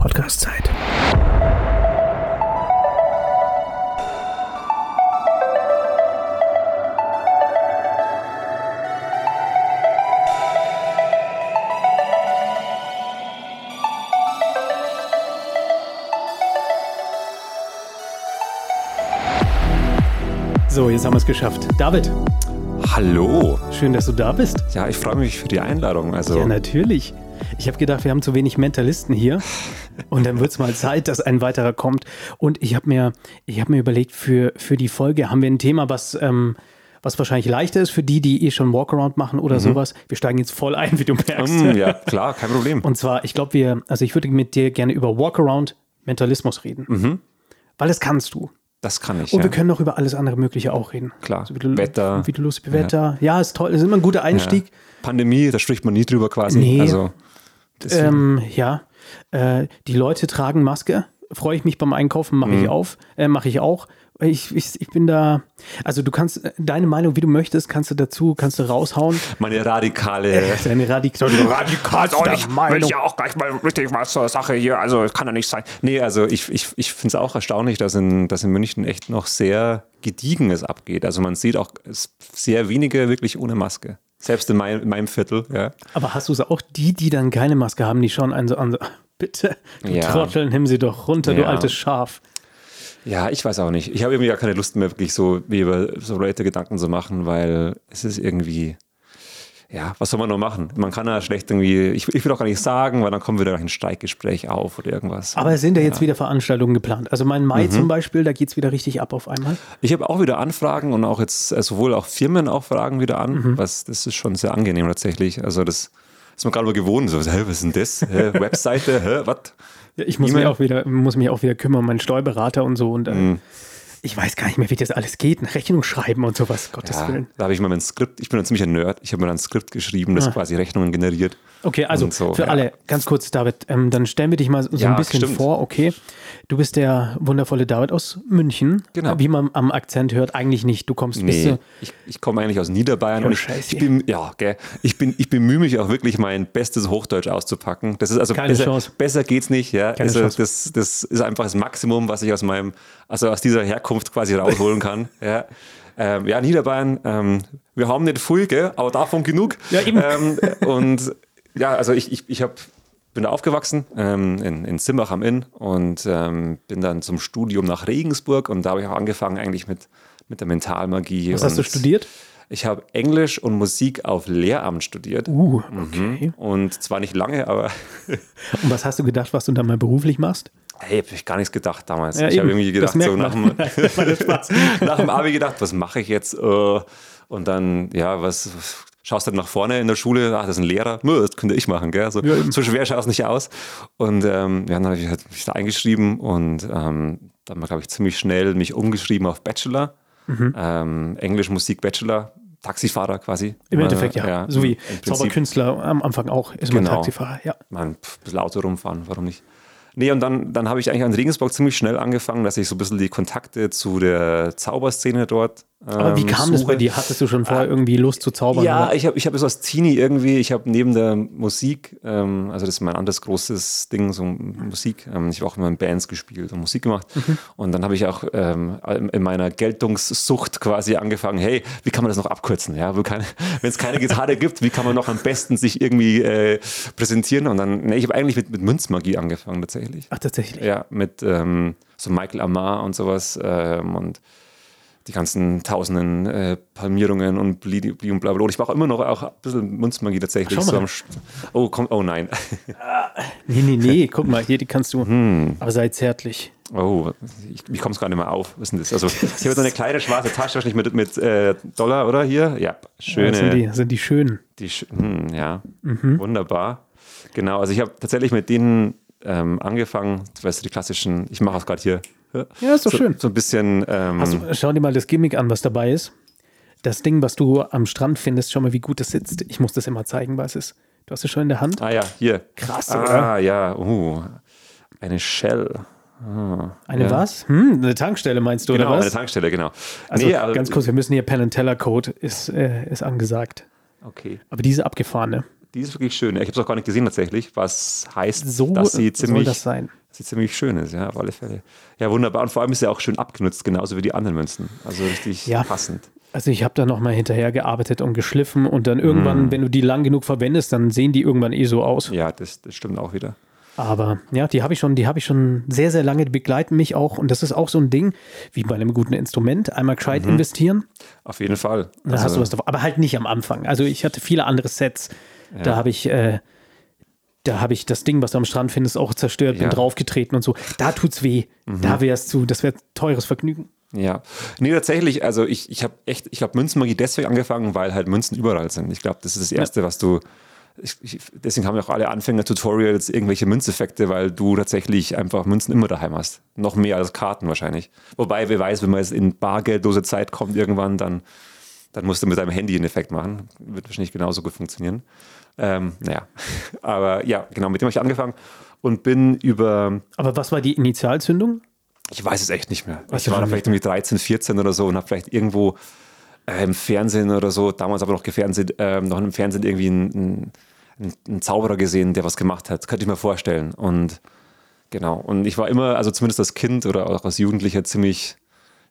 Podcast-Zeit. So, jetzt haben wir es geschafft. David, Hallo. schön, dass du da bist. Ja, ich freue mich für die Einladung. Also, Ja, natürlich. Ich habe gedacht, wir haben zu wenig Mentalisten hier. Und dann wird es mal Zeit, dass ein weiterer kommt. Und ich habe mir, ich hab mir überlegt, für, für die Folge haben wir ein Thema, was, ähm, was wahrscheinlich leichter ist für die, die eh schon Walkaround machen oder sowas. Wir steigen jetzt voll ein, wie du merkst. Mhm. mm, ja, klar, kein Problem. Und zwar, ich glaube, wir, also ich würde mit dir gerne über Walkaround-Mentalismus reden. Weil das kannst du. das kann ich. Und Mhm. ja. wir können noch über alles andere Mögliche auch reden. Also Klar. wie du, Wetter. Wie du lustig Wetter. Ja. ist toll. Das ist immer ein guter Einstieg. ja. Pandemie, da spricht man nie drüber quasi. Nee. Also, deswegen, Ähm, ja, äh, die Leute tragen Maske. Freue ich mich beim Einkaufen, mache ich auf, äh, mache ich auch. Ich, ich, ich bin da, also du kannst äh, deine Meinung, wie du möchtest, kannst du dazu, kannst du raushauen. meine radikale. Deine radikale Radikal Äh. auch nicht. Will ich ja auch gleich mal richtig was zur Sache hier. Also, es kann ja nicht sein. Nee, also ich, ich, ich finde es auch erstaunlich, dass in, dass in München echt noch sehr gediegenes abgeht. Also, man sieht auch es- sehr wenige wirklich ohne Maske. Selbst in, mein, in meinem Viertel, ja. Aber hast du es auch, die, die dann keine Maske haben, die schauen einen so an, so, bitte, du Ja. Trottel, nimm sie doch runter, du Ja. altes Schaf. Ja, ich weiß auch nicht. Ich habe irgendwie gar keine Lust mehr, wirklich so mir über so Leute Gedanken zu machen, weil es ist irgendwie, ja, was soll man noch machen? Man kann ja schlecht irgendwie, ich, ich will auch gar nicht sagen, weil dann kommen wieder ein Streikgespräch auf oder irgendwas. Aber es sind ja jetzt wieder Veranstaltungen geplant. Also mein Mai zum Beispiel, da geht es wieder richtig ab auf einmal. ich habe auch wieder Anfragen und auch jetzt äh, sowohl auch Firmen auch Fragen wieder an, was das ist schon sehr angenehm tatsächlich. Also das ist man gerade mal gewohnt, so, hä, was ist denn das? Hä, Webseite, hä, was? Ja, Ich muss mich, E-Mail? auch wieder, muss mich auch wieder kümmern, mein Steuerberater und so. Und äh, Mhm. ich weiß gar nicht mehr, wie das alles geht. Eine Rechnung schreiben und sowas, Gottes Ja, Willen. da habe ich mal mein Skript, ich bin ein ziemlicher Nerd, ich habe mir dann ein Skript geschrieben, das quasi Rechnungen generiert. Okay, also Und so, für ja. alle, ganz kurz, David, ähm, dann stellen wir dich mal so Ja, ein bisschen stimmt. vor, okay? Du bist der wundervolle David aus München. Genau. Wie man am Akzent hört, eigentlich nicht. Du kommst bist Nee, du, ich, ich komme eigentlich aus Niederbayern Ja, und ich, scheiße. ich, bin, ja, gell, ich, bin, ich bemühe mich auch wirklich, mein bestes Hochdeutsch auszupacken. Das ist also Keine besser, Chance. besser geht's nicht. Ja. Keine also, Chance. das, das ist einfach das Maximum, was ich aus meinem, also aus dieser Herkunft quasi rausholen kann. ja. Ähm, ja, Niederbayern, ähm, wir haben nicht viel, gell, aber davon genug. Ja, eben. Ähm, und ja, also ich, ich, ich hab, bin da aufgewachsen ähm, in, in Simbach am Inn und ähm, bin dann zum Studium nach Regensburg und da habe ich auch angefangen eigentlich mit, mit der Mentalmagie. was hast du und studiert? Ich habe Englisch und Musik auf Lehramt studiert. Uh, Mhm. okay. Und zwar nicht lange, aber Und was hast du gedacht, was du dann mal beruflich machst? hey, hab ich gar nichts gedacht damals. Ja, ich habe eben. irgendwie Das gedacht, merkt so nach dem, man. Nein, Spaß. nach dem Abi gedacht, was mache ich jetzt? Äh, Und dann, ja, was, schaust dann nach vorne in der Schule, ach, das ist ein Lehrer, Mö, das könnte ich machen, gell? So, Ja, eben. so schwer schaut es nicht aus. Und ähm, ja, dann habe ich halt mich da eingeschrieben und ähm, dann, glaube ich, ziemlich schnell mich umgeschrieben auf Bachelor, Mhm. ähm, Englisch, Musik, Bachelor. Taxifahrer quasi. Im Äh, Endeffekt, ja. so wie im Prinzip. Zauberkünstler am Anfang auch, ist man Genau. Taxifahrer, ja. Man, pff, ein bisschen Auto rumfahren, warum nicht? Nee, und dann, dann habe ich eigentlich an Regensburg ziemlich schnell angefangen, dass ich so ein bisschen die Kontakte zu der Zauberszene dort. Aber wie ähm, kam das bei suche. dir? Hattest du schon vorher irgendwie Lust zu zaubern? Ja, oder? ich habe ich hab es als Teenie irgendwie, ich habe neben der Musik, ähm, also das ist mein anderes großes Ding, so Musik, ähm, ich habe auch immer in Bands gespielt und Musik gemacht. Und dann habe ich auch ähm, in meiner Geltungssucht quasi angefangen, hey, wie kann man das noch abkürzen? Ja, Wenn es keine Gitarre gibt, wie kann man noch am besten sich irgendwie äh, präsentieren? Und dann, nee, ich habe eigentlich mit, mit Münzmagie angefangen tatsächlich. Ach, tatsächlich. Ja, mit ähm, so Michael Amar und sowas ähm, und die ganzen tausenden äh, Palmierungen und bli, bli und bla bla. Und ich mache immer noch auch ein bisschen Münzmagie tatsächlich. Schau mal. am St- oh, komm, oh nein. Nee, nee, nee, guck mal, hier, die kannst du. Hm. Aber sei zärtlich. Oh, ich, ich komme es gar nicht mehr auf. Was ist denn das? Also, ich habe so eine kleine schwarze Tasche, wahrscheinlich mit, mit äh, Dollar, oder hier? Ja, Das sind schöne. die, Mhm. sind die schönen. Die, Sch- hm, ja, wunderbar. Genau, also ich habe tatsächlich mit denen ähm, angefangen, weißt du, die klassischen, ich mache es gerade hier. Ja, ist doch so, schön. So ein bisschen, ähm, Also, schau dir mal das Gimmick an, was dabei ist. Das Ding, was du am Strand findest, schau mal, wie gut das sitzt. Ich muss das immer zeigen, was es ist. Du hast es schon in der Hand. ah ja, hier. Krass, ah, oder? ja, uh, eine Shell. Eine ja. was? Hm, eine Tankstelle meinst du, Genau, oder eine was? Tankstelle, genau. also, aber- ganz kurz, wir müssen hier Penn Teller Code ist, äh, ist angesagt. Okay, Aber diese abgefahrene, die ist wirklich schön. Ich habe es auch gar nicht gesehen tatsächlich, was heißt, so dass sie soll ziemlich das sein. sie ziemlich schön ist, ja, auf alle Fälle. Ja, wunderbar. Und vor allem ist sie auch schön abgenutzt, genauso wie die anderen Münzen. Also richtig Ja. passend. Also ich habe da nochmal hinterher gearbeitet und geschliffen und dann Hm. irgendwann, wenn du die lang genug verwendest, dann sehen die irgendwann eh so aus. Ja, das, das stimmt auch wieder. Aber ja, die habe ich schon, die habe ich schon sehr, sehr lange, die begleiten mich auch. Und das ist auch so ein Ding, wie bei einem guten Instrument, einmal gescheit investieren, Auf jeden Fall. dann Mhm. Also, hast du was davon. Aber halt nicht am Anfang. Also ich hatte viele andere Sets. Da habe ich, äh, da habe ich das Ding, was du am Strand findest, auch zerstört, Ja. Mhm. bin draufgetreten und so. Da tut's weh. Da wär's zu, das wäre teures Vergnügen. Ja, nee, tatsächlich, also ich, ich habe echt, ich glaube, Münzenmagie deswegen angefangen, weil halt Münzen überall sind. Ich glaube, das ist das Erste, was du, ich, ich, deswegen haben ja auch alle Anfänger-Tutorials irgendwelche Münzeffekte, weil du tatsächlich einfach Münzen immer daheim hast. Noch mehr als Karten wahrscheinlich. Wobei, wer weiß, wenn man jetzt in bargeldlose Zeit kommt irgendwann, dann, dann musst du mit deinem Handy einen Effekt machen. Wird wahrscheinlich genauso gut funktionieren. Ähm, naja, aber ja, genau, mit dem habe ich angefangen und bin über Aber was war die Initialzündung? ich weiß es echt nicht mehr. Weißt ich du war schon da vielleicht irgendwie 13, 14 oder so und habe vielleicht irgendwo äh, im Fernsehen oder so, damals aber noch gefernseht, ähm, noch im Fernsehen irgendwie einen, einen, einen Zauberer gesehen, der was gemacht hat. Könnte ich mir vorstellen. Und genau. Und ich war immer, also zumindest als Kind oder auch als Jugendlicher, ziemlich,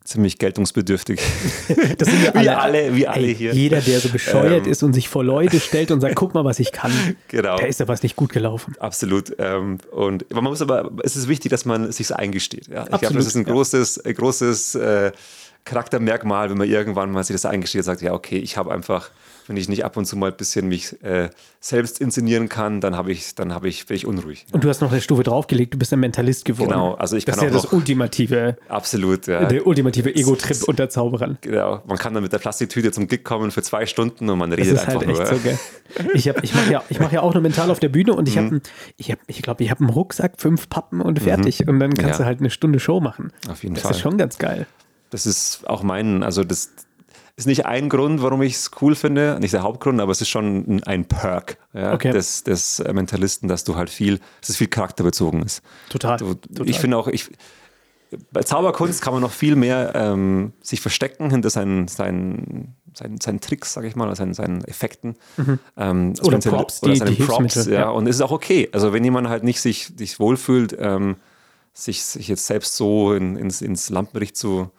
ziemlich geltungsbedürftig. Das sind ja Wie alle- wie alle Ey, hier. Jeder, der so bescheuert Ähm. ist und sich vor Leute stellt und sagt, guck mal, was ich kann. Genau. Da ist ja was nicht gut gelaufen. Absolut. Ähm, und aber man muss aber, es ist wichtig, dass man sich eingesteht. Ja? Ich glaube, Absolut, das ist ein ja. großes, äh, großes äh, Charaktermerkmal, wenn man irgendwann mal sich das eingesteht und sagt, ja, okay, ich habe einfach, wenn ich nicht ab und zu mal ein bisschen mich äh, selbst inszenieren kann, dann habe ich, dann habe ich, bin ich unruhig. Und du hast noch eine Stufe draufgelegt, du bist ein Mentalist geworden. Genau, also ich das kann ist auch ja das noch- ultimative, Absolut, ja. der ultimative Ego-Trip unter Zauberern. Genau. Man kann dann mit der Plastiktüte zum Gig kommen für zwei Stunden und man Das redet ist einfach halt echt so, nur. gell? Ich, hab- ich mache ja, ich mach ja auch nur mental auf der Bühne und ich Mhm. habe, ich, hab, ich glaube, ich habe einen Rucksack, fünf Pappen und fertig. Und dann kannst du Ja. halt eine Stunde Show machen. Auf jeden das Fall. ist schon ganz geil. Das ist auch mein, also das ist nicht ein Grund, warum ich es cool finde, nicht der Hauptgrund, aber es ist schon ein- ein Perk ja, Okay. des, des äh, Mentalisten, dass du halt viel, dass es viel charakterbezogen ist. Total. Du, Ah, total. ich finde auch, ich, bei Zauberkunst kann man noch viel mehr ähm, sich verstecken hinter seinen, seinen, seinen, seinen Tricks, sag ich mal, oder seinen, seinen Effekten. Ähm, also Mhm. Oder wenn sie- Props, oder die- seinen die Props Hilfsmittel, ja. ja. Und es ist auch okay. Also wenn jemand halt nicht sich, sich wohlfühlt, ähm, sich, sich jetzt selbst so in, ins, ins Lampenlicht zu,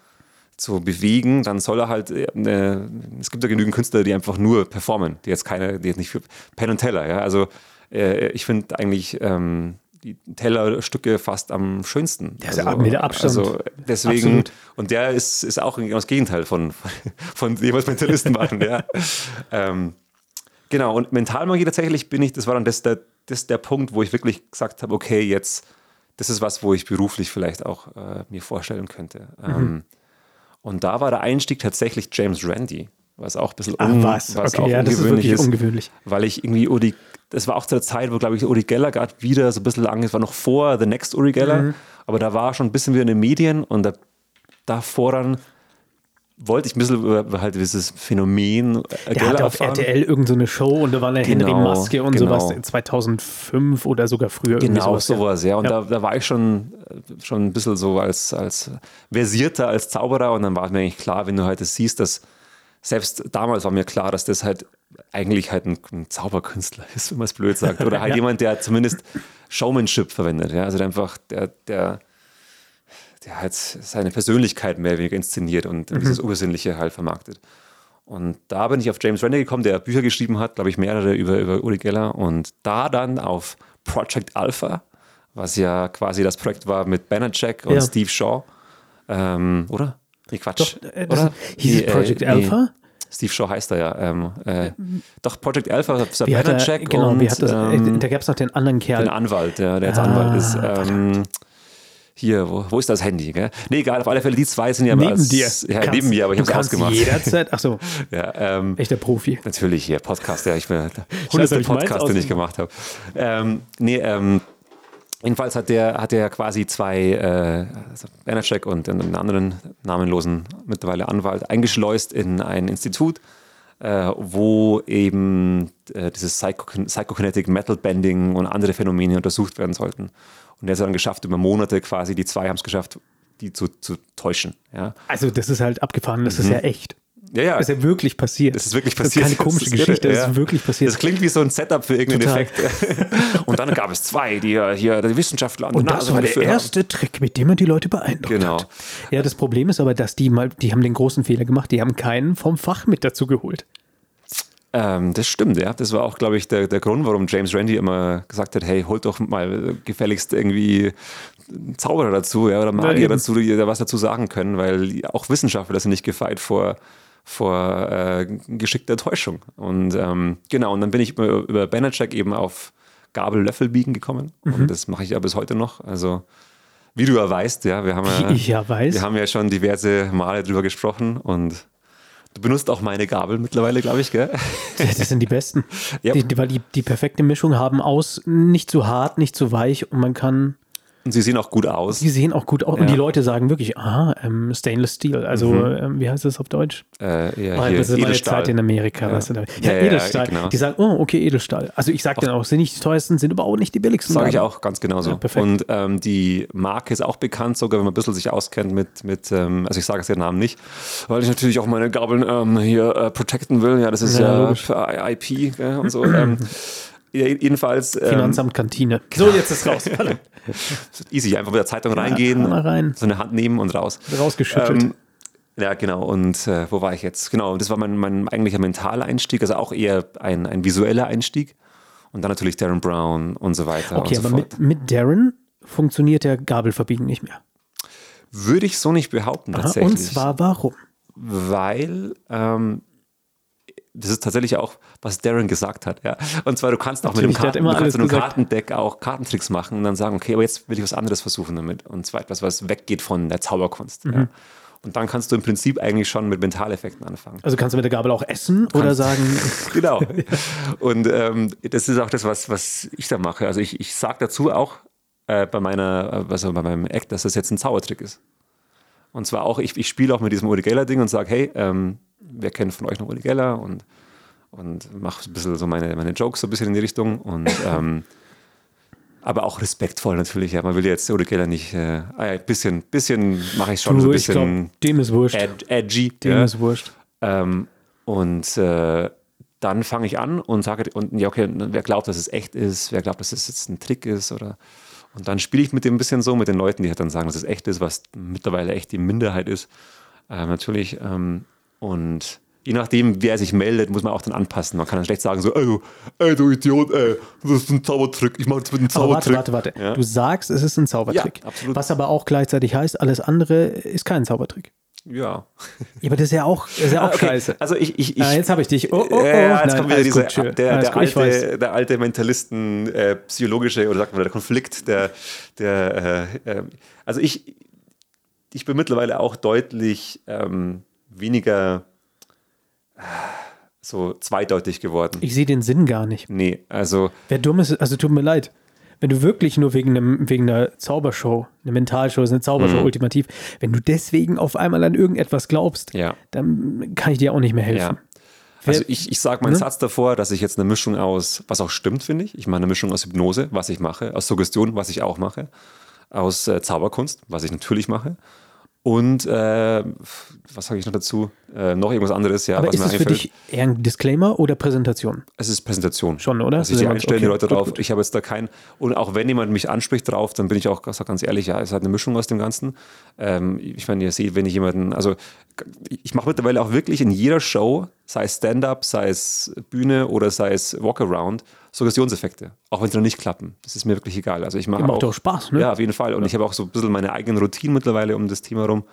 zu bewegen, dann soll er halt, äh, ne, es gibt ja genügend Künstler, die einfach nur performen, die jetzt keine, die jetzt nicht für Penn und Teller, ja, also äh, ich finde eigentlich ähm, die Tellerstücke fast am schönsten. Der ist also, ab- mit Abstand. Also deswegen, Absolut. und der ist, ist auch genau das Gegenteil von, von dem, was Mentalisten machen, ja. Ähm, Genau, und Mentalmagie tatsächlich bin ich, das war dann das, der, das der Punkt, wo ich wirklich gesagt habe, okay, jetzt, das ist was, wo ich beruflich vielleicht auch äh, mir vorstellen könnte. Mhm. Ähm, und da war der Einstieg tatsächlich James Randi, was auch ein bisschen Ach un- was, okay, ja, das ist wirklich ungewöhnlich. Weil ich irgendwie Uri, das war auch zu der Zeit, wo, glaube ich, Uri Geller gerade wieder so ein bisschen lang, es war noch vor The Next Uri Geller, Mhm. aber da war schon ein bisschen wieder in den Medien und da, davor dann wollte ich ein bisschen über, über halt dieses Phänomen äh, Der hatte auf erfahren. RTL irgendeine so eine Show und da war eine Henry Genau, Maske und genau. sowas 2005 oder sogar früher. irgendwie Genau, sowas, ja. sowas, ja. Und Da, da war ich schon, äh, schon ein bisschen so als, als versierter, als Zauberer. Und dann war mir eigentlich klar, wenn du halt das siehst, dass selbst damals war mir klar, dass das halt eigentlich halt ein, ein Zauberkünstler ist, wenn man es blöd sagt. Oder halt Ja. jemand, der zumindest Showmanship verwendet. Ja? Also der einfach, der, der, der halt seine Persönlichkeit mehr oder weniger inszeniert und Mhm. dieses Ursinnliche halt vermarktet. Und da bin ich auf James Randi gekommen, der Bücher geschrieben hat, glaube ich, mehrere über, über Uri Geller. Und da dann auf Project Alpha, was ja quasi das Projekt war mit Bannerjack und Ja. Steve Shaw. Ähm, oder? Nee, Quatsch. Doch, äh, das- oder? äh, hieß es Project Alpha? Mhm. Steve Shaw heißt er ja. Ähm, äh, doch, Project Alpha, Sir Wie hat er, Bannerjack genau, und wie hat das, ähm, da gab es noch den anderen Kerl. den Anwalt, ja, der jetzt Anwalt Ah, ist. Ähm, hier, wo, wo ist das Handy? Gell? Nee, egal, auf alle Fälle, die zwei sind ja mal neben als, dir. Ja, Kannst- neben mir, aber ich du habe kannst es ausgemacht. Jederzeit, ach so, Ja, ähm, echter Profi. Natürlich hier, Podcast, ja, ich bin Scheiße, hundertste hab ich meins Podcast, den ich aus- gemacht habe. Ähm, nee, ähm, jedenfalls hat der, hat der quasi zwei, äh, also Banacek und einen anderen namenlosen mittlerweile Anwalt eingeschleust in ein Institut, äh, wo eben äh, dieses Psycho Psychokinetic Metal Bending und andere Phänomene untersucht werden sollten. Und der hat es dann geschafft, über Monate quasi, die zwei haben es geschafft, die zu, zu täuschen. Ja, Also das ist halt abgefahren, das ist ja echt. ja. ja. Das ist ja wirklich passiert. Mhm. Das ist wirklich passiert. Das ist keine komische Das ist irre, Geschichte, das ja. ist wirklich passiert. Das klingt wie so ein Setup für irgendeinen Total. Effekt. Und Und dann gab es zwei, die äh, hier die Wissenschaftler an die Und das Nase war der geführt haben. erste Trick, mit dem man die Leute beeindruckt Genau. hat. Ja, das Problem ist aber, dass die mal, die haben den großen Fehler gemacht, die haben keinen vom Fach mit dazu geholt. Ähm, das stimmt, ja. Das war auch, glaube ich, der, der Grund, warum James Randi immer gesagt hat, hey, holt doch mal gefälligst irgendwie einen Zauberer dazu ja, oder Magier eben. dazu, die da was dazu sagen können, weil auch Wissenschaftler sind nicht gefeit vor, vor äh, geschickter Täuschung. Und ähm, genau, und dann bin ich über, über Bannercheck eben auf Gabel-Löffel biegen gekommen. Mhm. Und das mache ich ja bis heute noch. Also, wie du ja weißt, ja, wir haben ja, Wie ich ja weiß. wir haben ja schon diverse Male drüber gesprochen und du benutzt auch meine Gabel mittlerweile, glaube ich, gell? Das sind die besten. Ja. Die, die, weil die, die perfekte Mischung haben aus nicht zu hart, nicht zu weich und man kann, Und sie sehen auch gut aus. die sehen auch gut aus. Und Ja. Mhm. die Leute sagen wirklich, aha, ähm, Stainless Steel. Also, ähm, wie heißt das auf Deutsch? Äh, ja, Weil hier, das ist meine Edelstahl. Zeit in Amerika. Weißt du, da. Ja, Ja, ja, Edelstahl. genau. Die sagen, oh, okay, Edelstahl. Also ich sag dann auch, sind nicht die teuersten, sind aber auch nicht die billigsten. Also Sage ich Aber- auch ganz genauso. Ja, perfekt. und ähm, die Marke ist auch bekannt, sogar wenn man ein bisschen sich auskennt mit, mit ähm, also ich sage jetzt den Namen nicht, weil ich natürlich auch meine Gabeln ähm, hier äh, protecten will. Ja, das ist Ja, ja, logisch. äh, IP gell, und so. ähm, ja, jedenfalls ähm, Finanzamt Kantine. So, jetzt ist raus. Warte. easy, einfach mit der Zeitung reingehen, einmal rein. so eine Hand nehmen und raus. Rausgeschüttelt. Ähm, ja, genau. Und äh, wo war ich jetzt? Genau, das war mein, mein eigentlicher mentaler Einstieg, also auch eher ein, ein visueller Einstieg. Und dann natürlich Darren Brown und so weiter Okay, und so aber fort. mit, mit Darren funktioniert der Gabelverbiegen nicht mehr. Würde ich so nicht behaupten, Aha, tatsächlich. Und zwar warum? weil ähm, das ist tatsächlich auch, was Darren gesagt hat. Ja. Und zwar, du kannst auch mit Natürlich, dem, der hat Karten, immer du kannst alles mit einem gesagt. Kartendeck auch Kartentricks machen und dann sagen, okay, aber jetzt will ich was anderes versuchen damit. Und zwar etwas, was weggeht von der Zauberkunst. Mhm. Ja. Und dann kannst du im Prinzip eigentlich schon mit Mentaleffekten anfangen. Also kannst du mit der Gabel auch essen oder sagen, genau. Und ähm, das ist auch das, was, was ich da mache. Also ich, ich sage dazu auch äh, bei meiner, äh, also bei meinem Act, dass das jetzt ein Zaubertrick ist. Und zwar auch, ich, ich spiele auch mit diesem Uri Geller-Ding und sage, hey, ähm, wer kennt von euch noch Uri Geller? Und, und mache ein bisschen so meine, meine Jokes so ein bisschen in die Richtung. Und ähm, aber auch respektvoll natürlich. Ja. Man will jetzt Uri Geller nicht, äh, ein bisschen, bisschen mache ich schon so du, ein ich glaube, bisschen dem ist wurscht. ed edgy. dem ja. ist wurscht. Ähm, und äh, dann fange ich an und sage, und, ja, okay, wer glaubt, dass es echt ist, wer glaubt, dass es jetzt ein Trick ist oder. Und dann spiele ich mit dem ein bisschen so, mit den Leuten, die halt dann sagen, dass es echt ist, was mittlerweile echt die Minderheit ist. Ähm, natürlich. Ähm, und je nachdem, wer sich meldet, muss man auch dann anpassen. Man kann dann schlecht sagen, so, ey, du- ey du Idiot, ey, das ist ein Zaubertrick, ich mache jetzt mit einem Aber warte, Zaubertrick. warte, warte. Ja. Du sagst, es ist ein Zaubertrick. Ja, absolut. Was aber auch gleichzeitig heißt, alles andere ist kein Zaubertrick. ja. Ja, aber das ist ja auch, das ist ja auch Okay, scheiße. Also ich, ich, ich, Ah, jetzt habe ich dich. Oh, oh, oh. Ja, jetzt Nein, kommt wieder alles dieser, gut, chill. der, Alles der, gut, ich weiß. alte, der alte Mentalisten, äh, psychologische oder sagt man, der Konflikt, der, der äh, äh, also ich, ich bin mittlerweile auch deutlich ähm, weniger äh, so zweideutig geworden. Ich sehe den Sinn gar nicht. nee, also Wer dumm ist, also tut mir leid. Wenn du wirklich nur wegen, einem, wegen einer Zaubershow, eine Mentalshow, ist eine Zaubershow Mhm. ultimativ, wenn du deswegen auf einmal an irgendetwas glaubst, Ja. dann kann ich dir auch nicht mehr helfen. Hm? ja. Also ich, ich sage meinen Satz davor, dass ich jetzt eine Mischung aus, was auch stimmt, finde ich. Ich meine eine Mischung aus Hypnose, was ich mache, aus Suggestion, was ich auch mache, aus äh, Zauberkunst, was ich natürlich mache. Und äh, was sage ich noch dazu? Äh, noch irgendwas anderes, ja, Aber was ist mir es für einfällt. dich eher ein Disclaimer oder Präsentation? Es ist Präsentation. Schon, oder? Also ich die Sind wir- einstellen die okay, Leute gut, drauf. gut. Ich habe jetzt da keinen. Und auch wenn jemand mich anspricht drauf, dann bin ich auch sag ganz ehrlich, ja, es ist halt eine Mischung aus dem Ganzen. Ähm, ich meine, ihr seht, wenn ich jemanden, also ich mache mittlerweile auch wirklich in jeder Show, sei es Stand-up, sei es Bühne oder sei es Walkaround, Suggestionseffekte. Auch wenn sie noch nicht klappen. Das ist mir wirklich egal. Also ich mache macht auch, doch Spaß, ne? Ja, auf jeden Fall. Und ich habe auch so ein bisschen meine eigenen Routinen mittlerweile um das Thema rum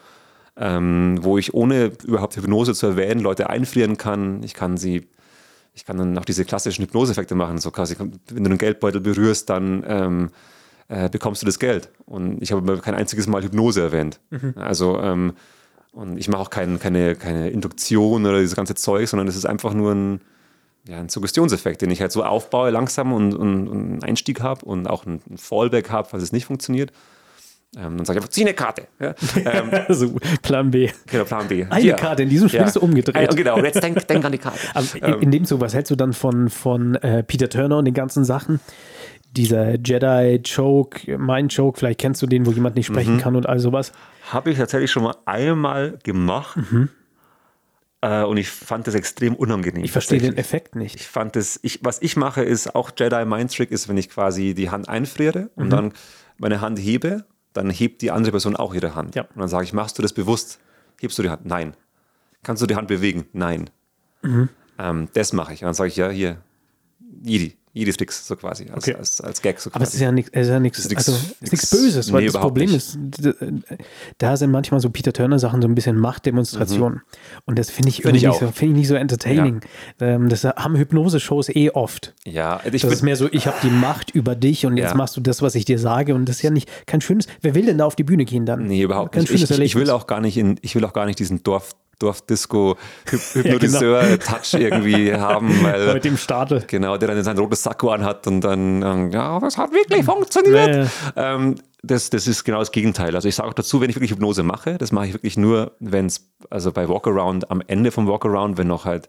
ähm, wo ich ohne überhaupt Hypnose zu erwähnen Leute einfrieren kann. Ich kann sie, ich kann dann auch diese klassischen Hypnoseffekte machen. So quasi, wenn du einen Geldbeutel berührst, dann ähm, äh, bekommst du das Geld. Und ich habe kein einziges Mal Hypnose erwähnt. Mhm. Also ähm, und ich mache auch kein, keine, keine Induktion oder dieses ganze Zeug, sondern es ist einfach nur ein, ja, ein Suggestionseffekt, den ich halt so aufbaue langsam und, und, und einen Einstieg habe und auch einen Fallback habe, falls es nicht funktioniert. Ähm, dann sage ich einfach, zieh eine Karte. Ja? ähm, Also Plan B. Genau, Plan B. Eine Karte, in diesem Spiel ist umgedreht. Äh, Genau, jetzt denk, denk an die Karte. Ähm. Aber in, in dem Zug, was hältst du dann von, von äh, Peter Turner und den ganzen Sachen? Dieser Jedi-Joke, Mind-Joke, vielleicht kennst du den, wo jemand Mhm. nicht sprechen kann und all sowas. Mhm. Habe ich tatsächlich schon mal einmal gemacht. Äh, und ich fand das extrem unangenehm. Ich verstehe den tatsächlich. Effekt nicht. Ich fand das, ich, was ich mache, ist auch Jedi Mind Trick, ist, wenn ich quasi die Hand einfriere Mhm. und dann meine Hand hebe, dann hebt die andere Person auch ihre Hand. Ja. Und dann sage ich, machst du das bewusst? Hebst du die Hand? Nein. Kannst du die Hand bewegen? Nein. Mhm. Ähm, das mache ich. Und dann sage ich, ja, hier, Jedi, Jedi Tricks, so quasi, als, Okay. als, als Gag. So Aber es ist ja nichts ist ja nix, ist nix- also, es ist nix nix- Böses, weil nee, das überhaupt Problem nicht. ist, d- da sind manchmal so Peter Turner-Sachen so ein bisschen Machtdemonstrationen. Und das finde ich Mhm. Finde ich irgendwie nicht, so, auch. find ich nicht so entertaining. Ähm, das haben Hypnose-Shows eh oft. ja, also ich Das ist bin- mehr so, ich habe die Macht über dich und jetzt Ja. machst du das, was ich dir sage. Und das ist ja nicht kein schönes. Wer will denn da auf die Bühne gehen dann? Nee, überhaupt kein nicht. Schönes Ich, ich, ich will Erlebnis. auch gar nicht in, ich will auch gar nicht diesen Dorf, Dorfdisco-Hypnotiseur-Touch irgendwie haben, weil genau. mit dem Stadel. genau, der dann sein rotes Sakko anhat und dann, ähm, ja, das hat wirklich funktioniert. Hm. Ja, ja. Ähm, das, das ist genau das Gegenteil. Also ich sage auch dazu, wenn ich wirklich Hypnose mache, das mache ich wirklich nur, wenn es, also bei Walkaround, am Ende vom Walkaround, wenn noch halt,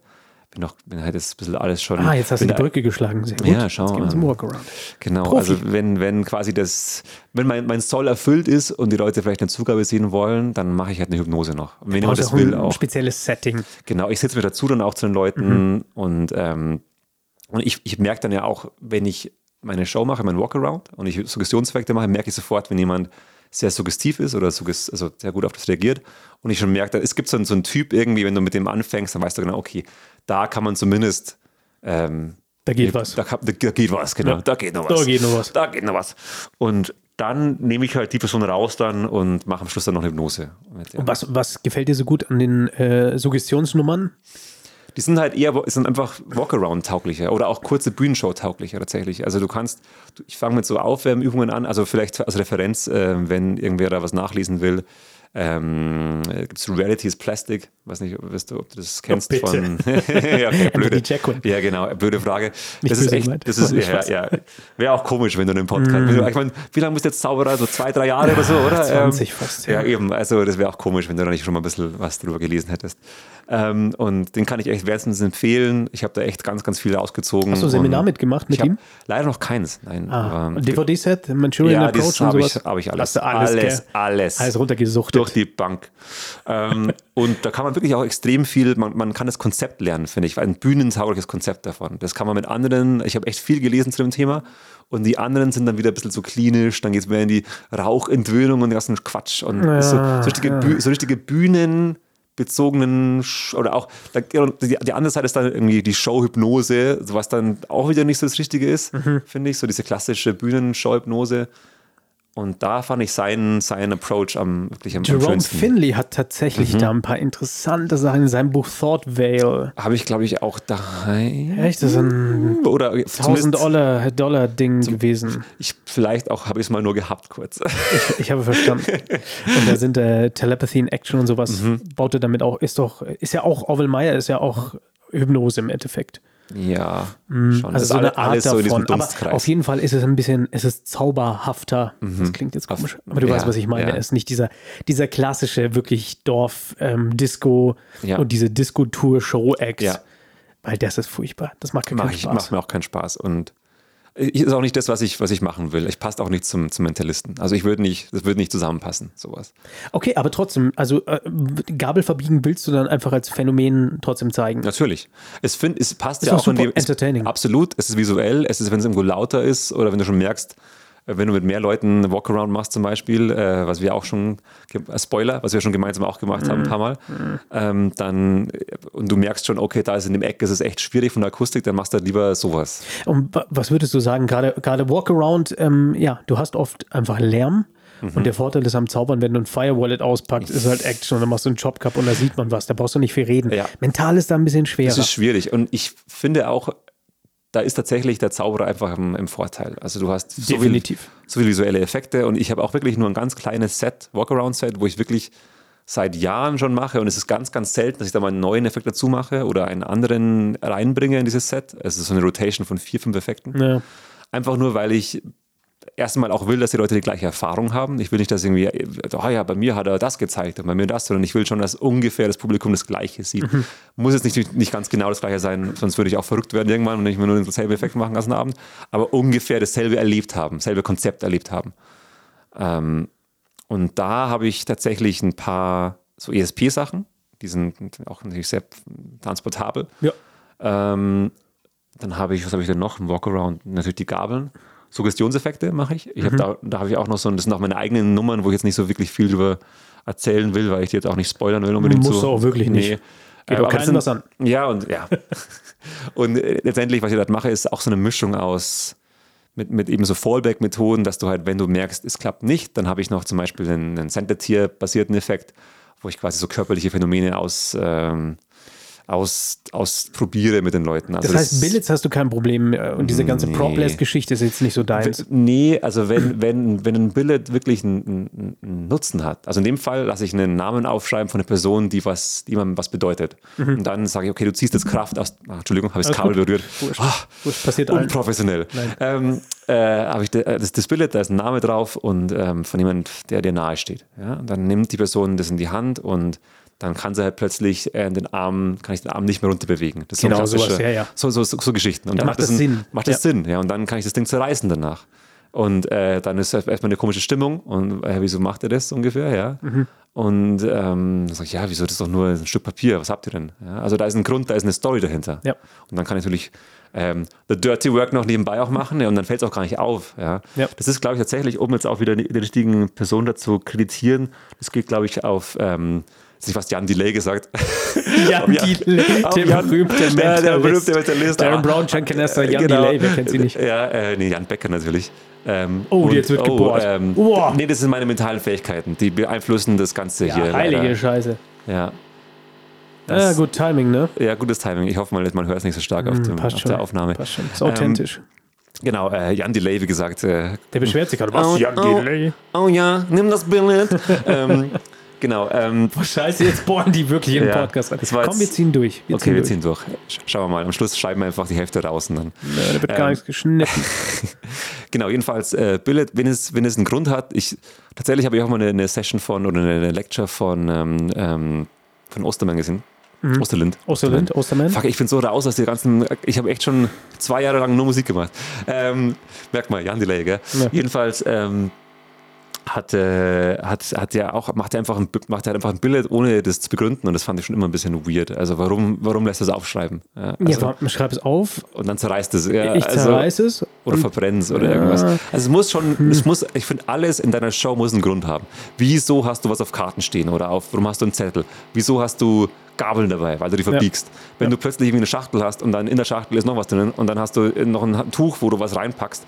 wenn noch, wenn halt das bisschen alles schon. Ah, jetzt hast du wenn die da- Brücke geschlagen. Sehr gut. Ja, schau, Jetzt gehen wir zum ähm, Walkaround. Genau, Profi. also wenn, wenn quasi das, wenn mein, mein Soll erfüllt ist und die Leute vielleicht eine Zugabe sehen wollen, dann mache ich halt eine Hypnose noch. Und wenn jemand das Brauchst Genau, auch will, ein auch. spezielles Setting. Genau, ich sitze mir dazu dann auch zu den Leuten Mhm. und, ähm, und ich, ich merke dann ja auch, wenn ich meine Show mache, meinen Walkaround und ich Suggestionseffekte mache, merke ich sofort, wenn jemand sehr suggestiv ist oder suggest also sehr gut auf das reagiert und ich schon merke, da- es gibt so einen, so einen Typ irgendwie, wenn du mit dem anfängst, dann weißt du genau, okay, da kann man zumindest ähm, Da geht was. da, kann- da, da geht was, genau. Da geht noch was. Da geht noch was. Da geht noch was. Und dann nehme ich halt die Person raus dann und mache am Schluss dann noch eine Hypnose. Mit der. Und was, was gefällt dir so gut an den äh, Suggestionsnummern? Die sind halt eher, sind einfach Walkaround-tauglicher oder auch kurze Bühnenshow-tauglicher tatsächlich. Also du kannst, du- ich fange mit so Aufwärmübungen an, also vielleicht als Referenz, äh, wenn irgendwer da was nachlesen will. Ähm, gibt es Reality is Plastic, weiß nicht, ob- weißt du, ob du das kennst bitte. von ja, okay, blöde, Jacquin. ja, genau, blöde Frage. Nicht das ist böse echt, gemeint. das ist, War nicht ja, Spaß. Mm. ja, wäre auch komisch, wenn du einen Podcast, wenn du, ich meine, wie lange bist du jetzt Zauberer, so zwei, drei Jahre oder so, oder? Ähm, 20 fast, ja. ja, eben, also das wäre auch komisch, wenn du da nicht schon mal ein bisschen was drüber gelesen hättest. Ähm, und den kann ich echt wärmstens empfehlen. Ich habe da echt ganz, ganz viele ausgezogen. Hast du ein Seminar und mitgemacht mit ich hab ihm? Leider noch keins, nein. Ah, aber- DVD-Set, Manchurian ja, Approach das und habe sowas. ich, hab ich alles. Hast du alles, alles, gell? Also alles. alles runtergesuchtet. durch die Bank. ähm, und da kann man wirklich auch extrem viel, man, man kann das Konzept lernen, finde ich, ein bühnentaugliches Konzept davon. Das kann man mit anderen, ich habe echt viel gelesen zu dem Thema und die anderen sind dann wieder ein bisschen zu klinisch, dann geht es mehr in die Rauchentwöhnung und den ganzen Quatsch und so, so richtige, Büh- so richtige Bühnen bezogenen Sch- oder auch da- die, die andere Seite ist dann irgendwie die Showhypnose, so was dann auch wieder nicht so das Richtige ist, finde ich, so diese klassische Bühnenshowhypnose. Und da fand ich seinen, seinen Approach am wirklich am, am Jerome schönsten. Mhm. Finley hat tatsächlich da ein paar interessante Sachen in seinem Buch Thought Veil. Habe ich, glaube ich, auch daheim. Echt, das ist ein Oder 1000 zumindest Dollar, Dollar Ding gewesen. ich, vielleicht auch habe ich es mal nur gehabt kurz. Ich habe verstanden. Und da sind äh, Telepathy in Action und sowas. Mhm. Baut er damit auch. Ist doch, ist ja auch, Orwell Meyer ist ja auch Hypnose im Endeffekt. ja, schon. Also Das so eine alle- Art davon. aber auf jeden Fall ist es ein bisschen, es ist zauberhafter. Das klingt jetzt komisch, aber du Mhm. ja, weißt, was ich meine. ja. Es ist nicht dieser, dieser klassische wirklich Dorf-Disco Ja. und diese Disco-Tour-Show-Acts. Ja. Weil das ist furchtbar. Das macht keinen Mach ich, Spaß. macht mir auch keinen Spaß. Und ich, ist auch nicht das, was ich, was ich machen will. Ich passt auch nicht zum, zum Mentalisten. Also ich würde nicht, das würde nicht zusammenpassen, sowas. Okay, aber trotzdem, also äh, Gabel verbiegen willst du dann einfach als Phänomen trotzdem zeigen. Natürlich. Es, find, es passt Ist ja doch auch in super die, es- entertaining. Absolut. Es ist visuell. Es ist, wenn es irgendwo lauter ist oder wenn du schon merkst, äh, wenn du mit mehr Leuten einen Walkaround machst zum Beispiel, äh, was wir auch schon, ge- äh, Spoiler, was wir schon gemeinsam auch gemacht haben ein paar Mal, ähm, dann, äh, und du merkst schon, okay, da ist in dem Eck, ist es echt schwierig von der Akustik, dann machst du halt lieber sowas. Und Um, wa- was würdest du sagen, gerade, gerade Walkaround, ähm, ja, du hast oft einfach Lärm. Mhm. Und der Vorteil ist am Zaubern, wenn du ein Firewallet auspackst, ist halt Action und dann machst du einen Chopcup und da sieht man was. Da brauchst du nicht viel reden. Ja. Mental ist da ein bisschen schwerer. Es ist schwierig. Und ich finde auch, da ist tatsächlich der Zauberer einfach im, im Vorteil. Also du hast so, viel, Definitiv. so viele visuelle Effekte und ich habe auch wirklich nur ein ganz kleines Set, Walkaround-Set, wo ich wirklich seit Jahren schon mache und es ist ganz, ganz selten, dass ich da mal einen neuen Effekt dazu mache oder einen anderen reinbringe in dieses Set. Es ist so eine Rotation von vier, fünf Effekten. Ja. Einfach nur, weil ich erstmal auch will, dass die Leute die gleiche Erfahrung haben. Ich will nicht, dass irgendwie, ah ja, bei mir hat er das gezeigt und bei mir das, sondern ich will schon, dass ungefähr das Publikum das Gleiche sieht. Muss jetzt nicht, nicht ganz genau das Gleiche sein, sonst würde ich auch verrückt werden irgendwann und nicht mehr nur denselben Effekt machen den ganzen Abend, aber ungefähr dasselbe erlebt haben, dasselbe Konzept erlebt haben. E Ähm, und da habe ich tatsächlich ein paar so ESP-Sachen, die sind auch natürlich sehr transportabel. Ja. Ähm, dann habe ich, was habe ich denn noch? Ein Walkaround, natürlich die Gabeln. Suggestionseffekte mache ich. Mhm. ich hab da da habe ich auch noch so, das sind auch meine eigenen Nummern, wo ich jetzt nicht so wirklich viel drüber erzählen will, weil ich die jetzt auch nicht spoilern will unbedingt. Musst so. du auch wirklich nicht. Geht Äh, auch aber das keinen sind- was an. Ja, und ja. und äh, letztendlich, was ich dort mache, ist auch so eine Mischung aus mit, mit eben so Fallback-Methoden, dass du halt, wenn du merkst, es klappt nicht, dann habe ich noch zum Beispiel einen, einen Sentetier-basierten Effekt, wo ich quasi so körperliche Phänomene aus, ähm, aus, ausprobiere mit den Leuten. Also Das heißt, Billets hast du kein Problem äh, und diese ganze Nee. Propless-Geschichte ist jetzt nicht so deins. Nee, also wenn, wenn, wenn ein Billet wirklich einen, einen, einen Nutzen hat, also in dem Fall lasse ich einen Namen aufschreiben von einer Person, die was, die jemandem was bedeutet. Und dann sage ich, okay, du ziehst jetzt Kraft aus. Ach, Entschuldigung, habe ich das Mhm. Alles Kabel gut. berührt. Ah, Das passiert allen. unprofessionell. Ähm, äh, habe ich de, äh, das, das Billet, da ist ein Name drauf und ähm, von jemand, der dir nahe steht. Ja? Und dann nimmt die Person das in die Hand und dann kann sie halt plötzlich äh, den Arm, kann ich den Arm nicht mehr runterbewegen. Das ist so ein Genau, sowas, klassischer- ja, ja. So, so, so, so Geschichten. Und Da dann macht das Sinn. Macht das Ja. Sinn, ja. Und dann kann ich das Ding zerreißen danach. Und äh, dann ist erst- erstmal eine komische Stimmung. Und äh, wieso macht er das ungefähr, ja? Mhm. Und ähm, dann sag ich, ja, wieso das ist doch nur ein Stück Papier, was habt ihr denn? Ja, also da ist ein Grund, da ist eine Story dahinter. Ja. Und dann kann ich natürlich ähm, The Dirty Work noch nebenbei auch machen ja, und dann fällt es auch gar nicht auf. Ja. Ja. Das ist, glaube ich, tatsächlich, um jetzt auch wieder die die richtigen Personen dazu kreditieren, das geht, glaube ich, auf, ähm, jetzt nicht was Jan Delay gesagt, Jan Ja. Delay, Auf der Jan- berühmte Mentalist. Ja, der berühmte Mentalist. Darren Ah. Brown, John Canester, Jan Genau. Delay, wer kennt sie nicht? Ja, äh, nee, Jan Becker natürlich. Ähm, Oh, jetzt wird gebohrt. Ähm, Uah. nee, das sind meine mentalen Fähigkeiten. Die beeinflussen das Ganze Ja, hier. heilige leider. Scheiße. Ja. Ah, Das- gut Timing, ne? ja, gutes Timing. Ich hoffe mal, man hört es nicht so stark auf, dem, passt auf schon. der Aufnahme. Passt schon. Ist Ähm, authentisch. Genau, äh, Jan Delay, wie gesagt. Äh, der beschwert sich gerade. Oh, Jan oh. Delay? oh ja, nimm das Billett. ähm, genau. Ähm, Oh, Scheiße, jetzt bohren die wirklich im Ja, Podcast an. das war Komm, jetzt- wir ziehen durch. Wir okay, wir durch. ziehen durch. Sch schauen wir mal. Am Schluss schreiben wir einfach die Hälfte raus und dann. Ja, da wird gar Ähm, nichts geschnitten. Genau, jedenfalls, äh, Billet, wenn es, wenn es einen Grund hat, ich, tatsächlich habe ich auch mal eine, eine Session von oder eine, eine Lecture von, ähm, ähm, von Ostermann gesehen. Osterlind. Mhm. Osterlind, Ostermann. Fuck, ich bin so raus aus der ganzen, ich habe echt schon zwei Jahre lang nur Musik gemacht. Ähm, merk mal, Jan Delay, gell? Ja. Jedenfalls, ähm, hat, äh, hat, hat ja auch, macht er einfach ein, Bi- macht er einfach ein Billet, ohne das zu begründen. Und das fand ich schon immer ein bisschen weird. Also warum, warum lässt er es aufschreiben? Ja, Ja, also, warum- schreib es auf. und dann zerreißt es. Ja, ich also- zerreiß es. oder Und verbrennst oder Ja. irgendwas. Also es muss schon, es muss, ich finde, alles in deiner Show muss einen Grund haben. Wieso hast du was auf Karten stehen oder auf, warum hast du einen Zettel? Wieso hast du Gabeln dabei, weil du die verbiegst? Wenn du plötzlich irgendwie eine Schachtel hast und dann in der Schachtel ist noch was drin und dann hast du noch ein Tuch, wo du was reinpackst.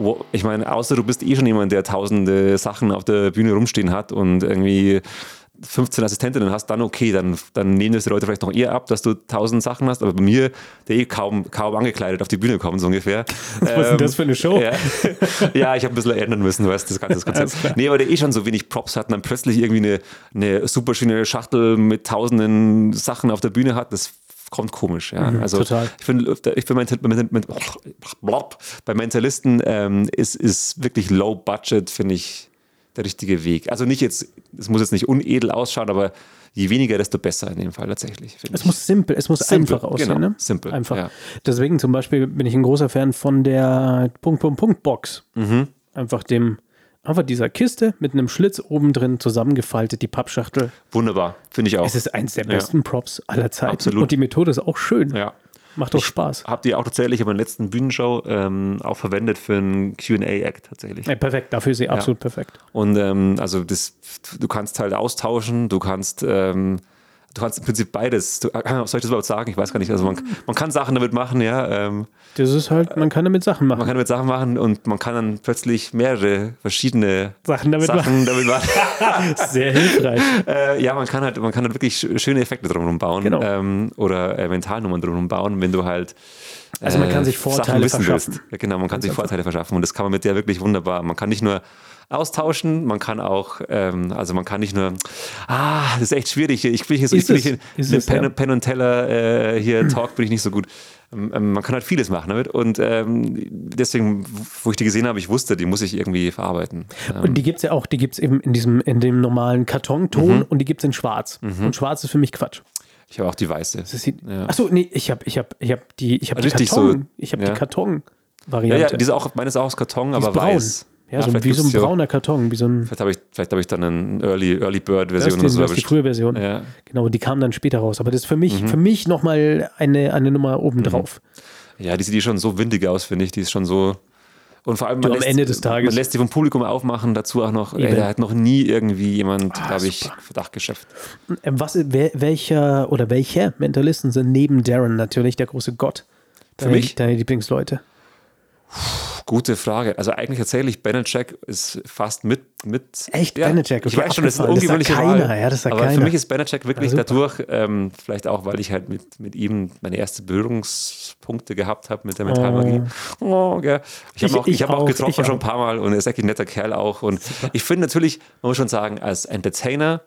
Wo, ich meine, außer du bist eh schon jemand, der tausende Sachen auf der Bühne rumstehen hat und irgendwie 15 Assistentinnen hast, dann okay, dann, dann nehmen das die Leute vielleicht noch eher ab, dass du tausend Sachen hast, aber bei mir, der eh kaum, kaum angekleidet auf die Bühne kommt, so ungefähr. Äh, Was ist denn das für eine Show? Ja, ja ich habe ein bisschen ändern müssen, du weißt, das ganze das Konzept. Nee, aber der eh schon so wenig Props hat und dann plötzlich irgendwie eine, eine super schöne Schachtel mit tausenden Sachen auf der Bühne hat, das kommt komisch. Ja. also Mhm, total. ich finde, ich bin mental, mental, mental, oh, blop, bei Mentalisten ähm, ist, ist wirklich low budget, finde ich, der richtige Weg. Also nicht jetzt, es muss jetzt nicht unedel ausschauen, aber je weniger, desto besser in dem Fall tatsächlich. finde es ich. muss simpel, es muss Simpel, einfach aussehen. genau, ne? simpel, Einfach. ja. Deswegen zum Beispiel bin ich ein großer Fan von der Punkt, Punkt, Punkt Box. Mhm. Einfach dem, einfach dieser Kiste mit einem Schlitz oben drin zusammengefaltet, die Pappschachtel. Wunderbar, finde ich auch. Es ist eins der Ja. besten Props aller Zeiten. Absolut. Und die Methode ist auch schön. ja. Macht doch Spaß. Habt ihr auch tatsächlich in meiner letzten Bühnenshow ähm, auch verwendet für einen QA-Act tatsächlich. Ja, perfekt, dafür ist sie absolut perfekt. Und ähm, also das, du kannst halt austauschen, du kannst, ähm, du kannst im Prinzip beides. Du, äh, soll ich das überhaupt sagen? Ich weiß gar nicht. Also man, man kann Sachen damit machen, ja. Ähm, Das ist halt, man kann damit Sachen machen. man kann damit Sachen machen und man kann dann plötzlich mehrere verschiedene Sachen damit Sachen damit machen. Sehr hilfreich. äh, ja, man kann halt, man kann halt wirklich sch- schöne Effekte drumherum bauen Genau. ähm, oder äh, Mentalnummern drumherum bauen, wenn du halt Also man kann sich äh, Vorteile wissen verschaffen. willst. Ja, genau, man kann sich Vorteile verschaffen und das kann man mit der wirklich wunderbar. Man kann nicht nur austauschen, man kann auch, ähm, also man kann nicht nur, ah, das ist echt schwierig. hier. Ich bin hier so, ich Ist bin es, hier ist eine es, Pen, ja. Hm. Pen und Teller äh, hier Talk bin ich nicht so gut. Ähm, ähm, man kann halt vieles machen damit und ähm, deswegen, wo ich die gesehen habe, ich wusste, die muss ich irgendwie verarbeiten. Ähm, Und die gibt es ja auch, die gibt es eben in diesem, in dem normalen Mhm. Kartonton und die gibt es in Schwarz. Und Schwarz ist für mich Quatsch. ich habe auch die weiße. Das sieht, Achso, nee, ich habe ich hab, ich hab die, ich hab die Richtig Karton, so, ich habe ja. die Karton-Variante. Ja, ja, diese auch, meine ist auch aus Karton, aber braun. weiß. Ja, so, vielleicht wie so ein gibt's ja- brauner Karton, wie so ein. Vielleicht habe ich, vielleicht habe ich dann eine Early, Early Bird Das Version ist die, oder so das ist die erwischt. frühe Version. Ja. Mhm. Genau, die kam dann später raus. Aber das ist für mich, für mich nochmal eine, eine Nummer obendrauf. ja, die sieht die schon so windig aus, finde ich. Die ist schon so. Und vor allem, Du, am Ende des Tages. man lässt sie vom Publikum aufmachen, dazu auch noch, ey, Eben. Ah, da hat noch nie irgendwie jemand, glaube ich, super. Verdacht geschöpft. Ähm, Was, wer, welcher oder welche Mentalisten sind neben Darren natürlich der große Gott? Deine- mich? Deine Lieblingsleute. Gute Frage. Also eigentlich tatsächlich, Jack ist fast mit. mit Echt? ja, Benacek? Ich Okay, weiß schon, das ist eine abgefahren. Das ungewöhnliche sagt keiner, Wahl. ja, das sagt Aber für keiner. mich ist Benacek wirklich Ja, super. dadurch, ähm, vielleicht auch, weil ich halt mit, mit ihm meine ersten Berührungspunkte gehabt habe mit der Metallmagie. Oh, gell. Ich Ich- habe auch, ich ich hab auch auch, getroffen ich schon ein auch. paar Mal und er ist echt ein netter Kerl auch. Und ich finde natürlich, man muss schon sagen, als Entertainer,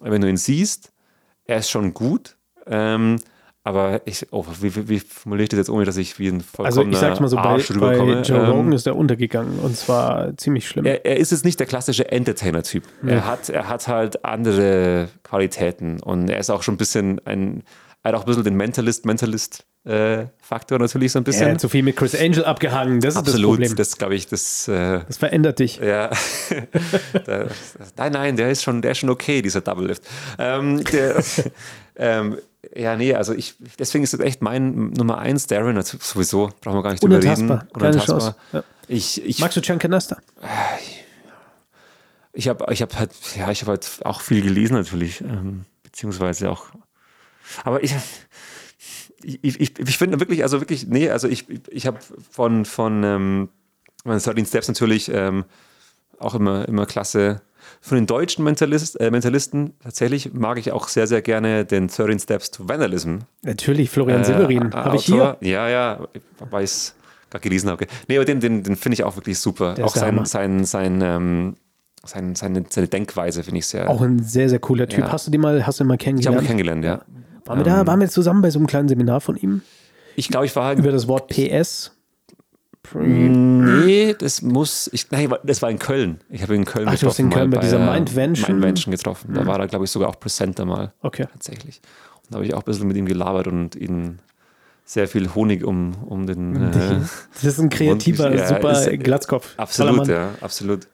wenn du ihn siehst, er ist schon gut. Ähm, aber ich, oh, wie, wie, wie formuliere ich das jetzt ohne, dass ich wie ein Also ich vollkommener sag's mal so, bei, äh, Arsch bei rüberkomme? Joe Ähm, Rogan ist er untergegangen und zwar ziemlich schlimm. er, er ist jetzt nicht der klassische Entertainer-Typ. Mhm. Er, hat, er hat halt andere Qualitäten und er ist auch schon ein bisschen ein, er hat auch ein bisschen den Mentalist-Mentalist-Faktor natürlich so ein Er bisschen. hat zu viel mit Chris Angel abgehangen, das ist das Absolut, Problem. das, Das, glaube ich, das, äh, verändert dich. ja. da, nein, nein, der ist schon, der ist schon okay, dieser Double Lift. Ähm, der, ähm, ja, nee, also ich, deswegen ist das echt mein Nummer eins, Darren, also sowieso, brauchen wir gar nicht drüber reden. Unantastbar, keine Chance. Ja. Ich, ich Magst du Chan Canasta? Ich habe ich hab halt, ja, ich habe halt auch viel gelesen natürlich, ähm, beziehungsweise auch. Aber ich, ich, ich, ich finde wirklich, also wirklich, nee, also ich, ich habe von, von ähm, meine 13 Steps natürlich ähm, auch immer, immer klasse. Von den deutschen Mentalist, äh, Mentalisten tatsächlich mag ich auch sehr, sehr gerne den 13 Steps to Vandalism. Natürlich, Florian Äh, Silberin. äh, Habe ich hier. Autor. Ja, ja, weil ich es gerade gelesen habe. Nee, aber den, den, den finde ich auch wirklich super. Der ist auch der sein, Hammer. sein, sein, ähm, sein, seine, seine Denkweise finde ich sehr. Auch ein sehr, sehr cooler Typ. Ja. Hast du den mal, hast du ihn mal ich habe ihn ähm. kennengelernt? kennengelernt, ja. waren, wir da, waren wir zusammen bei so einem kleinen Seminar von ihm? Ich glaube, ich Hm. war. halt Über das Wort PS? Nee, das muss. Ich, nein, das war in Köln. Ich habe ihn in Köln Ach, du hast getroffen. ihn in Köln mal bei dieser der Mindvention? Mindvention getroffen. Da war er, glaube ich, sogar auch Presenter mal. Okay. Tatsächlich. Und da habe ich auch ein bisschen mit ihm gelabert und ihn sehr viel Honig um, um den. Äh, Das ist ein kreativer, Und- ja, super ist- Glatzkopf. Absolut, Ballermann. ja, absolut.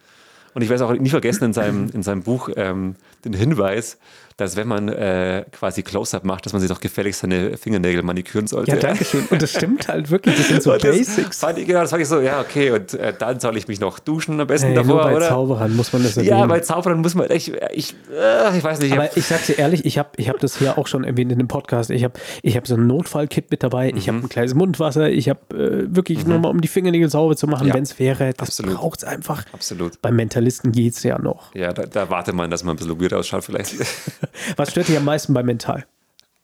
Und ich werde auch nie vergessen in seinem, in seinem Buch ähm, den Hinweis, dass wenn man äh, quasi Close-Up macht, dass man sich doch gefälligst seine Fingernägel maniküren sollte. Ja, danke schön. Und das stimmt halt wirklich. Das sind so Und das Basics. Fand ich, genau, das fand ich so, ja, okay, und äh, dann soll ich mich noch duschen am besten Ey, nur davor, bei oder? Zauberern muss man das ja, erwähnen. bei Zauberern muss man, ich, ich, äh, ich weiß nicht, ich hab, Aber ich sag's dir ehrlich, ich habe ich hab das hier auch schon erwähnt in dem Podcast. Ich habe ich hab so ein Notfallkit mit dabei, ich Mhm. habe ein kleines Mundwasser, ich habe äh, wirklich nur mal, um die Fingernägel sauber zu machen, Ja. wenn's wäre. Das Absolut. braucht's einfach. absolut. Beim Mentalisten geht's ja noch. Ja, da, da wartet man, dass man ein bisschen weird ausschaut vielleicht. Was stört dich am meisten bei Mental?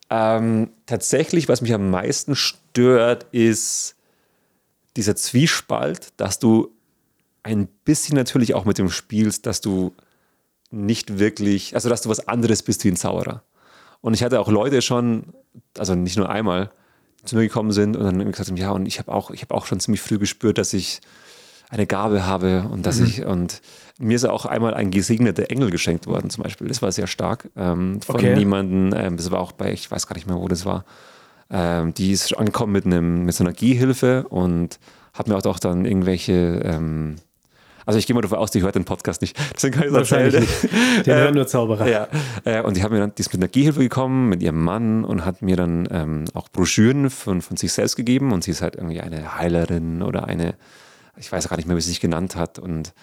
Ähm, tatsächlich, was mich am meisten stört, ist dieser Zwiespalt, dass du ein bisschen natürlich auch mit dem spielst, dass du nicht wirklich, also dass du was anderes bist wie ein Zauberer. Und ich hatte auch Leute schon, also nicht nur einmal, zu mir gekommen sind und dann irgendwie gesagt haben, ja, und ich habe auch, ich habe auch schon ziemlich früh gespürt, dass ich eine Gabe habe und dass ich und mir ist auch einmal ein gesegneter Engel geschenkt worden zum Beispiel. Das war sehr stark ähm, von Okay. jemandem. Ähm, das war auch bei, ich weiß gar nicht mehr, wo das war. Ähm, die ist angekommen mit einem mit so einer Gehhilfe und hat mir auch dann irgendwelche ähm, also ich gehe mal davon aus, die hört den Podcast nicht. Deswegen kann ich es Wahrscheinlich erzählen. Den hören nur Zauberer. Ja, äh, und die, haben mir dann, die ist mit einer Gehhilfe gekommen, mit ihrem Mann und hat mir dann ähm, auch Broschüren von, von sich selbst gegeben. Und sie ist halt irgendwie eine Heilerin oder eine, ich weiß gar nicht mehr, wie sie sich genannt hat. Und,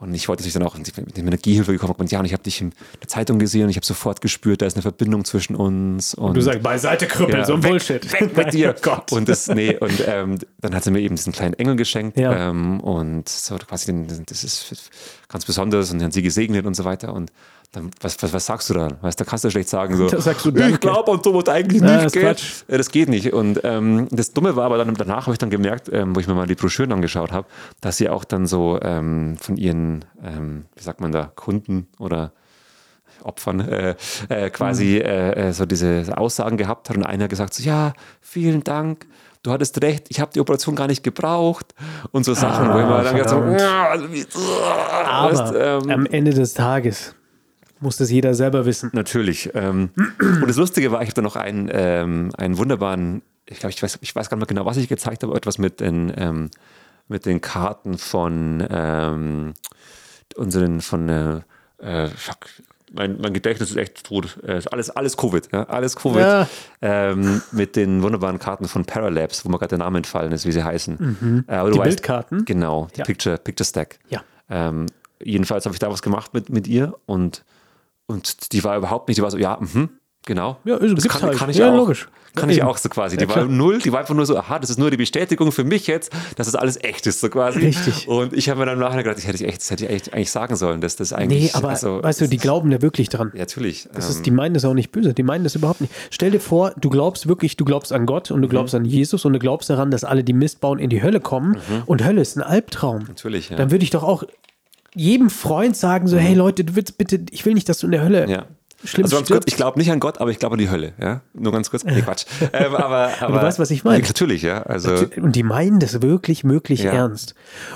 und ich wollte natürlich dann auch, und ich bin mit einer Gehhilfe gekommen und ja, und ich habe dich in der Zeitung gesehen und ich habe sofort gespürt, da ist eine Verbindung zwischen uns. Und Du sagst, beiseite Krüppel, Ja, so ein weg, Bullshit. weg mit dir. Oh Gott. Und das, nee, und ähm, dann hat sie mir eben diesen kleinen Engel geschenkt Ja. ähm, und so quasi, den, den- das ist ganz besonders und dann sie gesegnet und so weiter. Und dann, was, was, was sagst du da? Weißt, da kannst du schlecht sagen, so, Da sagst du ich Danke. glaube an sowas eigentlich Ja, nicht, das gell? Quatsch. Äh, Das geht nicht. Und ähm, das Dumme war aber dann, danach habe ich dann gemerkt, ähm, wo ich mir mal die Broschüren angeschaut habe, dass sie auch dann so ähm, von ihren, ähm, wie sagt man da, Kunden oder Opfern äh, äh, quasi Mhm. äh, äh, so diese Aussagen gehabt hat und einer gesagt so, ja, vielen Dank, du hattest recht, ich habe die Operation gar nicht gebraucht und so Sachen, wo ich mir dann gedacht so, Ah, verdammt. "Ja, also wie- Aber weißt, ähm, am Ende des Tages muss das jeder selber wissen. Natürlich. Ähm, und das Lustige war, ich habe da noch einen, ähm, einen wunderbaren, ich glaube, ich weiß, ich weiß gar nicht mehr genau, was ich gezeigt habe, aber etwas mit den ähm, mit den Karten von ähm, unseren, von, äh, äh, fuck, mein, mein Gedächtnis ist echt tot. Äh, ist alles, alles Covid, ja? alles Covid. Ja. Ähm, mit den wunderbaren Karten von Paralabs, wo mir gerade der Name entfallen ist, wie sie heißen. Äh, aber Mhm. du Die weißt- Bildkarten? Genau, die Ja. Picture, Picture Stack. Ja. Ähm, jedenfalls habe ich da was gemacht mit, mit ihr und, und die war überhaupt nicht, die war so, ja, mhm, genau. Ja, also das gibt's kann, halt. kann ich Ja, auch. logisch. Kann Ja, ich eben. auch so quasi. Ja, Die war klar. null, die war einfach nur so, aha, das ist nur die Bestätigung für mich jetzt, dass das alles echt ist, so quasi. Richtig. Und ich habe mir dann nachher gedacht, das hätte ich, echt, das hätte ich echt, eigentlich sagen sollen, dass das eigentlich. Nee, aber also, weißt du, das- die glauben da wirklich dran. Ja, natürlich. ähm, Das ist, die meinen das auch nicht böse, die meinen das überhaupt nicht. Stell dir vor, du glaubst wirklich, du glaubst an Gott Mhm. und du glaubst an Jesus und du glaubst daran, dass alle, die Mist bauen, in die Hölle kommen. Und Hölle ist ein Albtraum. Mhm. Natürlich, ja. Mhm. Dann würde ich doch auch jedem Freund sagen, so, hey Leute, du willst bitte, ich will nicht, dass du in der Hölle Ja. schlimm also ganz kurz, stirbst. ich glaube nicht an Gott, aber ich glaube an die Hölle. Ja? Nur ganz kurz. Nee, Quatsch. ähm, aber, aber, weißt, was ich meine. Natürlich, ja. Also, und die meinen das wirklich, wirklich Ja. ernst.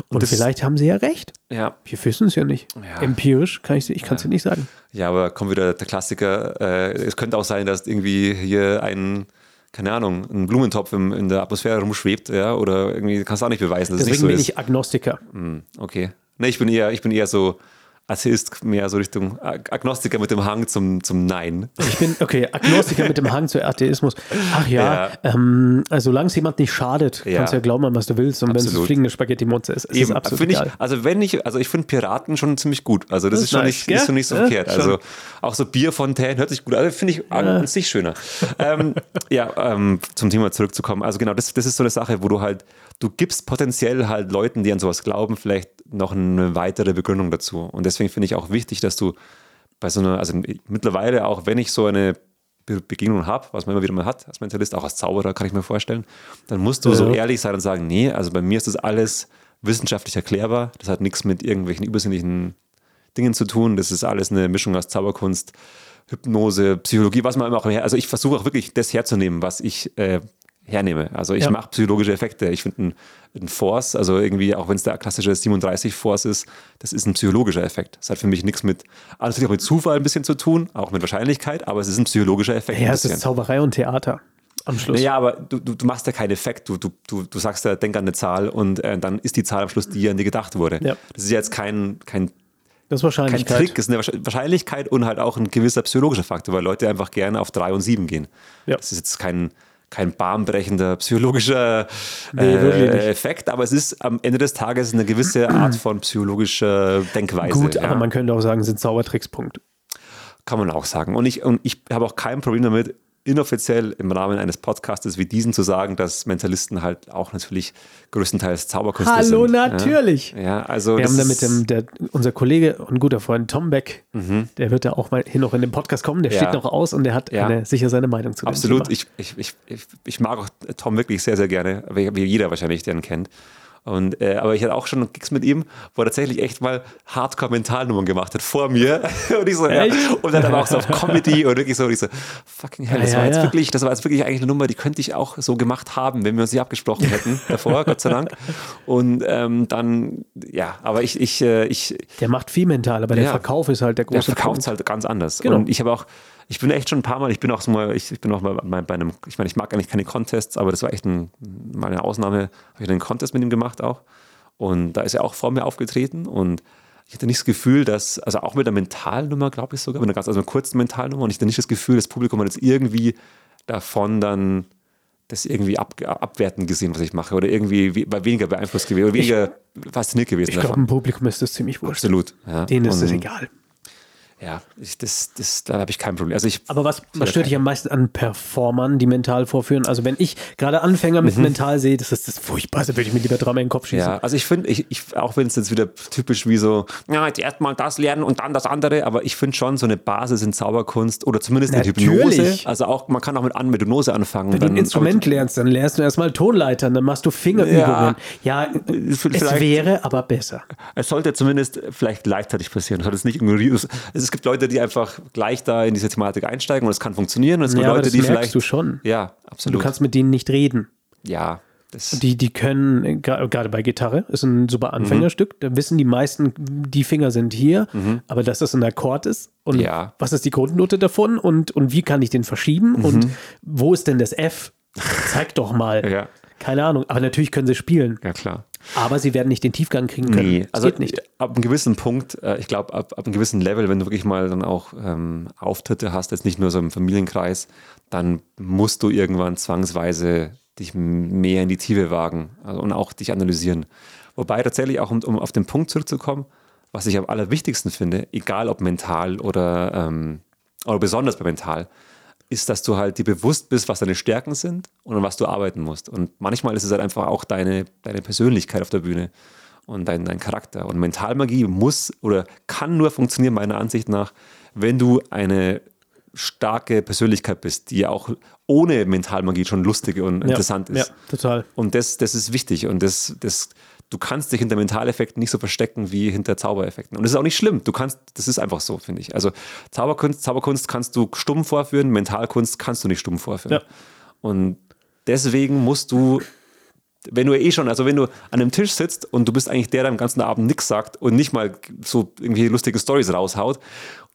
Und das- vielleicht haben sie ja recht. ja. Wir wissen es ja nicht. Ja. Empirisch kann ich ich kann es ja. nicht sagen. ja, aber kommt wieder der Klassiker. Äh, es könnte auch sein, dass irgendwie hier ein, keine Ahnung, ein Blumentopf im, in der Atmosphäre rumschwebt. Ja? Oder irgendwie kannst du auch nicht beweisen, dass es Deswegen nicht so bin ist. ich Agnostiker. Hm, okay. Nee, ich bin eher, ich bin eher so Atheist, mehr so Richtung Ag- Agnostiker mit dem Hang zum, zum Nein. Ich bin, okay, Agnostiker mit dem Hang zu Atheismus. Ach ja, Ja. ähm, also solange es jemand nicht schadet, Ja. kannst du ja glauben an was du willst. Und wenn es Absolut. fliegende Spaghetti-Monster ist, ist es absolut finde ich, egal. also wenn ich, also ich finde Piraten schon ziemlich gut. Also das, Das ist ist schon nice, nicht, gell? ist schon nicht so Ja, verkehrt. schon. Also auch so Bierfontänen hört sich gut an. Also finde ich an an sich schöner. ähm, ja, ähm, zum Thema zurückzukommen. Also genau, das, das ist so eine Sache, wo du halt, du gibst potenziell halt Leuten, die an sowas glauben, vielleicht noch eine weitere Begründung dazu. Und deswegen finde ich auch wichtig, dass du bei so einer, also mittlerweile auch, wenn ich so eine Be- Begegnung habe, was man immer wieder mal hat als Mentalist, auch als Zauberer kann ich mir vorstellen, dann musst du so Ja. ehrlich sein und sagen, nee, also bei mir ist das alles wissenschaftlich erklärbar, das hat nichts mit irgendwelchen übersinnlichen Dingen zu tun, das ist alles eine Mischung aus Zauberkunst, Hypnose, Psychologie, was man immer auch her. Also ich versuche auch wirklich das herzunehmen, was ich äh, hernehme. Also ich Ja. mache psychologische Effekte. Ich finde ein, ein Force, also irgendwie, auch wenn es der klassische 37 Force ist, das ist ein psychologischer Effekt. Das hat für mich nichts mit, alles hat auch mit Zufall ein bisschen zu tun, auch mit Wahrscheinlichkeit, aber es ist ein psychologischer Effekt. ja, ein es bisschen. ist Zauberei und Theater am Schluss. Naja, aber du, du, du machst ja keinen Effekt. Du, du, du, du sagst ja, denk an eine Zahl und äh, dann ist die Zahl am Schluss die, an die gedacht wurde. Ja. Das ist ja jetzt kein, kein das ist kein Wahrscheinlichkeit. Trick, es ist eine Wahrsch- Wahrscheinlichkeit und halt auch ein gewisser psychologischer Faktor, weil Leute einfach gerne auf 3 und 7 gehen. Ja. Das ist jetzt kein, kein bahnbrechender psychologischer Nee, wirklich nicht. äh, Effekt, aber es ist am Ende des Tages eine gewisse Art von psychologischer Denkweise. Gut, ja. aber man könnte auch sagen, es sind Zaubertricks, Punkt. Kann man auch sagen. Und ich, und ich habe auch kein Problem damit, inoffiziell im Rahmen eines Podcastes wie diesen zu sagen, dass Mentalisten halt auch natürlich größtenteils Zauberkünstler sind. Hallo, Ja. natürlich. Ja, also Wir das haben da ist- mit dem, der, unser Kollege und guter Freund Tom Beck, der wird da auch mal hin noch in den Podcast kommen, der Mhm. Ja. steht noch aus und der hat Ja. eine, sicher seine Meinung zu dem Absolut. Thema. Ich, ich, ich, ich, ich mag auch Tom wirklich sehr, sehr gerne, wie wie jeder wahrscheinlich, der ihn kennt. Und, äh, aber ich hatte auch schon Gigs mit ihm, wo er tatsächlich echt mal Hardcore-Mentalnummern gemacht hat vor mir. und ich so, ja. Echt? Und dann aber auch so auf Comedy und wirklich so, und ich so, fucking hell, das Ja, war jetzt ja. wirklich, das war jetzt wirklich eigentlich eine Nummer, die könnte ich auch so gemacht haben, wenn wir uns nicht abgesprochen hätten davor, Gott sei Dank. Und ähm, dann, ja, aber ich, ich, äh, ich, Der macht viel mental, aber der Ja. Verkauf ist halt der der große verkauft Punkt. es halt ganz anders. Genau. Und ich habe auch, ich bin echt schon ein paar Mal, ich bin auch so mal, ich, ich bin auch mal bei, bei einem, ich meine, ich mag eigentlich keine Contests, aber das war echt ein, mal eine Ausnahme, habe ich einen Contest mit ihm gemacht auch. Und da ist er auch vor mir aufgetreten und ich hatte nicht das Gefühl, dass, also auch mit einer Mentalnummer, glaube ich sogar, mit einer ganz, also einer kurzen Mentalnummer, und ich hatte nicht das Gefühl, das Publikum hat jetzt irgendwie davon dann das irgendwie ab, abwertend gesehen, was ich mache, oder irgendwie we- war weniger beeinflusst gewesen, oder weniger fasziniert gewesen Ich glaube, davon. dem Publikum ist das ziemlich wurscht. Absolut. Ja. Denen ist Und- es egal. ja, ich, das, das, da habe ich kein Problem. Also ich, Aber was, was stört dich am meisten an Performern, die mental vorführen? Also wenn ich gerade Anfänger mit mental sehe, das ist das Furchtbarste, würde ich mir lieber dreimal in den Kopf schießen. Mhm. ja, also ich finde, ich, ich, auch wenn es jetzt wieder typisch wie so, ja, jetzt erstmal das lernen und dann das andere, aber ich finde schon so eine Basis in Zauberkunst oder zumindest eine Hypnose. Natürlich. Also auch, man kann auch mit, an, mit Hypnose anfangen. Wenn du ein Instrument lernst, dann lernst du erstmal Tonleitern, dann machst du Fingerübungen. Ja, es vielleicht- wäre aber besser. Es sollte zumindest vielleicht gleichzeitig passieren. Es, sollte jetzt nicht irgendwie- es, es gibt Leute, die einfach gleich da in diese Thematik einsteigen und es kann funktionieren. Und es gibt Ja, aber Leute, das die merkst vielleicht. du schon. Ja, Du absolut. kannst mit denen nicht reden. ja, das, Die, die können, äh, gra- gerade bei Gitarre, ist ein Mhm. super Anfängerstück, da wissen die meisten, die Finger sind hier, aber dass das ein Akkord ist und Mhm. Ja. Mhm. was ist die Grundnote davon und, und wie kann ich den verschieben und wo ist denn das F? Zeig doch mal. Ja. Keine Ahnung. Aber natürlich können sie spielen. Ja, klar. Aber sie werden nicht den Tiefgang kriegen können. Nee, Das also geht nicht. ab einem gewissen Punkt, äh, ich glaube, ab, ab einem gewissen Level, wenn du wirklich mal dann auch ähm, Auftritte hast, jetzt nicht nur so im Familienkreis, dann musst du irgendwann zwangsweise dich m- mehr in die Tiefe wagen also, und auch dich analysieren. Wobei tatsächlich auch, um, um auf den Punkt zurückzukommen, was ich am allerwichtigsten finde, egal ob mental oder, ähm, oder besonders bei mental, ist, dass du halt dir bewusst bist, was deine Stärken sind und an was du arbeiten musst. Und manchmal ist es halt einfach auch deine, deine Persönlichkeit auf der Bühne und dein, dein Charakter. Und Mentalmagie muss oder kann nur funktionieren, meiner Ansicht nach, wenn du eine starke Persönlichkeit bist, die auch ohne Mentalmagie schon lustig und interessant ja, ist. Ja, total. Und das, das ist wichtig. Und das, das, du kannst dich hinter Mentaleffekten nicht so verstecken wie hinter Zaubereffekten. Und das ist auch nicht schlimm. Du kannst, das ist einfach so, finde ich. Also Zauberkunst, Zauberkunst kannst du stumm vorführen, Mentalkunst kannst du nicht stumm vorführen. Ja. Und deswegen musst du, wenn du eh schon, also wenn du an einem Tisch sitzt und du bist eigentlich der, der am ganzen Abend nichts sagt und nicht mal so irgendwie lustige Stories raushaut,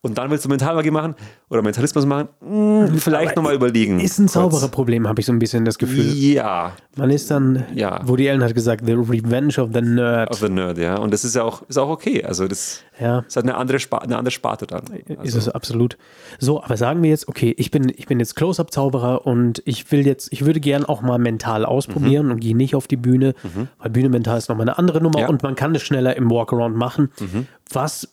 und dann willst du Mentalmagie machen oder Mentalismus machen, mh, vielleicht nochmal überlegen. Hm, Ist ein Hm, Kurz. Zaubererproblem, habe ich so ein bisschen das Gefühl. Ja, Man ist dann, Ja. Woody Allen hat gesagt, The Revenge of the Nerd. Of the Nerd, ja. Und das ist ja auch, ist auch okay. Also das Ja. ist halt eine andere, Spa eine andere Sparte dann. Ist es absolut. So, aber sagen wir jetzt, okay, ich bin, ich bin jetzt Close-Up-Zauberer und ich will jetzt, ich würde gern auch mal mental ausprobieren und gehe nicht auf die Bühne, weil Bühne mental ist nochmal eine andere Nummer Mhm. Ja. Mhm. und man kann es schneller im Walkaround machen. Was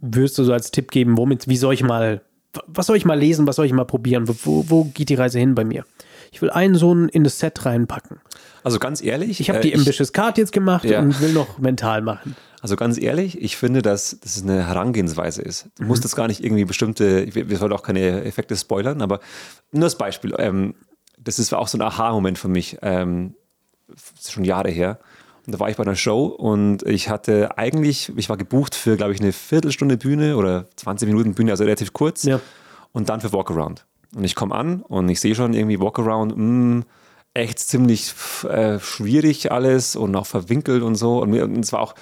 würdest du so als Tipp geben, womit, wie soll ich mal, was soll ich mal lesen, was soll ich mal probieren? Wo- Wo, wo geht die Reise hin bei mir? Ich will einen so einen in das Set reinpacken. Also ganz ehrlich, Ich habe äh, die Ambitious Card jetzt gemacht Ja. und will noch mental machen. Also ganz ehrlich, ich finde, dass das eine Herangehensweise ist. Du musst jetzt gar nicht irgendwie bestimmte, wir, wir sollen auch keine Effekte spoilern, aber nur als Beispiel. Ähm, das ist auch so ein Aha-Moment für mich. Ähm, das ist schon Jahre her. Und da war ich bei einer Show und ich hatte eigentlich, ich war gebucht für, glaube ich, eine Viertelstunde Bühne oder 20 Minuten Bühne, also relativ kurz. Ja. Und dann für Walkaround. Und ich komme an und ich sehe schon irgendwie Walkaround, mh, echt ziemlich pf, äh, schwierig alles und auch verwinkelt und so. Und, mir, und es war auch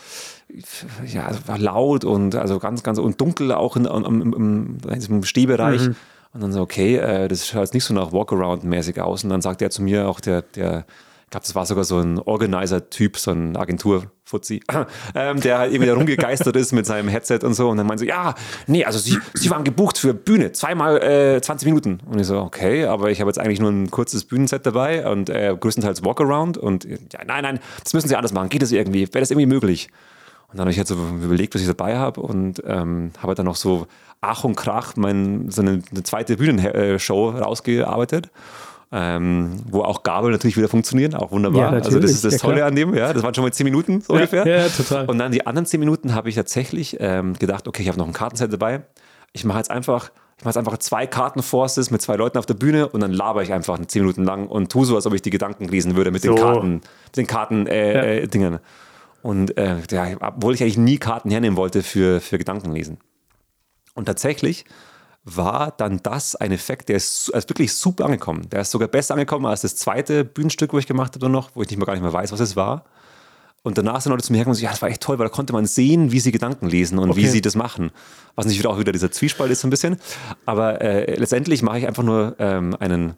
ja, es war laut und also ganz, ganz und dunkel auch in, am- am- im, im, im Stehbereich. Und dann so, okay, äh, das schaut jetzt nicht so nach Walkaround-mäßig aus. Und dann sagt er zu mir auch der, der ich glaube, das war sogar so ein Organizer-Typ, so ein Agentur-Fuzzi, ähm, der halt irgendwie da rumgegeistert ist mit seinem Headset und so. Und dann meinte so, ja, nee, also sie, sie waren gebucht für Bühne, zweimal äh, 20 Minuten. Und ich so, okay, aber ich habe jetzt eigentlich nur ein kurzes Bühnenset dabei und äh, größtenteils Walkaround. Und äh, ja, nein, nein, das müssen sie anders machen. Geht das irgendwie? Wäre das irgendwie möglich? Und dann habe ich halt so überlegt, was ich dabei habe und ähm, habe halt dann noch so Ach und Krach mein, so eine, eine zweite Bühnenshow rausgearbeitet, ähm, wo auch Gabel natürlich wieder funktionieren, auch Ja, wunderbar. natürlich, also das ist das ja, Tolle klar. an dem, ja, das waren schon mal zehn Minuten so ungefähr. ja, total. Und dann die anderen zehn Minuten habe ich tatsächlich ähm, gedacht, okay, ich habe noch ein Kartenset dabei, ich mache jetzt einfach... Ich mache jetzt einfach zwei Kartenforces mit zwei Leuten auf der Bühne und dann laber ich einfach zehn Minuten lang und tue so, als ob ich die Gedanken lesen würde mit den So. Karten, mit den Karten äh, äh, Dingern. Und äh, ja, obwohl ich eigentlich nie Karten hernehmen wollte für, für Gedankenlesen. Und tatsächlich war dann das ein Effekt, der ist, su- also wirklich super angekommen. Der ist sogar besser angekommen als das zweite Bühnenstück, wo ich gemacht habe, dann noch, wo ich nicht mehr gar nicht mehr weiß, was es war. Und danach sind Leute zu mir hergekommen und so, ja, das war echt toll, weil da konnte man sehen, wie sie Gedanken lesen und wie Okay. sie das machen. Was nicht wieder auch wieder dieser Zwiespalt ist so ein bisschen. Aber äh, letztendlich mache ich einfach nur ähm, einen,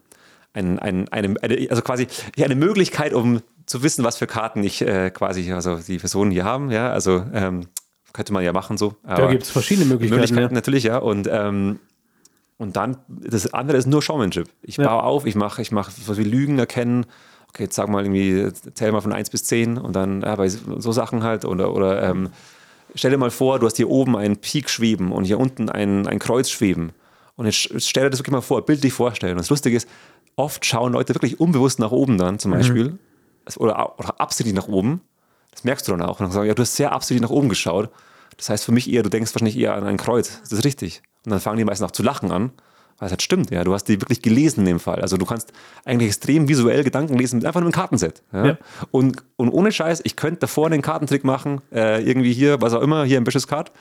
einen, einen, einen, eine, also quasi ja, eine Möglichkeit, um zu wissen, was für Karten ich äh, quasi, also die Personen hier haben. Ja, also ähm, könnte man ja machen so. Da aber- gibt es verschiedene Möglichkeiten. ja. natürlich, ja. Und, ähm, und dann, das andere ist nur Showmanship. Ich baue auf, ich mache ich mach was wie Lügen erkennen. Okay, jetzt sag mal irgendwie, zähl mal von 1 bis 10 und dann ja, bei so Sachen halt. Oder, oder ähm, stell dir mal vor, du hast hier oben einen Peak schweben und hier unten ein, ein Kreuz schweben. Und jetzt sch- stell dir das wirklich mal vor, bildlich vorstellen. Und das Lustige ist, oft schauen Leute wirklich unbewusst nach oben dann Mhm. zum Beispiel. Das- Oder, au- oder absichtlich nach oben. Das merkst du dann auch. Und dann sagen, ja, du hast sehr absichtlich nach oben geschaut. Das heißt für mich eher, du denkst wahrscheinlich eher an ein Kreuz. Das ist richtig. Und dann fangen die meisten auch zu lachen an. Weil es halt stimmt, ja. Du hast die wirklich gelesen in dem Fall. Also du kannst eigentlich extrem visuell Gedanken lesen mit einfach nur einem Kartenset. Ja? Ja. Und, und ohne Scheiß, ich könnte da vorne einen Kartentrick machen, äh, irgendwie hier, was auch immer, hier ein Vicious Card.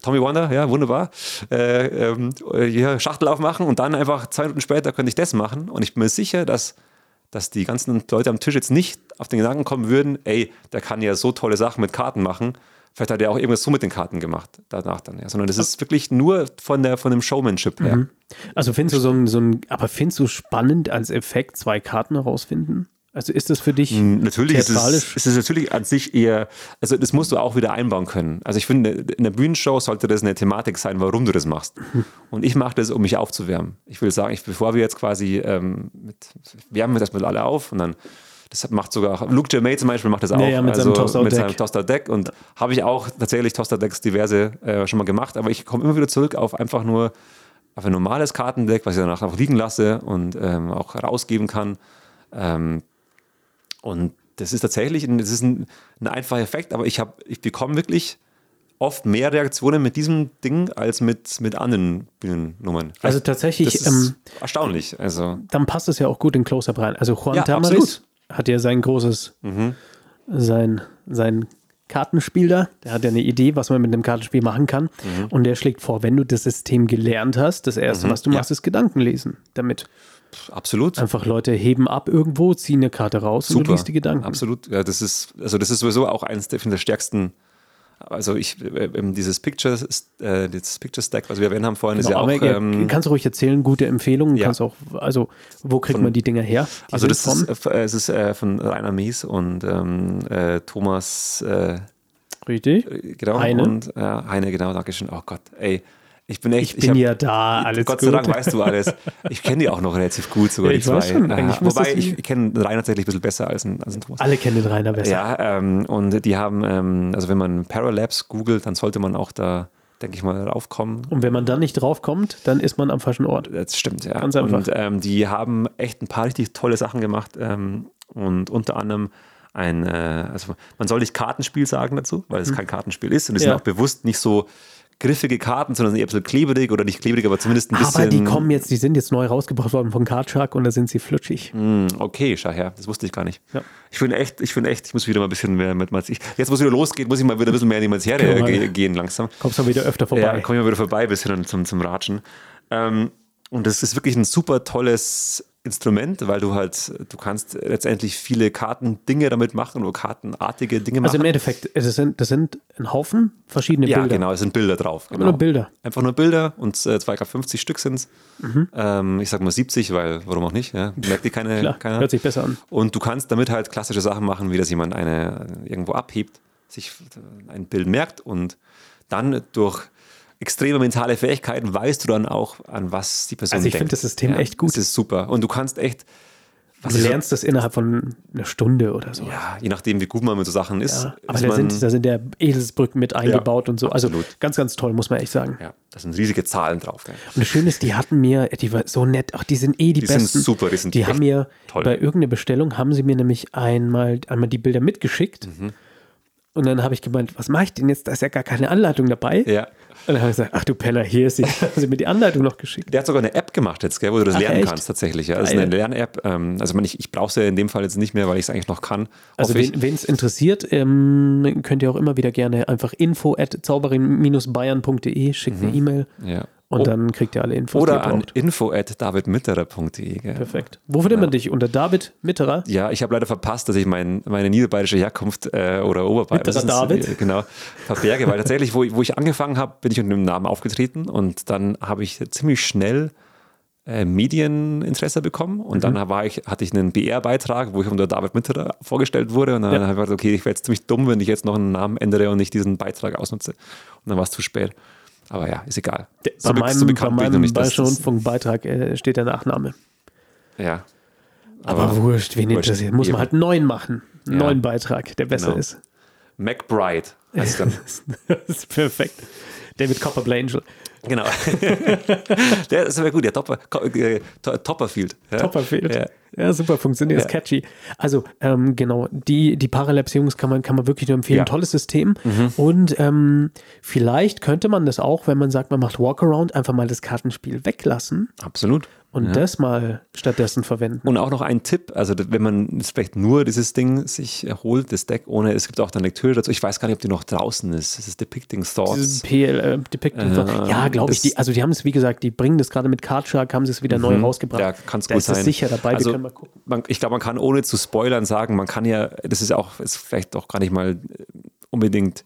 Tommy Wonder, ja, wunderbar. Äh, ähm, hier Schachtel aufmachen und dann einfach zwei Minuten später könnte ich das machen. Und ich bin mir sicher, dass dass die ganzen Leute am Tisch jetzt nicht auf den Gedanken kommen würden, ey, der kann ja so tolle Sachen mit Karten machen. Vielleicht hat er auch irgendwas so mit den Karten gemacht danach dann, ja. Sondern das ist wirklich nur von, der, von dem Showmanship her. Also findest du so ein, so ein, aber findest du spannend als Effekt zwei Karten herausfinden? Also ist das für dich Hm, Natürlich ist es, ist es natürlich an sich eher, also das musst du auch wieder einbauen können. Also ich finde, in der Bühnenshow sollte das eine Thematik sein, warum du das machst. Hm. Und ich mache das, um mich aufzuwärmen. Ich will sagen, ich, bevor wir jetzt quasi ähm, mit, wärmen wir das mal alle auf und dann das macht sogar Luke Jermay zum Beispiel macht das auch. Also Ja, ja, mit seinem Toaster mit Deck. seinem Toaster Deck. Und habe ich auch tatsächlich Toaster Decks diverse äh, schon mal gemacht. Aber ich komme immer wieder zurück auf einfach nur auf ein normales Kartendeck, was ich danach auch liegen lasse und ähm, auch rausgeben kann. Ähm, und das ist tatsächlich, ein- das ist ein, ein einfacher Effekt, aber ich, hab, ich bekomme wirklich oft mehr Reaktionen mit diesem Ding als mit, mit anderen Bühnennummern. Also tatsächlich, das ist ähm, erstaunlich. Also dann passt es ja auch gut in Close-Up rein. Also Juan Ja, Tamaris absolut. Mhm. hat ja sein großes, sein, sein Kartenspiel da. Der hat ja eine Idee, was man mit einem Kartenspiel machen kann. Mhm. Und der schlägt vor, wenn du das System gelernt hast, das Erste, was du machst, ist Gedanken lesen. Damit absolut. einfach Leute heben ab irgendwo, ziehen eine Karte raus und du liest die Gedanken. Absolut. Ja, das ist, also das ist sowieso auch eines der, der stärksten. Also ich, äh, ähm, dieses Picture, äh, dieses Picture Stack, was wir erwähnt haben vorhin, Genau, ist aber ja auch. Ähm, kannst du ruhig erzählen, gute Empfehlungen. ja. Kannst auch, also wo kriegt man die Dinger her? Die also sind das vom- ist, äh, es ist äh, von Rainer Mies und ähm, äh, Thomas äh, richtig. genau Heine. und äh, Heine, genau, Dankeschön. Oh Gott, ey. Ich bin echt. Ich bin hab- ja da, alles Gott gut. sei Dank weißt du alles. Ich kenne die auch noch relativ gut, sogar Ja, die ich weiß zwei. schon, Äh, eigentlich müsste wobei es- ich, ich kenne Rainer tatsächlich ein bisschen besser als ein, als ein Thomas. Alle kennen den Rainer besser. Ja, ähm, und die haben, ähm, also wenn man Paralabs googelt, dann sollte man auch da, denke ich mal, raufkommen. Und wenn man dann nicht draufkommt, dann ist man am falschen Ort. Das stimmt, ja. Ganz einfach. Und ähm, die haben echt ein paar richtig tolle Sachen gemacht ähm, und unter anderem ein, äh, also man soll nicht Kartenspiel sagen dazu, weil es kein Kartenspiel ist und die Mhm. Ja. sind auch bewusst nicht so griffige Karten, sondern eher ein bisschen klebrig oder nicht klebrig, aber zumindest ein bisschen. Aber die kommen jetzt, die sind jetzt neu rausgebracht worden von Card Shark und da sind sie flutschig. Hm, Okay, schau her, das wusste ich gar nicht. Ja. Ich bin echt, ich bin echt, ich muss wieder mal ein bisschen mehr mit Mats. ich- Jetzt, wo es wieder losgeht, muss ich mal wieder ein bisschen mehr in die Materie Genau. ge- gehen langsam. Kommst du wieder öfter vorbei. Ja, komme ich mal wieder vorbei bis hin zum, zum Ratschen. Ähm, und das ist wirklich ein super tolles Instrument, weil du halt, du kannst letztendlich viele Kartendinge damit machen oder kartenartige Dinge also im machen. Endeffekt, das sind, das sind ein Haufen verschiedene ja, Bilder. genau, es sind Bilder drauf. Genau. nur Bilder. Mhm. Einfach nur Bilder und äh, 250 Stück sind es. Ähm, ich sag mal 70, weil warum auch nicht? Ja? Merkt die keine, Klar, keiner. hört sich besser an. Und du kannst damit halt klassische Sachen machen, wie dass jemand eine äh, irgendwo abhebt, sich äh, ein Bild merkt und dann durch extreme mentale Fähigkeiten weißt du dann auch, an was die Person Also ich denkt. finde das System echt gut. Es ist super. Und du kannst echt, was Du ist so- lernst das innerhalb von einer Stunde oder so. ja, je nachdem, wie gut man mit so Sachen ist. Ja, aber ist da man, sind, da sind ja Eselsbrücken mit eingebaut und so. Also absolut. ganz, ganz toll, muss man echt sagen. ja, da sind riesige Zahlen drauf. Gell? Und das Schöne ist, die hatten mir, die war so nett, auch die sind eh die, Die sind besten. super, die sind Die echt haben mir toll. bei irgendeiner Bestellung haben sie mir nämlich einmal, einmal die Bilder mitgeschickt. Mhm. Und dann habe ich gemeint, was mache ich denn jetzt? Da ist ja gar keine Anleitung dabei. Ja. Und dann habe ich gesagt, ach du Penner, hier ist sie. haben sie mir die Anleitung noch geschickt. Der hat sogar eine App gemacht jetzt, gell, wo du das Ach, lernen echt? Ah, kannst tatsächlich. Ja. Das ist Geil. eine Lern-App. Ähm, also man, ich, ich brauche es ja in dem Fall jetzt nicht mehr, weil ich es eigentlich noch kann. Also Hoffe ich. wen es interessiert, ähm, könnt ihr auch immer wieder gerne einfach info at zauberin-bayern.de schickt eine E-Mail Ja. und Mhm. Oh. dann kriegt ihr alle Infos. die ihr Oder an braucht. info.davidmitterer.de. gell? Perfekt. Wo Genau. findet man dich? Unter David Mitterer? Ja, ich habe leider verpasst, dass ich mein, meine niederbayerische Herkunft äh, oder Oberbayer, Bitterer was ist das? David. genau, verberge, weil tatsächlich, wo, ich- wo ich angefangen habe, bin ich unter dem Namen aufgetreten und dann habe ich ziemlich schnell äh, Medieninteresse bekommen und Mhm. dann war ich, hatte ich einen BR-Beitrag, wo ich unter David Mitterer vorgestellt wurde und dann Ja. habe ich gedacht, okay, ich wäre jetzt ziemlich dumm, wenn ich jetzt noch einen Namen ändere und nicht diesen Beitrag ausnutze und dann war es zu spät. Aber ja, ist egal. bei be- meinem, bei bin ich noch meinem nicht, dass Bayerischen das- Rundfunkbeitrag äh, steht der Nachname. Ja. Aber, wurscht, wen wurscht, interessiert. Muss eben. man halt einen neuen machen. Einen Ja. neuen Beitrag, der besser Genau. ist. McBride heißt er. das ist perfekt. David Copperblade Angel. Genau. der ist aber gut, der Topper, Ko- äh, To- Topperfield. Ja. Copperfield. Ja. Ja. super, funktioniert, ist Ja. catchy. Also, ähm, genau, die, die Paralabs-Jungs kann man, kann man wirklich nur empfehlen. Ja. Mhm. Tolles System. Und ähm, vielleicht könnte man das auch, wenn man sagt, man macht Walkaround, einfach mal das Kartenspiel weglassen Absolut. und das mal stattdessen verwenden. Und auch noch ein Tipp, also d- wenn man jetzt vielleicht nur dieses Ding sich holt, das Deck ohne, es gibt auch dann Lektüre dazu. Ich weiß gar nicht, ob die noch draußen ist. Es ist Depicting Dieses Thoughts. PL, äh, Depicting Äh, Thought. ja, glaube ich. das- Die, also die haben es, wie gesagt, die bringen das gerade mit Card Shark, haben sie es wieder neu rausgebracht. Ja, kann es da gut ist sein. es sicher dabei. Also, wir können mal gucken. Man, ich glaube, man kann ohne zu spoilern sagen, man kann ja, das ist auch, ist vielleicht auch gar nicht mal äh, unbedingt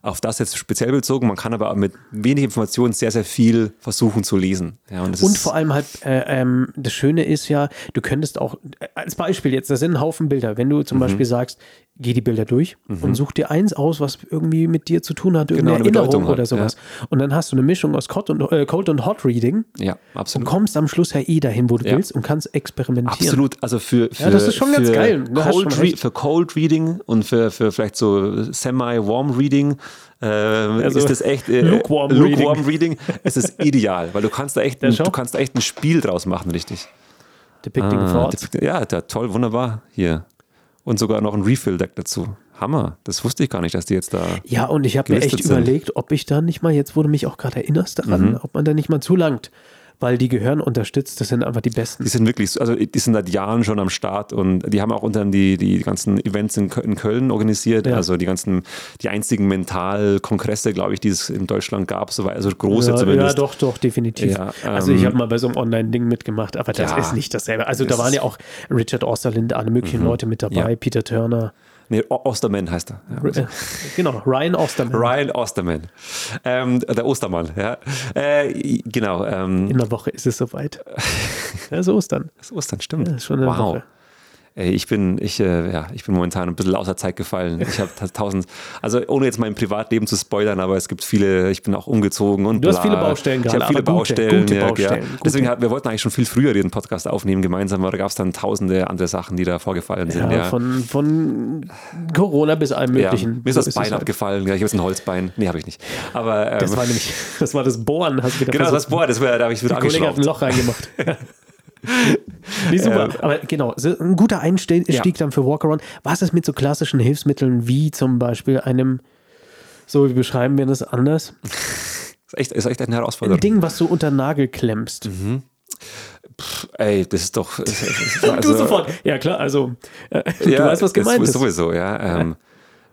auf das jetzt speziell bezogen. Man kann aber mit wenig Informationen sehr, sehr viel versuchen zu lesen. Ja, und, und vor allem halt, äh, ähm, das Schöne ist ja, du könntest auch, äh, als Beispiel jetzt, da sind ein Haufen Bilder. Wenn du zum mhm. Beispiel sagst, geh die Bilder durch mhm. und such dir eins aus, was irgendwie mit dir zu tun hat, irgendeine genau, Erinnerung Bedeutung oder sowas. Ja. Und dann hast du eine Mischung aus Cold und, äh, Cold und Hot Reading. Ja, absolut. Und kommst am Schluss ja eh dahin, wo du ja. willst und kannst experimentieren. Absolut, also für, für ja, das ist schon ganz geil. Cold Re- für Cold Reading und für, für vielleicht so Semi-Warm Reading äh, also ist das echt äh, Lukewarm, Lukewarm Reading. Reading. Es ist ideal, weil du kannst da echt, ein, du kannst da echt ein Spiel draus machen, richtig. Depicting ah, Thoughts. Depic- ja, da, toll, wunderbar hier und sogar noch ein Refill-Deck dazu. Hammer, das wusste ich gar nicht, dass die jetzt da. Ja, und ich habe mir echt sind. überlegt, ob ich da nicht mal, jetzt wurde mich auch gerade erinnerst daran, mhm. ob man da nicht mal zulangt, weil die gehören unterstützt, das sind einfach die besten. Die sind wirklich, also die sind seit Jahren schon am Start und die haben auch unter anderem die, die ganzen Events in Köln organisiert, ja. also die ganzen, die einzigen Mental-Kongresse, glaube ich, die es in Deutschland gab, so also große ja, zumindest. Ja, doch, doch, definitiv. Ja, ähm, also ich habe mal bei so einem Online-Ding mitgemacht, aber das ist nicht dasselbe. Also das da waren ja auch Richard Osterlind, alle möglichen mhm. Leute mit dabei, Peter Turner. Nee, Osterman heißt er. Ja, also. Genau, Ryan Osterman. Ryan Osterman. Ähm, der Ostermann, ja. Äh, genau. Ähm. In der Woche ist es soweit. ja, ist Ostern. Das ist Ostern, stimmt. Ja, schon eine wow. Woche. Ey, ich bin, ich, äh, ja, ich bin momentan ein bisschen außer Zeit gefallen. Ich habe tausend, also ohne jetzt mein Privatleben zu spoilern, aber es gibt viele, ich bin auch umgezogen und Du bla. hast viele Baustellen gerade. Ich habe viele Baustellen. Gute, gute Baustellen ja, ja. Deswegen, wir wollten eigentlich schon viel früher den Podcast aufnehmen gemeinsam, aber da gab es dann tausende andere Sachen, die da vorgefallen sind. Ja, Von, von Corona bis allem Möglichen. Mir ist so das ist Bein abgefallen, halt. ich habe jetzt ein Holzbein. Nee, habe ich nicht. Aber, ähm, das war nämlich, das war das Bohren, hast du Also wieder Genau, versucht. das Bohren, das war, da habe ich wieder Der Kollege hat ein Loch reingemacht. Nee, super. Ähm, Aber genau, ein guter Einstieg ja. dann für Walkaround. Was ist mit so klassischen Hilfsmitteln wie zum Beispiel einem, so wie beschreiben wir das anders? ist, echt, ist echt eine Herausforderung. Ein Ding, was du unter Nagel klemmst. Mhm. Pff, ey, das ist doch. Also, du sofort. Ja, klar, also, äh, du ja, weißt, was gemeint ist. Sowieso, ja. Ähm,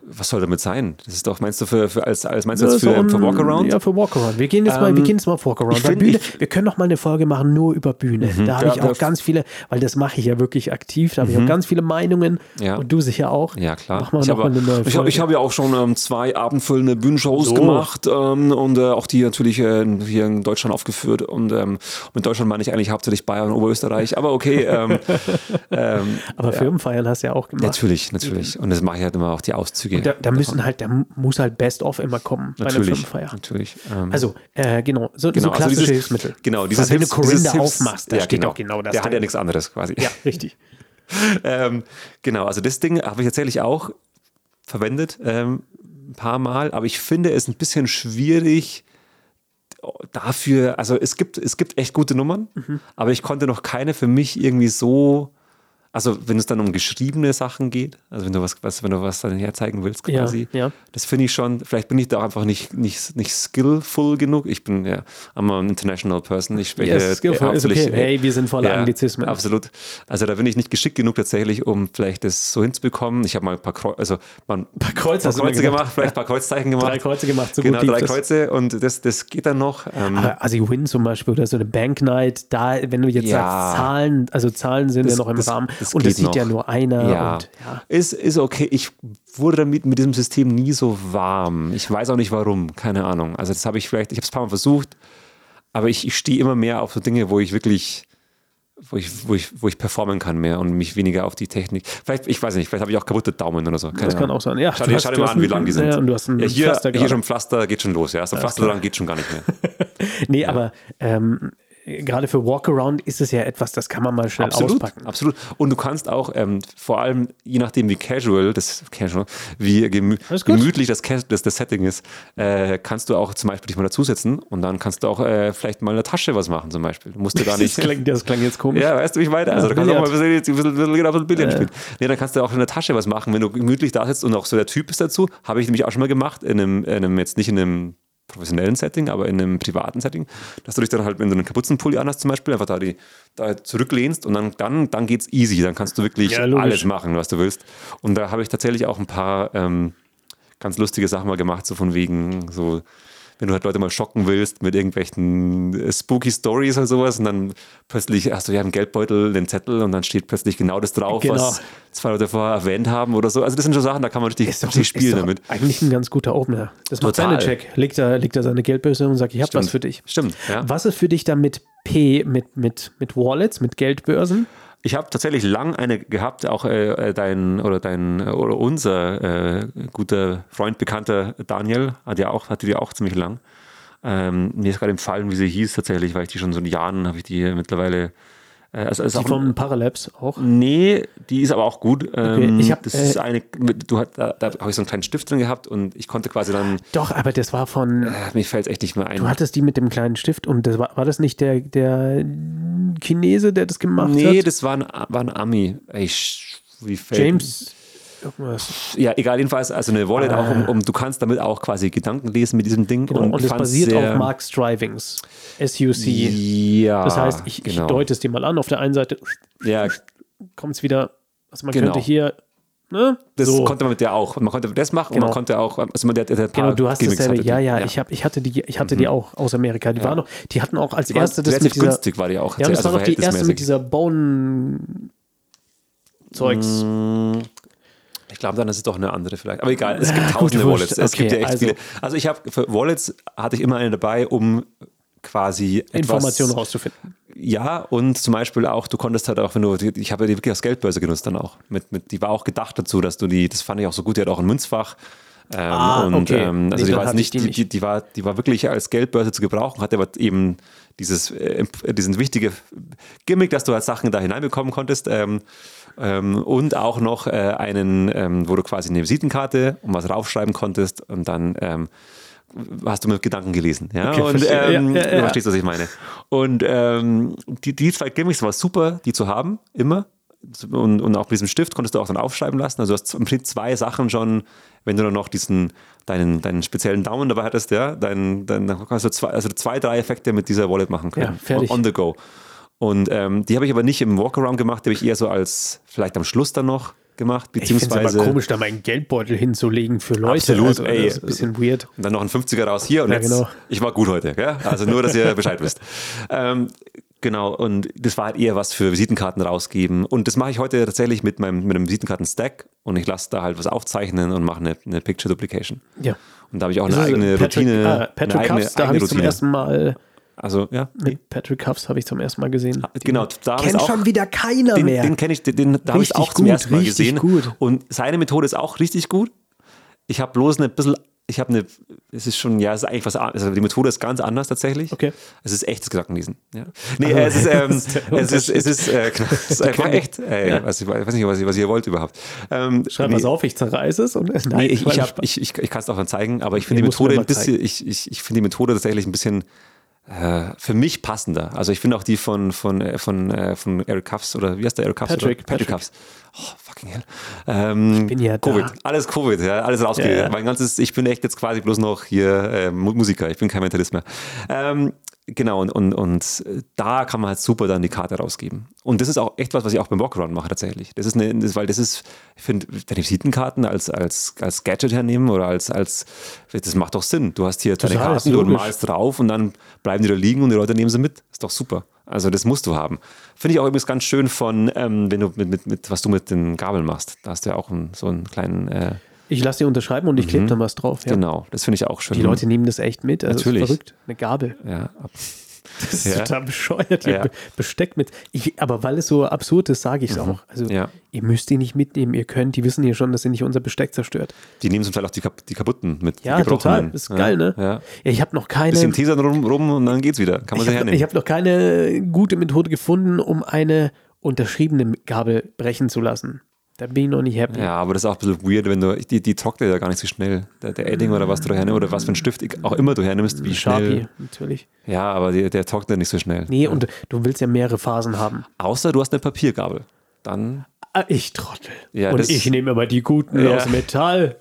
was soll damit sein? Das ist doch, meinst du, für, für als, als meinst du jetzt für, für Walkaround? Ja, für Walkaround. Wir gehen jetzt mal, ähm, wir gehen jetzt mal auf Walkaround. Find, Bühne, ich, wir können noch mal eine Folge machen, nur über Bühne. Mhm, da habe ja, ich auch ganz viele, weil das mache ich ja wirklich aktiv, da habe mhm. ich auch ganz viele Meinungen ja. und du sicher auch. Ja, klar. Mach mal ich noch habe, mal eine neue Folge. Ich habe ich hab ja auch schon ähm, zwei abendfüllende Bühnenshows so. gemacht ähm, und äh, auch die natürlich äh, hier in Deutschland aufgeführt. Und ähm, mit Deutschland meine ich eigentlich hauptsächlich Bayern und Oberösterreich, aber okay. ähm, aber Firmenfeiern hast du ja auch gemacht. Natürlich, natürlich. Und das mache ich halt immer auch die Auszüge. Da, da, müssen halt, da muss halt Best of immer kommen natürlich, bei einer Firmenfeier. Natürlich. Ähm, also, äh, genau, so, genau, so klassische also dieses, Hilfsmittel. Genau, dieses Wenn du Corinda aufmachst, da ja, steht genau. auch genau das. Der drin. hat ja nichts anderes quasi. Ja, richtig. ähm, genau, also das Ding habe ich tatsächlich auch verwendet, ähm, ein paar Mal, aber ich finde es ein bisschen schwierig, dafür, also es gibt, es gibt echt gute Nummern, mhm. aber ich konnte noch keine für mich irgendwie so also wenn es dann um geschriebene Sachen geht, also wenn du was, was wenn du was dann herzeigen willst, quasi, ja, ja. das finde ich schon, vielleicht bin ich da einfach nicht, nicht, nicht skillful genug. Ich bin ja I'm an international person. Ich spreche yes, äh, okay. Hey, wir sind voller ja, Anglizismen. Absolut. Also da bin ich nicht geschickt genug tatsächlich, um vielleicht das so hinzubekommen. Ich habe mal ein paar Kreuze, also man, ein paar, Kreuz paar Kreuze, gemacht, gemacht, vielleicht ein paar Kreuzzeichen gemacht. Drei Kreuze gemacht, so Genau, gut drei Kreuze das. und das, das geht dann noch. Ähm, Aber also Win zum Beispiel oder so eine Bank Night, da, wenn du jetzt sagst, Zahlen, also Zahlen sind das, ja noch im Rahmen. Das und das sieht noch. ja nur einer. Ja. Und, ja. Ist, ist okay. Ich wurde damit mit diesem System nie so warm. Ich weiß auch nicht warum. Keine Ahnung. Also, das habe ich vielleicht, ich habe es ein paar Mal versucht, aber ich, ich stehe immer mehr auf so Dinge, wo ich wirklich. Wo ich, wo, ich, wo ich performen kann mehr und mich weniger auf die Technik. Vielleicht, ich weiß nicht, vielleicht habe ich auch kaputte Daumen oder so. Keine das kann auch sein. Ja, Genau. schau dir, schau dir mal an, wie lang die sind. Ja, und du hast einen ja, hier, Pflaster hier gerade. schon Pflaster geht schon los. Ja, so ein Pflaster lang geht schon gar nicht mehr. nee, ja. aber ähm, gerade für Walkaround ist es ja etwas, das kann man mal schnell absolut, auspacken. Absolut. Und du kannst auch ähm, vor allem, je nachdem wie casual das casual, wie gemü- das gemütlich das, das, das, Setting ist, äh, kannst du auch zum Beispiel dich mal dazusetzen und dann kannst du auch äh, vielleicht mal eine Tasche was machen zum Beispiel. Du musst du gar nicht. Das klang, das klang jetzt komisch. Ja, weißt du, wie ich meine? Also ja, du kannst Billard. auch mal ein bisschen, ein bisschen, ein bisschen Billard spielen. Äh. Nee, dann kannst du auch in der Tasche was machen, wenn du gemütlich da sitzt und auch so der Typ ist dazu. Habe ich nämlich auch schon mal gemacht in einem, in einem jetzt nicht in einem professionellen Setting, aber in einem privaten Setting, dass du dich dann halt, wenn du einen Kapuzenpulli anhast zum Beispiel, einfach da, die, da zurücklehnst und dann, dann, dann geht's easy. Dann kannst du wirklich ja, alles machen, was du willst. Und da habe ich tatsächlich auch ein paar ähm, ganz lustige Sachen mal gemacht, so von wegen so wenn du halt Leute mal schocken willst mit irgendwelchen äh, spooky Stories oder sowas und dann plötzlich hast du ja einen Geldbeutel, den Zettel und dann steht plötzlich genau das drauf, Genau. was zwei Leute vorher erwähnt haben oder so. Also das sind schon Sachen, da kann man richtig, richtig spielen damit. Eigentlich ein ganz guter Opener. Das macht Total. seine Check. Legt er, legt er seine Geldbörse und sagt, ich habe was für dich. Stimmt, ja. Was ist für dich dann mit P, mit, mit, mit Wallets, mit Geldbörsen? Ich habe tatsächlich lang eine gehabt, auch äh, äh, dein oder dein oder unser äh, guter Freund, bekannter Daniel, hat ja auch, hatte die auch ziemlich lang. Ähm, mir ist gerade entfallen, wie sie hieß tatsächlich, weil ich die schon so in Jahren habe ich die hier mittlerweile. Äh, also, also Die auch, Mhm. vom Paralabs auch. nee, die ist aber auch gut. Ähm, ich hab, äh, das ist eine, du hat, da, da habe ich so einen kleinen Stift drin gehabt und ich konnte quasi dann, Doch, aber das war von. äh, mir fällt es echt nicht mehr ein. Du hattest die mit dem kleinen Stift und das war, war das nicht der, der Chinese, der das gemacht nee, hat? das war ein, war ein Ami. Ich, wie fällt James. Irgendwas. ja, egal, jedenfalls, also eine Wallet auch, um, um, du kannst damit auch quasi Gedanken lesen mit diesem Ding. Ah. Genau. Und, ich das fand's basiert sehr- auf Mark's Drivings. SUC. Ja, genau. Das heißt, ich, ich deute es dir mal an. Auf der einen Seite Ja, kommt es wieder, also man Genau. könnte hier, ne? das so. konnte man mit der auch. Man konnte das machen Genau. und man konnte auch, also man, der, der, der Genau, du hast dasselbe. Ja, ja, Ich Ich, hab, ich hatte die, ich hatte die auch aus Amerika. Die waren noch, die hatten auch als Mhm. die erste das relativ mit dieser, günstig war die auch. Ja, und das also war doch die erste mit verhältnismäßig. dieser Bone Zeugs. Mhm, Ich glaube, dann ist es doch eine andere vielleicht. Aber egal, es gibt gut, tausende wurscht. Wallets. Es Okay, gibt ja echt also- viele. Also ich habe für Wallets hatte ich immer eine dabei, um quasi etwas, Informationen rauszufinden. Ja, und zum Beispiel auch, du konntest halt auch, wenn du, ich habe die wirklich als Geldbörse genutzt dann auch. Mit, mit, die war auch gedacht dazu, dass du die, das fand ich auch so gut, die hat auch ein Münzfach. Ähm, Ah, und okay. ähm, Nee, also dann die war hatte jetzt ich nicht, die die, nicht. die, die, war, die war wirklich als Geldbörse zu gebrauchen, hatte aber eben dieses, äh, diesen wichtige Gimmick, dass du halt Sachen da hineinbekommen konntest. Ähm, ähm, und auch noch äh, einen, ähm, wo du quasi eine Visitenkarte und was raufschreiben konntest und dann ähm, hast du mit Gedanken gelesen. Ja, Okay, und verstehe. ähm, Ja, ja, du ja. verstehst, was ich meine. Und ähm, die, die zwei Gimmicks war super, die zu haben, immer. Und, und auch mit diesem Stift konntest du auch dann aufschreiben lassen. Also du hast im Prinzip zwei Sachen schon, wenn du dann noch diesen, deinen, deinen speziellen Daumen dabei hattest, ja, deinen, deinen, dann kannst du zwei, also zwei, drei Effekte mit dieser Wallet machen Ja, können. fertig. On, on the go. Und ähm, die habe ich aber nicht im Walkaround gemacht, die habe ich eher so als vielleicht am Schluss dann noch gemacht, Ich finde es beziehungsweise. aber komisch, da meinen Geldbeutel hinzulegen für Leute. Absolut, also, ey. Das ist ein bisschen weird. Und dann noch ein 50er raus hier und Ja, jetzt. genau. Ich war gut heute, gell? Also nur, dass ihr Bescheid wisst. Ähm, genau, und das war halt eher was für Visitenkarten rausgeben. Und das mache ich heute tatsächlich mit meinem mit einem Visitenkarten-Stack und ich lasse da halt was aufzeichnen und mache eine, eine Picture Duplication. Ja. Und da habe ich auch eine Das ist eigene Also, Patrick, Routine. ah, eine Patrick eigene, Cuffs, da habe eigene ich zum Routine. ersten Mal, Also, ja. mit Patrick Cuffs habe ich zum ersten Mal gesehen. Genau, da habe ich Kennt auch schon wieder keiner den, mehr. Den kenne ich, den, den da habe ich Richtig auch zum gut, ersten Mal richtig gesehen. gut. Und seine Methode ist auch richtig gut. Ich habe bloß eine bisschen, ich habe eine, es ist schon, ja, es ist eigentlich was anderes. Also die Methode ist ganz anders tatsächlich. Okay. Also, Es ist echtes Gedankenlesen. Ja. Nee, es ist, ähm, es ist, es ist, äh, genau, es ist einfach echt. Ey, was, ich weiß nicht, was ihr, was ihr wollt überhaupt. Ähm, Schreib nee, was auf, ich zerreiße es. Und, nein, Nee, ich, war ich, ein hab, Spaß. ich, ich, ich kann es auch dann zeigen, aber ich finde Nee, die musst du mir Methode mal ein bisschen, ich, ich, ich finde die Methode tatsächlich ein bisschen äh, für mich passender. Also ich finde auch die von, von, äh, von, äh, von Eric Cuffs oder wie heißt der Eric Cuffs? Patrick, oder? Patrick Patrick. Cuffs. Oh, fucking hell. Ähm, ich bin ja da. Covid. Alles Covid, ja, alles rausgeht. Ja, ja. Mein ganzes, ich bin echt jetzt quasi bloß noch hier äh, Mu- Musiker, ich bin kein Mentalist mehr. Ähm, genau, und, und, und da kann man halt super dann die Karte rausgeben. Und das ist auch echt was, was ich auch beim Walkaround mache tatsächlich. Das ist eine, das, weil das ist, ich finde, deine Visitenkarten als, als, als Gadget hernehmen oder als, als, das macht doch Sinn. Du hast hier deine Total, Karten, du logisch. malst drauf und dann bleiben die da liegen und die Leute nehmen sie mit. Ist doch super. Also das musst du haben. Finde ich auch übrigens ganz schön von, ähm, wenn du mit, mit, mit, was du mit den Gabeln machst. Da hast du ja auch einen, so einen kleinen äh, ich lasse die unterschreiben und ich Mhm. klebe dann was drauf. Ja. Genau, das finde ich auch schön. Die Leute nehmen das echt mit. Also Natürlich. Ist verrückt. Eine Gabel. Ja, ab- Das ist Ja. total bescheuert. Ihr Ja. Mhm. Be- Besteck mit. Ich, aber weil es so absurd ist, sage ich es auch. Also Ja. ihr müsst die nicht mitnehmen. Ihr könnt, die wissen ja schon, dass ihr nicht unser Besteck zerstört. die nehmen zum Teil auch die, kap die kaputten mit. Ja, die total. gebrochenen. Ist ja, geil, ne? Ja. Ja, ich habe noch keine. Bisschen Tesern rum, rum und dann geht's wieder. Kann man ich sie habe hernehmen. hab noch keine gute Methode gefunden, um eine unterschriebene Gabel brechen zu lassen. Da bin ich noch nicht happy. ja, aber das ist auch ein bisschen weird, wenn du, die, die trocknet ja gar nicht so schnell. Der, der Edding oder was du da hernimmst, oder was für ein Stift auch immer du hernimmst, wie Sharpie, schnell. natürlich. Ja, aber die, der trocknet nicht so schnell. Nee, und du willst ja mehrere Phasen haben. Außer du hast eine Papiergabel. Dann, Ah, Ich trottel. Ja, und das- ich nehme aber die guten Ja. aus Metall.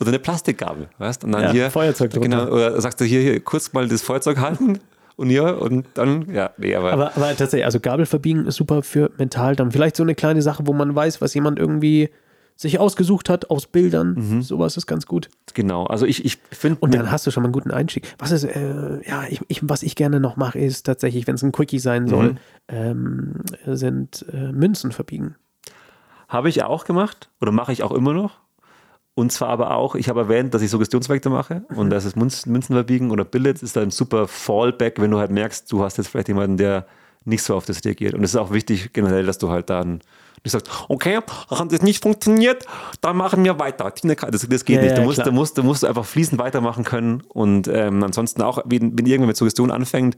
oder eine Plastikgabel, weißt? Und dann Ja, hier. Feuerzeug drunter. Genau, oder sagst du hier, hier kurz mal das Feuerzeug halten und hier und dann, ja, nee, aber, Aber, aber tatsächlich, also Gabel verbiegen ist super für mental dann. Vielleicht so eine kleine Sache, wo man weiß, was jemand irgendwie sich ausgesucht hat aus Bildern. Mhm. Sowas ist ganz gut. Genau, also ich, ich finde. Und dann hast du schon mal einen guten Einstieg. Was ist, äh, ja, ich, ich, was ich gerne noch mache, ist tatsächlich, wenn es ein Quickie sein Mhm. soll, ähm, sind äh, Münzen verbiegen. Habe ich auch gemacht oder mache ich auch immer noch. Und zwar aber auch, ich habe erwähnt, dass ich Suggestionsvektor mache Mhm. und das ist Münzen, Münzen verbiegen oder Billets ist da ein super Fallback, wenn du halt merkst, du hast jetzt vielleicht jemanden, der nicht so auf das reagiert. Und es ist auch wichtig generell, dass du halt dann nicht sagst, okay, hat das nicht funktioniert, dann machen wir weiter. Tina Ka- Das, das geht Ja, nicht. Du ja, musst, klar. du, musst, du musst einfach fließend weitermachen können und ähm, ansonsten auch, wenn, wenn irgendwer mit Suggestion anfängt,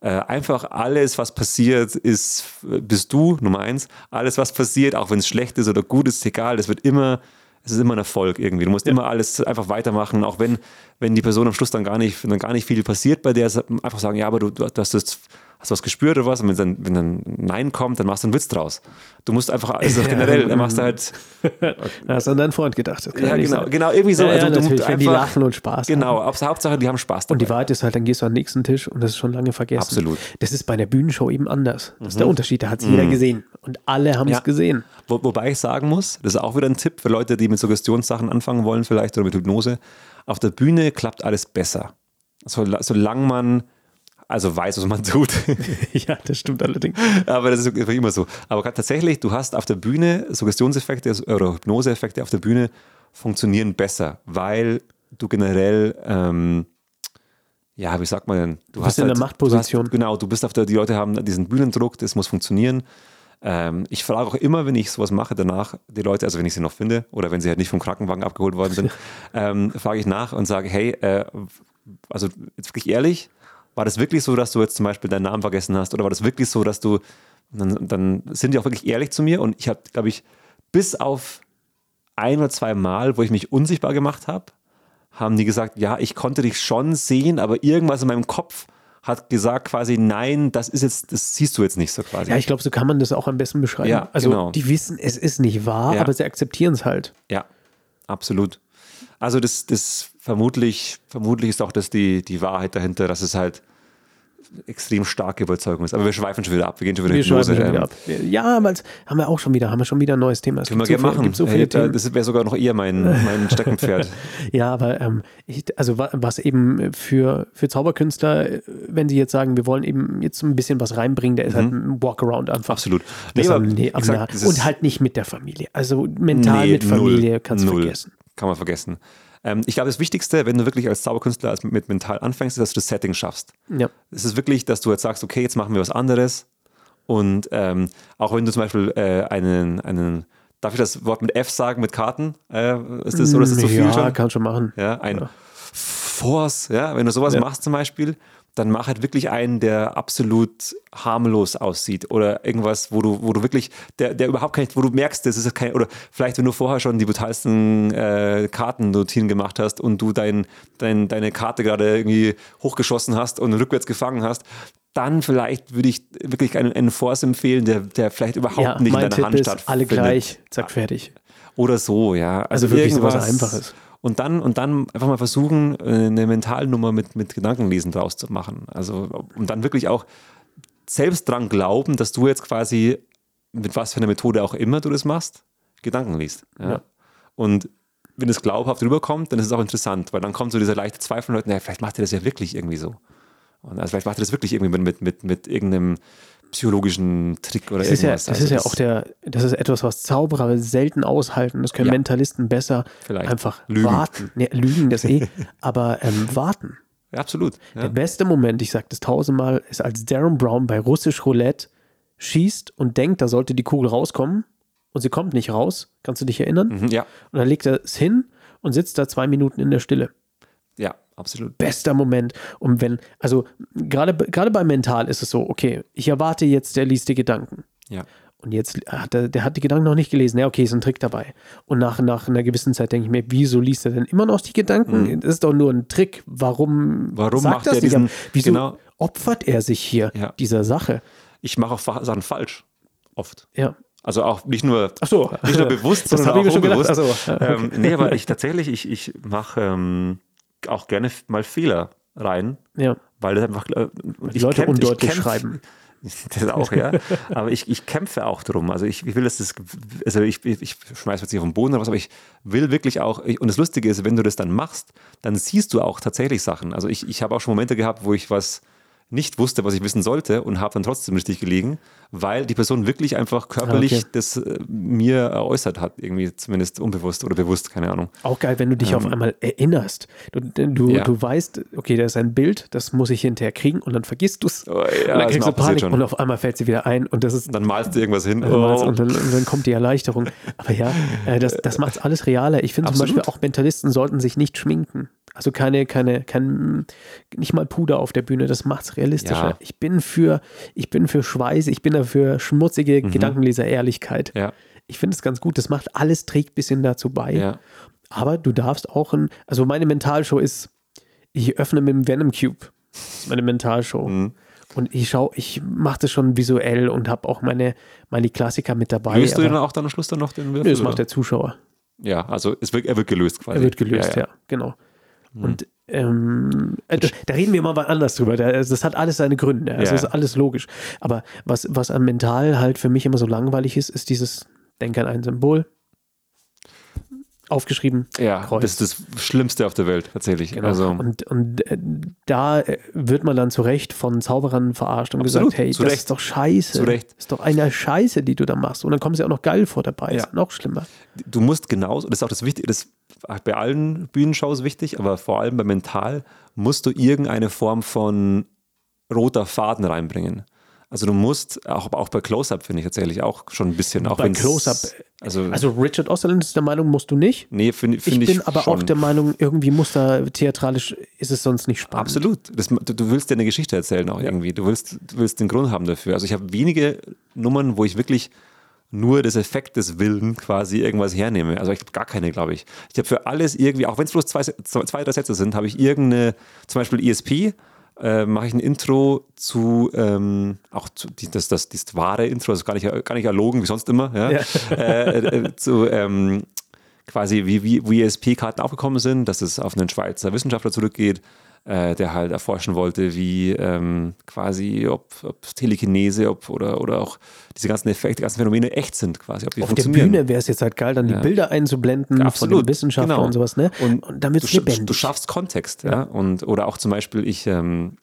äh, einfach alles, was passiert, ist, bist du, Nummer eins. Alles, was passiert, auch wenn es schlecht ist oder gut ist, ist egal. Es wird immer, es ist immer ein Erfolg irgendwie. Du musst immer alles einfach weitermachen, auch wenn, wenn die Person am Schluss dann gar nicht, wenn dann gar nicht viel passiert bei der, sa- einfach sagen, ja, aber du, du hast das, hast was gespürt oder was? Und wenn dann, wenn dann Nein kommt, dann machst du einen Witz draus. Du musst einfach, also Ja. generell, dann machst du halt, Da hast du an deinen Freund gedacht. Das kann ja, nicht genau, sein. genau, irgendwie so. Ja, ja, du musst natürlich, wenn die lachen und Spaß haben. Genau, Haupts- Hauptsache, die haben Spaß dabei. Und die Wahrheit ist halt, dann gehst du an den nächsten Tisch und das ist schon lange vergessen. Absolut. Mhm. Das ist bei der Bühnenshow eben anders. Das ist der Unterschied. Da hat es jeder gesehen. Und alle haben Ja. es gesehen. Wo, wobei ich sagen muss, das ist auch wieder ein Tipp für Leute, die mit Suggestionssachen anfangen wollen, vielleicht oder mit Hypnose. Auf der Bühne klappt alles besser. So, solange man also weiß, was man tut. ja, das stimmt allerdings. Aber das ist immer so. Aber grad tatsächlich, du hast auf der Bühne Suggestionseffekte oder Hypnoseeffekte auf der Bühne funktionieren besser, weil du generell, ähm, ja, wie sagt man denn? Du, bist in der Machtposition. Du hast, genau, du bist auf der, die Leute haben diesen Bühnendruck, das muss funktionieren. Ähm, ich frage auch immer, wenn ich sowas mache, danach die Leute, also wenn ich sie noch finde oder wenn sie halt nicht vom Krankenwagen abgeholt worden sind, ähm, frage ich nach und sage, hey, äh, also jetzt wirklich ehrlich, war das wirklich so, dass du jetzt zum Beispiel deinen Namen vergessen hast oder war das wirklich so, dass du, dann, dann sind die auch wirklich ehrlich zu mir und ich habe, glaube ich, bis auf ein oder zwei Mal, wo ich mich unsichtbar gemacht habe, haben die gesagt, ja, ich konnte dich schon sehen, aber irgendwas in meinem Kopf hat gesagt quasi, nein, das ist jetzt, das siehst du jetzt nicht so quasi. Ja, ich glaube, so kann man das auch am besten beschreiben. Ja, also genau. die wissen, es ist nicht wahr, Ja. aber sie akzeptieren es halt. Ja, absolut. Also das, das vermutlich, vermutlich ist auch das die, die Wahrheit dahinter, dass es halt extrem starke Überzeugung ist. Aber wir schweifen schon wieder ab, wir gehen schon wieder Wir in die Hypnose, schreiben schon ähm, wieder ab. Ja, aber es- haben wir auch schon wieder, haben wir schon wieder ein neues Thema. Es Können wir gibt gerne so viel- machen. Gibt so viele Ey, da- Themen. das wäre sogar noch eher mein, mein Steckenpferd. Ja, aber ähm, ich, also wa- was eben für, für Zauberkünstler, äh, wenn sie jetzt sagen, wir wollen eben jetzt ein bisschen was reinbringen, der ist halt Mhm. ein Walkaround einfach. Absolut. Das Nee, am, aber nee, wie am gesagt, nah. das Und ist- halt nicht mit der Familie. Also mental Nee, mit Familie kannst du vergessen. Kann man vergessen. Ähm, ich glaube, das Wichtigste, wenn du wirklich als Zauberkünstler als mit mental anfängst, ist, dass du das Setting schaffst. Ja. es ist wirklich, dass du jetzt sagst, okay, jetzt machen wir was anderes. Und ähm, auch wenn du zum Beispiel äh, einen, einen, darf ich das Wort mit F sagen, mit Karten? Äh, ist das, oder ist das zu viel ja, schon? kann schon machen. Ja, ein Force, ja, wenn du sowas machst zum Beispiel, dann mach halt wirklich einen, der absolut harmlos aussieht oder irgendwas, wo du, wo du wirklich, der, der überhaupt nicht, wo du merkst, das ist kein, oder vielleicht, wenn du vorher schon die brutalsten äh, Kartenroutinen gemacht hast und du dein, dein, deine Karte gerade irgendwie hochgeschossen hast und rückwärts gefangen hast, dann vielleicht würde ich wirklich einen, einen Force empfehlen, der, der vielleicht überhaupt Ja, nicht in mein deiner Tipp Hand Ah, ist, stattfindet. alle gleich, zack, fertig. Oder so, ja. Also wirklich sowas Einfaches. Und dann, und dann einfach mal versuchen, äh, eine Mentalnummer mit, mit Gedankenlesen draus zu machen. Also, und dann wirklich auch selbst dran glauben, dass du jetzt quasi mit was für einer Methode auch immer du das machst, Gedanken liest. Ja. Ja. Und wenn es glaubhaft rüberkommt, dann ist es auch interessant, weil dann kommt so dieser leichte Zweifel von Leuten, naja, vielleicht macht er das ja wirklich irgendwie so. Und also vielleicht macht er das wirklich irgendwie mit, mit, mit, mit irgendeinem psychologischen Trick oder Das ist, ja, irgendwas. das Also ist ja auch der, das ist etwas, was Zauberer selten aushalten. Das können Ja. Mentalisten besser Vielleicht. einfach Lügen. warten. Nee, lügen, das eh. aber ähm, warten. Ja, absolut. Ja. Der beste Moment, ich sage das tausendmal, ist, als Darren Brown bei Russisch Roulette schießt und denkt, da sollte die Kugel rauskommen und sie kommt nicht raus. Kannst du dich erinnern? Mhm, ja, Und dann legt er es hin und sitzt da zwei Minuten in der Stille. ja, absolut. Bester Moment. Und wenn, also gerade gerade bei Mental ist es so, okay, ich erwarte jetzt, der liest die Gedanken. Ja. Und jetzt hat er, der hat die Gedanken noch nicht gelesen. Ja, okay, ist ein Trick dabei. Und nach, nach einer gewissen Zeit denke ich mir, wieso liest er denn immer noch die Gedanken? Das ist doch nur ein Trick. Warum, Mhm. Warum macht sagt das er nicht? diesen- Wieso genau. opfert er sich hier Ja. dieser Sache? ich mache auch fa- Sachen falsch. Oft. Ja. Also auch nicht nur, Ach so. nicht nur bewusst, Das sondern habe ich auch mir schon gedacht. Ach unbewusst. so. Ah, ähm, nee, aber ich tatsächlich, ich, ich mache ähm, auch gerne f- mal Fehler rein, Ja. weil das einfach äh, die Leute undeutlich kämpf- schreiben. Das auch, ja. Aber ich, ich kämpfe auch drum. Also ich, ich will, dass das, also ich, ich, ich schmeiß jetzt nicht auf den Boden oder was, aber ich will wirklich auch, ich, und das Lustige ist, wenn du das dann machst, dann siehst du auch tatsächlich Sachen. Also ich, ich habe auch schon Momente gehabt, wo ich was nicht wusste, was ich wissen sollte und habe dann trotzdem richtig gelegen, weil die Person wirklich einfach körperlich Ah, okay. das äh, mir eräußert hat, irgendwie zumindest unbewusst oder bewusst, keine Ahnung. Auch geil, wenn du dich auf einmal erinnerst. Du, du, Ähm. Ja. du weißt, okay, da ist ein Bild, das muss ich hinterher kriegen und dann vergisst du es. Oh, ja, und ist mir dann kriegst du auch passiert Panik schon. und auf einmal fällt sie wieder ein und das ist Dann malst du irgendwas hin. damals Oh. und, dann, und dann kommt die Erleichterung. Aber ja, äh, das, das macht alles realer. Ich finde zum Absolut. Beispiel auch Mentalisten sollten sich nicht schminken. Also keine, keine, kein, nicht mal Puder auf der Bühne, das macht's realistischer. Ja. Ich bin für, ich bin für Schweiß, ich bin dafür schmutzige Mhm. Gedankenleser-Ehrlichkeit. Ja. Ich finde es ganz gut. Das macht alles, trägt ein bisschen dazu bei. Ja. Aber du darfst auch ein, also meine Mentalshow ist, ich öffne mit dem Venom Cube. Das ist meine Mentalshow. Mhm. Und ich schaue, ich mache das schon visuell und habe auch meine, meine Klassiker mit dabei. Löst du aber- dann auch dann am Schluss dann noch den Würfel? Nö, das macht oder? der Zuschauer. ja, also es wird, er wird gelöst quasi. Er wird gelöst, ja, ja. Mhm. genau. Und ähm, äh, da- da reden wir mal was anders drüber. Da- also Das hat alles seine Gründe. Also Ja. ist alles logisch. Aber was, was am Mental halt für mich immer so langweilig ist, ist dieses Denk an ein Symbol. Aufgeschrieben, Ja, Kreuz. das ist das Schlimmste auf der Welt, tatsächlich. Genau. Also, und und äh, da äh, wird man dann zu Recht von Zauberern verarscht und Absolut, gesagt, hey, zu das Recht. ist doch scheiße. Zu Recht. Das ist doch eine Scheiße, die du da machst. Und dann kommen sie auch noch geil vor dabei. Ja. Ist noch schlimmer. du musst genauso, das ist auch das Wichtige, das ist bei allen Bühnenshows wichtig, aber vor allem bei Mental musst du irgendeine Form von roter Faden reinbringen. Also du musst, auch, auch bei Close-Up finde ich tatsächlich auch schon ein bisschen, auch Bei wenn's- Close-Up, also, Also Richard Osterland ist der Meinung, musst du nicht. nee, finde Ich find ich bin aber schon. auch der Meinung, irgendwie muss da theatralisch, ist es sonst nicht spannend. Absolut. Das, du, du willst dir eine Geschichte erzählen auch irgendwie. Du willst, du willst den Grund haben dafür. Also ich habe wenige Nummern, wo ich wirklich nur das Effekt des Willen quasi irgendwas hernehme. Also ich habe gar keine, glaube ich. Ich habe für alles irgendwie, auch wenn es bloß zwei, zwei, zwei, drei Sätze sind, habe ich irgendeine, zum Beispiel ESP, äh, mache ich ein Intro zu, ähm, auch zu, die, das, das, das wahre Intro, das ist gar nicht, gar nicht erlogen, wie sonst immer, ja? Ja. Äh, äh, zu ähm, quasi wie, wie, wie ESP-Karten aufgekommen sind, dass es auf einen Schweizer Wissenschaftler zurückgeht, äh, der halt erforschen wollte, wie ähm, quasi, ob, ob Telekinese ob, oder, oder auch diese ganzen Effekte, ganzen Phänomene echt sind quasi, ob die Auf der funktionieren. Bühne wäre es jetzt halt geil, dann die Bilder einzublenden von Absolut, den Wissenschaftlern genau. und sowas, ne? Und, dann wird es du, sch- lebendig. Du schaffst Kontext, ja. Und, oder auch zum Beispiel, ich, ähm,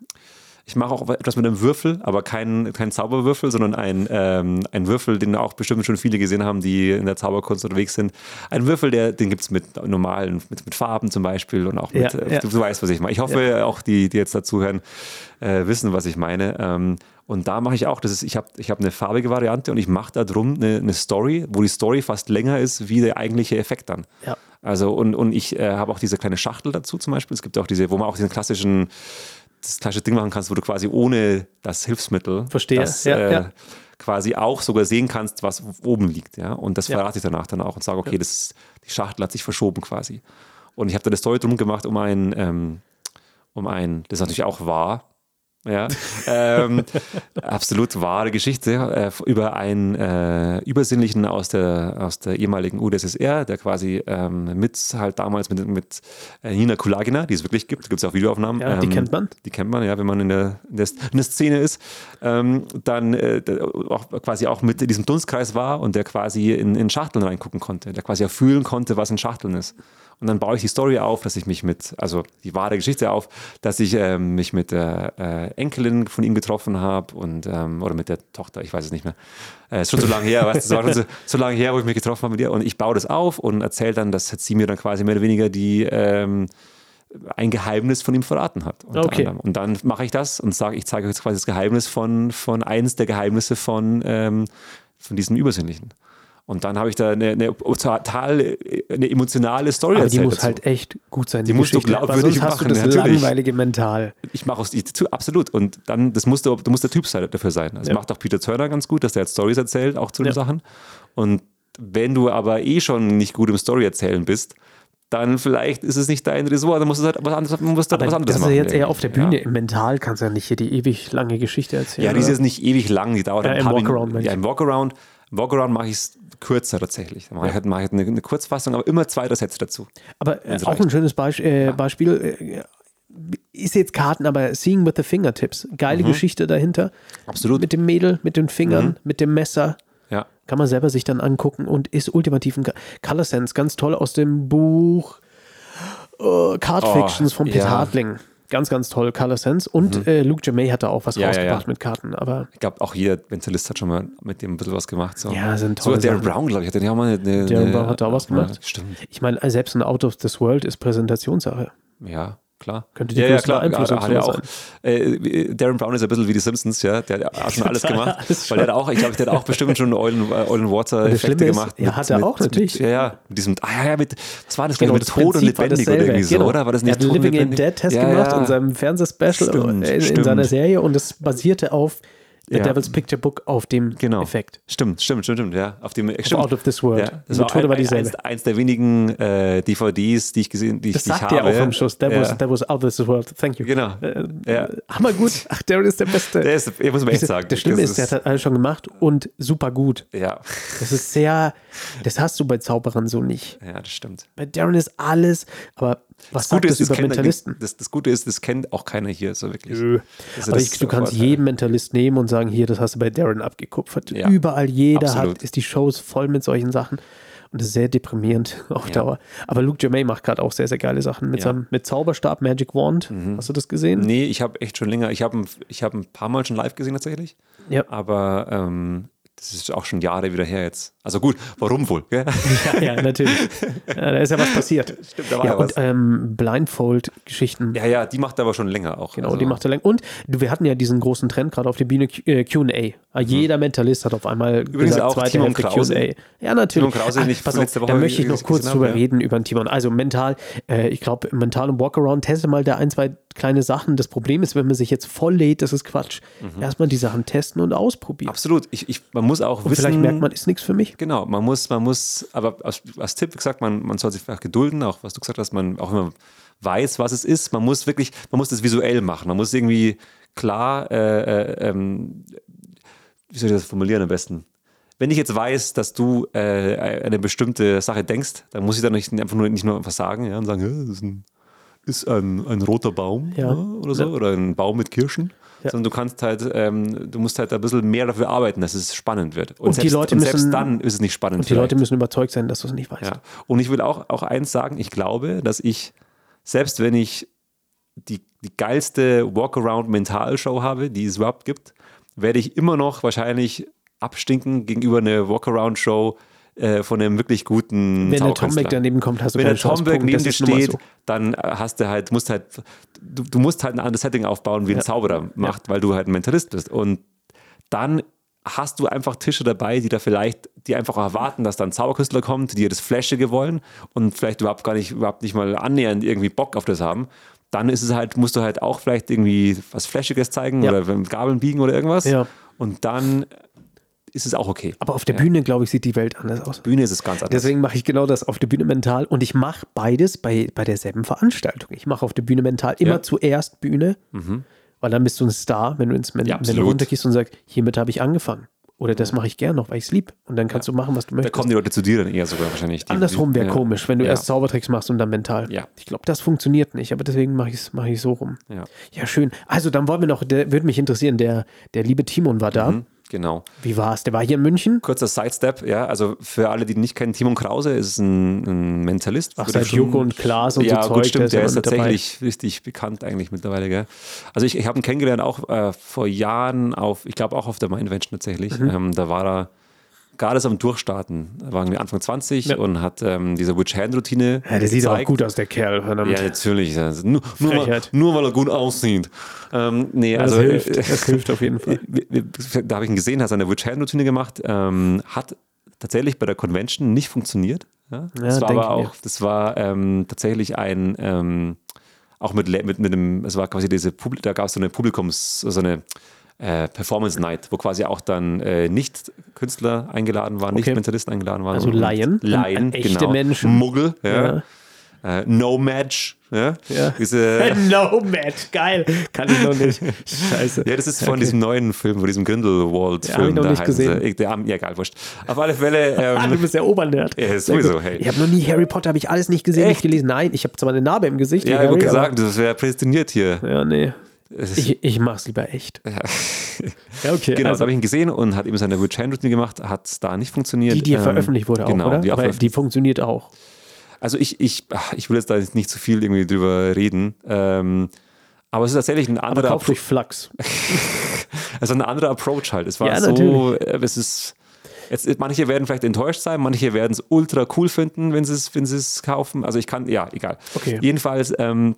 ich mache auch etwas mit einem Würfel, aber keinen kein Zauberwürfel, sondern ein, ähm, ein Würfel, den auch bestimmt schon viele gesehen haben, die in der Zauberkunst unterwegs sind. Ein Würfel, der, den gibt es mit normalen, mit, mit Farben zum Beispiel und auch mit, Ja, äh, ja. Du, du weißt, was ich meine. Ich hoffe, auch die, die jetzt dazuhören, äh, wissen, was ich meine. Ähm, und da mache ich auch, das ist, ich habe ich hab eine farbige Variante und ich mache da drum eine, eine Story, wo die Story fast länger ist, wie der eigentliche Effekt dann. Ja. Also und, und ich äh, habe auch diese kleine Schachtel dazu zum Beispiel. Es gibt auch diese, wo man auch diesen klassischen, das klassische Ding machen kannst, wo du quasi ohne das Hilfsmittel Verstehe, Das, ja, äh, ja. quasi auch sogar sehen kannst, was oben liegt. Ja? Und das Ja. verrate ich danach dann auch und sage, okay, das ist, die Schachtel hat sich verschoben quasi. Und ich habe da eine Story drum gemacht, um ein, ähm, um ein, das ist natürlich auch wahr, ja, ähm, absolut wahre Geschichte äh, über einen äh, Übersinnlichen aus der, aus der ehemaligen UdSSR, der quasi ähm, mit halt damals mit, mit äh, Nina Kulagina, die es wirklich gibt, gibt es auch Videoaufnahmen. Ja, die ähm, kennt man. Die kennt man, ja, wenn man in der, in der, in der Szene ist, ähm, dann äh, der auch, quasi auch mit in diesem Dunstkreis war und der quasi in, in Schachteln reingucken konnte, der quasi auch fühlen konnte, was in Schachteln ist. Und dann baue ich die Story auf, dass ich mich mit, also die wahre Geschichte auf, dass ich ähm, mich mit der äh, Enkelin von ihm getroffen habe und ähm, oder mit der Tochter, ich weiß es nicht mehr. Äh, ist schon so lange her, weißt du, es war schon so, so lange her, wo ich mich getroffen habe mit ihr. Und ich baue das auf und erzähle dann, dass sie mir dann quasi mehr oder weniger die ähm, ein Geheimnis von ihm verraten hat. unter Okay. anderem. Und dann mache ich das und sage, ich zeige jetzt quasi das Geheimnis von, von eins der Geheimnisse von, ähm, von diesem Übersinnlichen. Und dann habe ich da eine, eine total eine emotionale Story aber die erzählt muss dazu. halt echt gut sein. Die musst du Geschichte. Aber glaubwürdig sonst hast du machen, das natürlich. langweilige Mental. Ich mache aus absolut. Und dann, das musst du, du musst der Typ sein, dafür sein. Also macht auch Peter Turner ganz gut, dass der halt Stories erzählt, auch zu den Sachen. Und wenn du aber eh schon nicht gut im Story erzählen bist, dann vielleicht ist es nicht dein Ressort, dann musst du halt was anderes, musst du Aber was anderes das ist machen. ja jetzt eher irgendwie. auf der Ja. Bühne. Im Mental kannst du ja nicht hier die ewig lange Geschichte erzählen. Ja, die ist oder? jetzt nicht ewig lang, die dauert Ja, ein im paar Minuten. Walkaround, meine Ja, im Walkaround. Im Walkaround mache ich es kürzer tatsächlich. Da mache ich halt, mache ich halt eine, eine Kurzfassung, aber immer zwei, drei Sätze dazu. Aber äh, Wenn's auch reicht. ein schönes Beisp äh, Beispiel. Äh, ist jetzt Karten, aber Seeing with the Fingertips. Geile Geschichte dahinter. Mhm. Absolut. Mhm. Mit dem Mädel, mit den Fingern, mit dem Messer. Ja. Kann man selber sich dann angucken und ist ultimativ ein Ka- Color Sense. Ganz toll aus dem Buch äh, Card Oh, Fictions von Peter ja. Mhm. Hartling. Ganz, ganz toll, Color Sense. Und äh, Luke Jamay hat da auch was Ja, ja, rausgebracht ja. mit Karten. Aber Ich glaube, auch jeder Mentalist hat schon mal mit dem ein bisschen was gemacht. So. Ja, sind so tolle Darren Sachen. Brown, glaube ich, hat den ja auch mal eine, Darren eine, Brown hat da auch was gemacht. Stimmt. ich meine, äh, selbst ein Out of this World ist Präsentationssache. Ja, klar. Könnte die ja, größte Beeinflussung hat er sowas auch. Äh, Darren Brown ist ein bisschen wie die Simpsons, ja. Der hat schon alles gemacht. weil der hat auch, ich glaube, der hat auch bestimmt schon Oil and, äh, Oil and Water das Effekte Schlimme ist, gemacht. ja, hat er auch, natürlich. Mit, ja, ja. Mit diesem, ah ja, ja, mit, was war das genau, mit das Tod und Prinzip war Lebendig oder dasselbe. irgendwie so, Genau. oder? War das nicht er hat Living and Dead Test Ja, gemacht ja. in seinem Fernsehspecial in, Stimmt, in stimmt. seiner Serie und das basierte auf The Ja. Devil's Picture Book auf dem Genau. Effekt. Stimmt, stimmt, stimmt, stimmt, ja. Auf dem stimmt. Out of This World. Ja, das Die war, Methode ein, war dieselbe. eins, eins der wenigen äh, DVDs, die ich gesehen, die Das ich, die ich sagt habe. er auch am Schluss. That, ja. was, that was Out of This World. Thank you. Genau. Äh, Ja. Hammer gut. Ach, Darren ist der Beste. Der ist, ich muss mir echt sagen. das Schlimme das ist, der hat halt das alles schon gemacht und super gut. ja. Das ist sehr, das hast du bei Zauberern so nicht. ja, das stimmt. Bei Darren ist alles, aber was sagt das über kennt- Mentalisten? Das, das Gute ist, das kennt auch keiner hier so wirklich. Das ist Aber Also das ich, du kannst Vorteil. jeden Mentalist nehmen und sagen, hier, das hast du bei Darren abgekupfert. Ja. Überall jeder hat, Absolut. ist die Shows voll mit solchen Sachen. Und das ist sehr deprimierend auf Dauer. Aber Luke Germain macht gerade auch sehr, sehr geile Sachen. Mit Ja. Mhm. seinem mit Zauberstab, Magic Wand. Hast du das gesehen? Nee, ich habe echt schon länger, ich habe ich hab ein paar Mal schon live gesehen tatsächlich, Ja. aber ähm, das ist auch schon Jahre wieder her jetzt. Also gut, warum wohl? Gell? ja, natürlich. ja, da ist ja was passiert. Stimmt, da war ja, ja und was. ähm, Blindfold-Geschichten. Ja, ja, die macht er aber schon länger auch. Genau, also, die macht er lang. Und du, wir hatten ja diesen großen Trend gerade auf der Bühne Q- äh, QA. Ah, Jeder Mentalist hat auf einmal Mhm. Übrigens auch Timon Krause. Ja, natürlich. Timon Krause, den ich pass letzte auf, Woche da möchte ich noch gesehen kurz habe, drüber ja. reden über den Timon. Also mental, äh, ich glaube, mental und Walkaround, teste mal da ein, zwei kleine Sachen. Das Problem ist, wenn man sich jetzt voll lädt, das ist Quatsch. Erstmal die Sachen testen und ausprobieren. Mhm. Absolut. Ich, ich, man muss auch wissen. Vielleicht merkt man, ist nichts für mich. Genau, man muss, man muss, aber als, als Tipp, wie gesagt, man, man soll sich einfach gedulden, auch was du gesagt hast, man, auch wenn man weiß, was es ist, man muss wirklich, man muss das visuell machen, man muss irgendwie klar, äh, äh, ähm, wie soll ich das formulieren am besten? Wenn ich jetzt weiß, dass du äh, eine bestimmte Sache denkst, dann muss ich dann nicht einfach nur nicht nur einfach sagen ja, und sagen, "Hä, das ist ein, ist ein, ein roter Baum Ja. ja, oder so, oder ein Baum mit Kirschen. Sondern du kannst halt, ähm, du musst halt ein bisschen mehr dafür arbeiten, dass es spannend wird. Und, Und die selbst, Leute und selbst müssen- dann ist es nicht spannend. Und die Leute müssen überzeugt sein, dass du es nicht weißt. ja. Und ich will auch, auch eins sagen, ich glaube, dass ich, selbst wenn ich die, die geilste Walkaround-Mental-Show habe, die es überhaupt gibt, werde ich immer noch wahrscheinlich abstinken gegenüber einer Walkaround-Show äh, von einem wirklich guten Wenn der Zauberkünstler. Tombeck daneben kommt, hast du Wenn der keine Chance. Tombeck Punkt. Das neben dir ist nun mal steht, so. dann äh, hast du halt, musst halt, du, du musst halt ein anderes Setting aufbauen, wie ein Zauberer macht, weil du halt ein Mentalist bist. Und dann hast du einfach Tische dabei, die da vielleicht, die einfach erwarten, dass da ein Zauberkünstler kommt, die das Flashige wollen und vielleicht überhaupt gar nicht, überhaupt nicht mal annähernd irgendwie Bock auf das haben. Dann ist es halt, musst du halt auch vielleicht irgendwie was Flashiges zeigen Ja. oder mit Gabeln biegen oder irgendwas. Ja. Und dann ist es auch okay. Aber auf der Bühne, glaube ich, sieht die Welt anders aus. Bühne ist es ganz anders. Deswegen mache ich genau das auf der Bühne mental und ich mache beides bei, bei derselben Veranstaltung. Ich mache auf der Bühne mental immer Ja. Mhm. zuerst Bühne, weil dann bist du ein Star, wenn du ins Men Ja, wenn du absolut. runtergehst und sagst, hiermit habe ich angefangen. Oder das mache ich gern noch, weil ich es lieb. Und dann kannst du machen, was du Da möchtest. kommen die Leute zu dir dann eher sogar wahrscheinlich. Die, Andersrum wäre ja. komisch, wenn du ja. erst Zaubertricks machst und dann mental. Ja. Ich glaube, das funktioniert nicht, aber deswegen mache ich es mach ich's so rum. Ja. Ja, schön. Also, dann wollen wir noch, der würde mich interessieren, der, der liebe Timon war da. Hm, Genau. Wie war es? Der war hier in München? Kurzer Sidestep, ja, also für alle, die ihn nicht kennen, Timon Krause ist ein, ein Mentalist. Ach, Würde seit schon- Joko und Klaas und ja, so Zeug. gut, stimmt, der immer ist mit dabei. tatsächlich richtig bekannt eigentlich mittlerweile, gell? Also ich, ich habe ihn kennengelernt auch äh, vor Jahren auf, ich glaube auch auf der Mindvention tatsächlich. Mhm. Ähm, da war er gerade so am Durchstarten, Er war irgendwie Anfang 20 Ja. und hat ähm, diese Witch-Hand-Routine Ja, der sieht auch gezeigt. gut aus, der Kerl. Verdammt. äh, Ja, natürlich. Also nur, nur, weil, Frechheit. nur weil er gut aussieht. Ähm, nee, das also hilft. Das hilft auf jeden Fall. Wir- wir- Da habe ich ihn gesehen, hat seine Witch Hand Routine gemacht, ähm, hat tatsächlich bei der Convention nicht funktioniert. Ja? das war denk aber ich mir. auch, das war ähm, tatsächlich ein, ähm, auch mit, Le- mit, mit einem, es war quasi diese, Publi- da gab es so eine Publikums, so eine äh, Performance Night, wo quasi auch dann äh, nicht Künstler eingeladen waren, Okay. nicht Mentalisten eingeladen waren. Also Und- Laien. Laien, Echte genau. Menschen. Muggel, ja. Ja. Äh, no Match. Ja? Ja. Diese, Nomad, geil. Kann ich noch nicht. Scheiße. ja, das ist von diesem neuen Film, von diesem Ja, hab ich Grindelwald-Film. noch nicht heißen sie- gesehen. Ich- der- Ja, egal, wurscht. Auf alle Fälle. Ah, du Ähm, bist der Obernerd. Ja, Sehr sowieso, gut. hey. Ich habe noch nie Harry Potter, habe ich alles nicht gesehen, nicht gelesen. Nein, ich habe zwar eine Narbe im Gesicht. wie ja, ich Harry, habe gesagt, das wäre prädestiniert hier. Aber, ja, nee. Es- Ich, ich mach's lieber echt. Ja, okay. Genau, das also, habe ich ihn gesehen und hat eben seine Witch-Hand-Routine gemacht, hat da nicht funktioniert. die, die Ähm, veröffentlicht wurde auch, genau, oder? Die auch Aber veröffentlicht. die funktioniert auch. Also ich, ich, ach, ich will jetzt da jetzt nicht zu viel irgendwie drüber reden. Ähm, aber es ist tatsächlich ein Aber anderer, kauft Appro durch Flachs. also ein anderer Approach halt. Es war Ja, so, natürlich. äh, es ist, jetzt, manche werden vielleicht enttäuscht sein, manche werden es ultra cool finden, wenn sie es, wenn sie es kaufen. Also ich kann, ja, egal. Okay. Jedenfalls, ähm,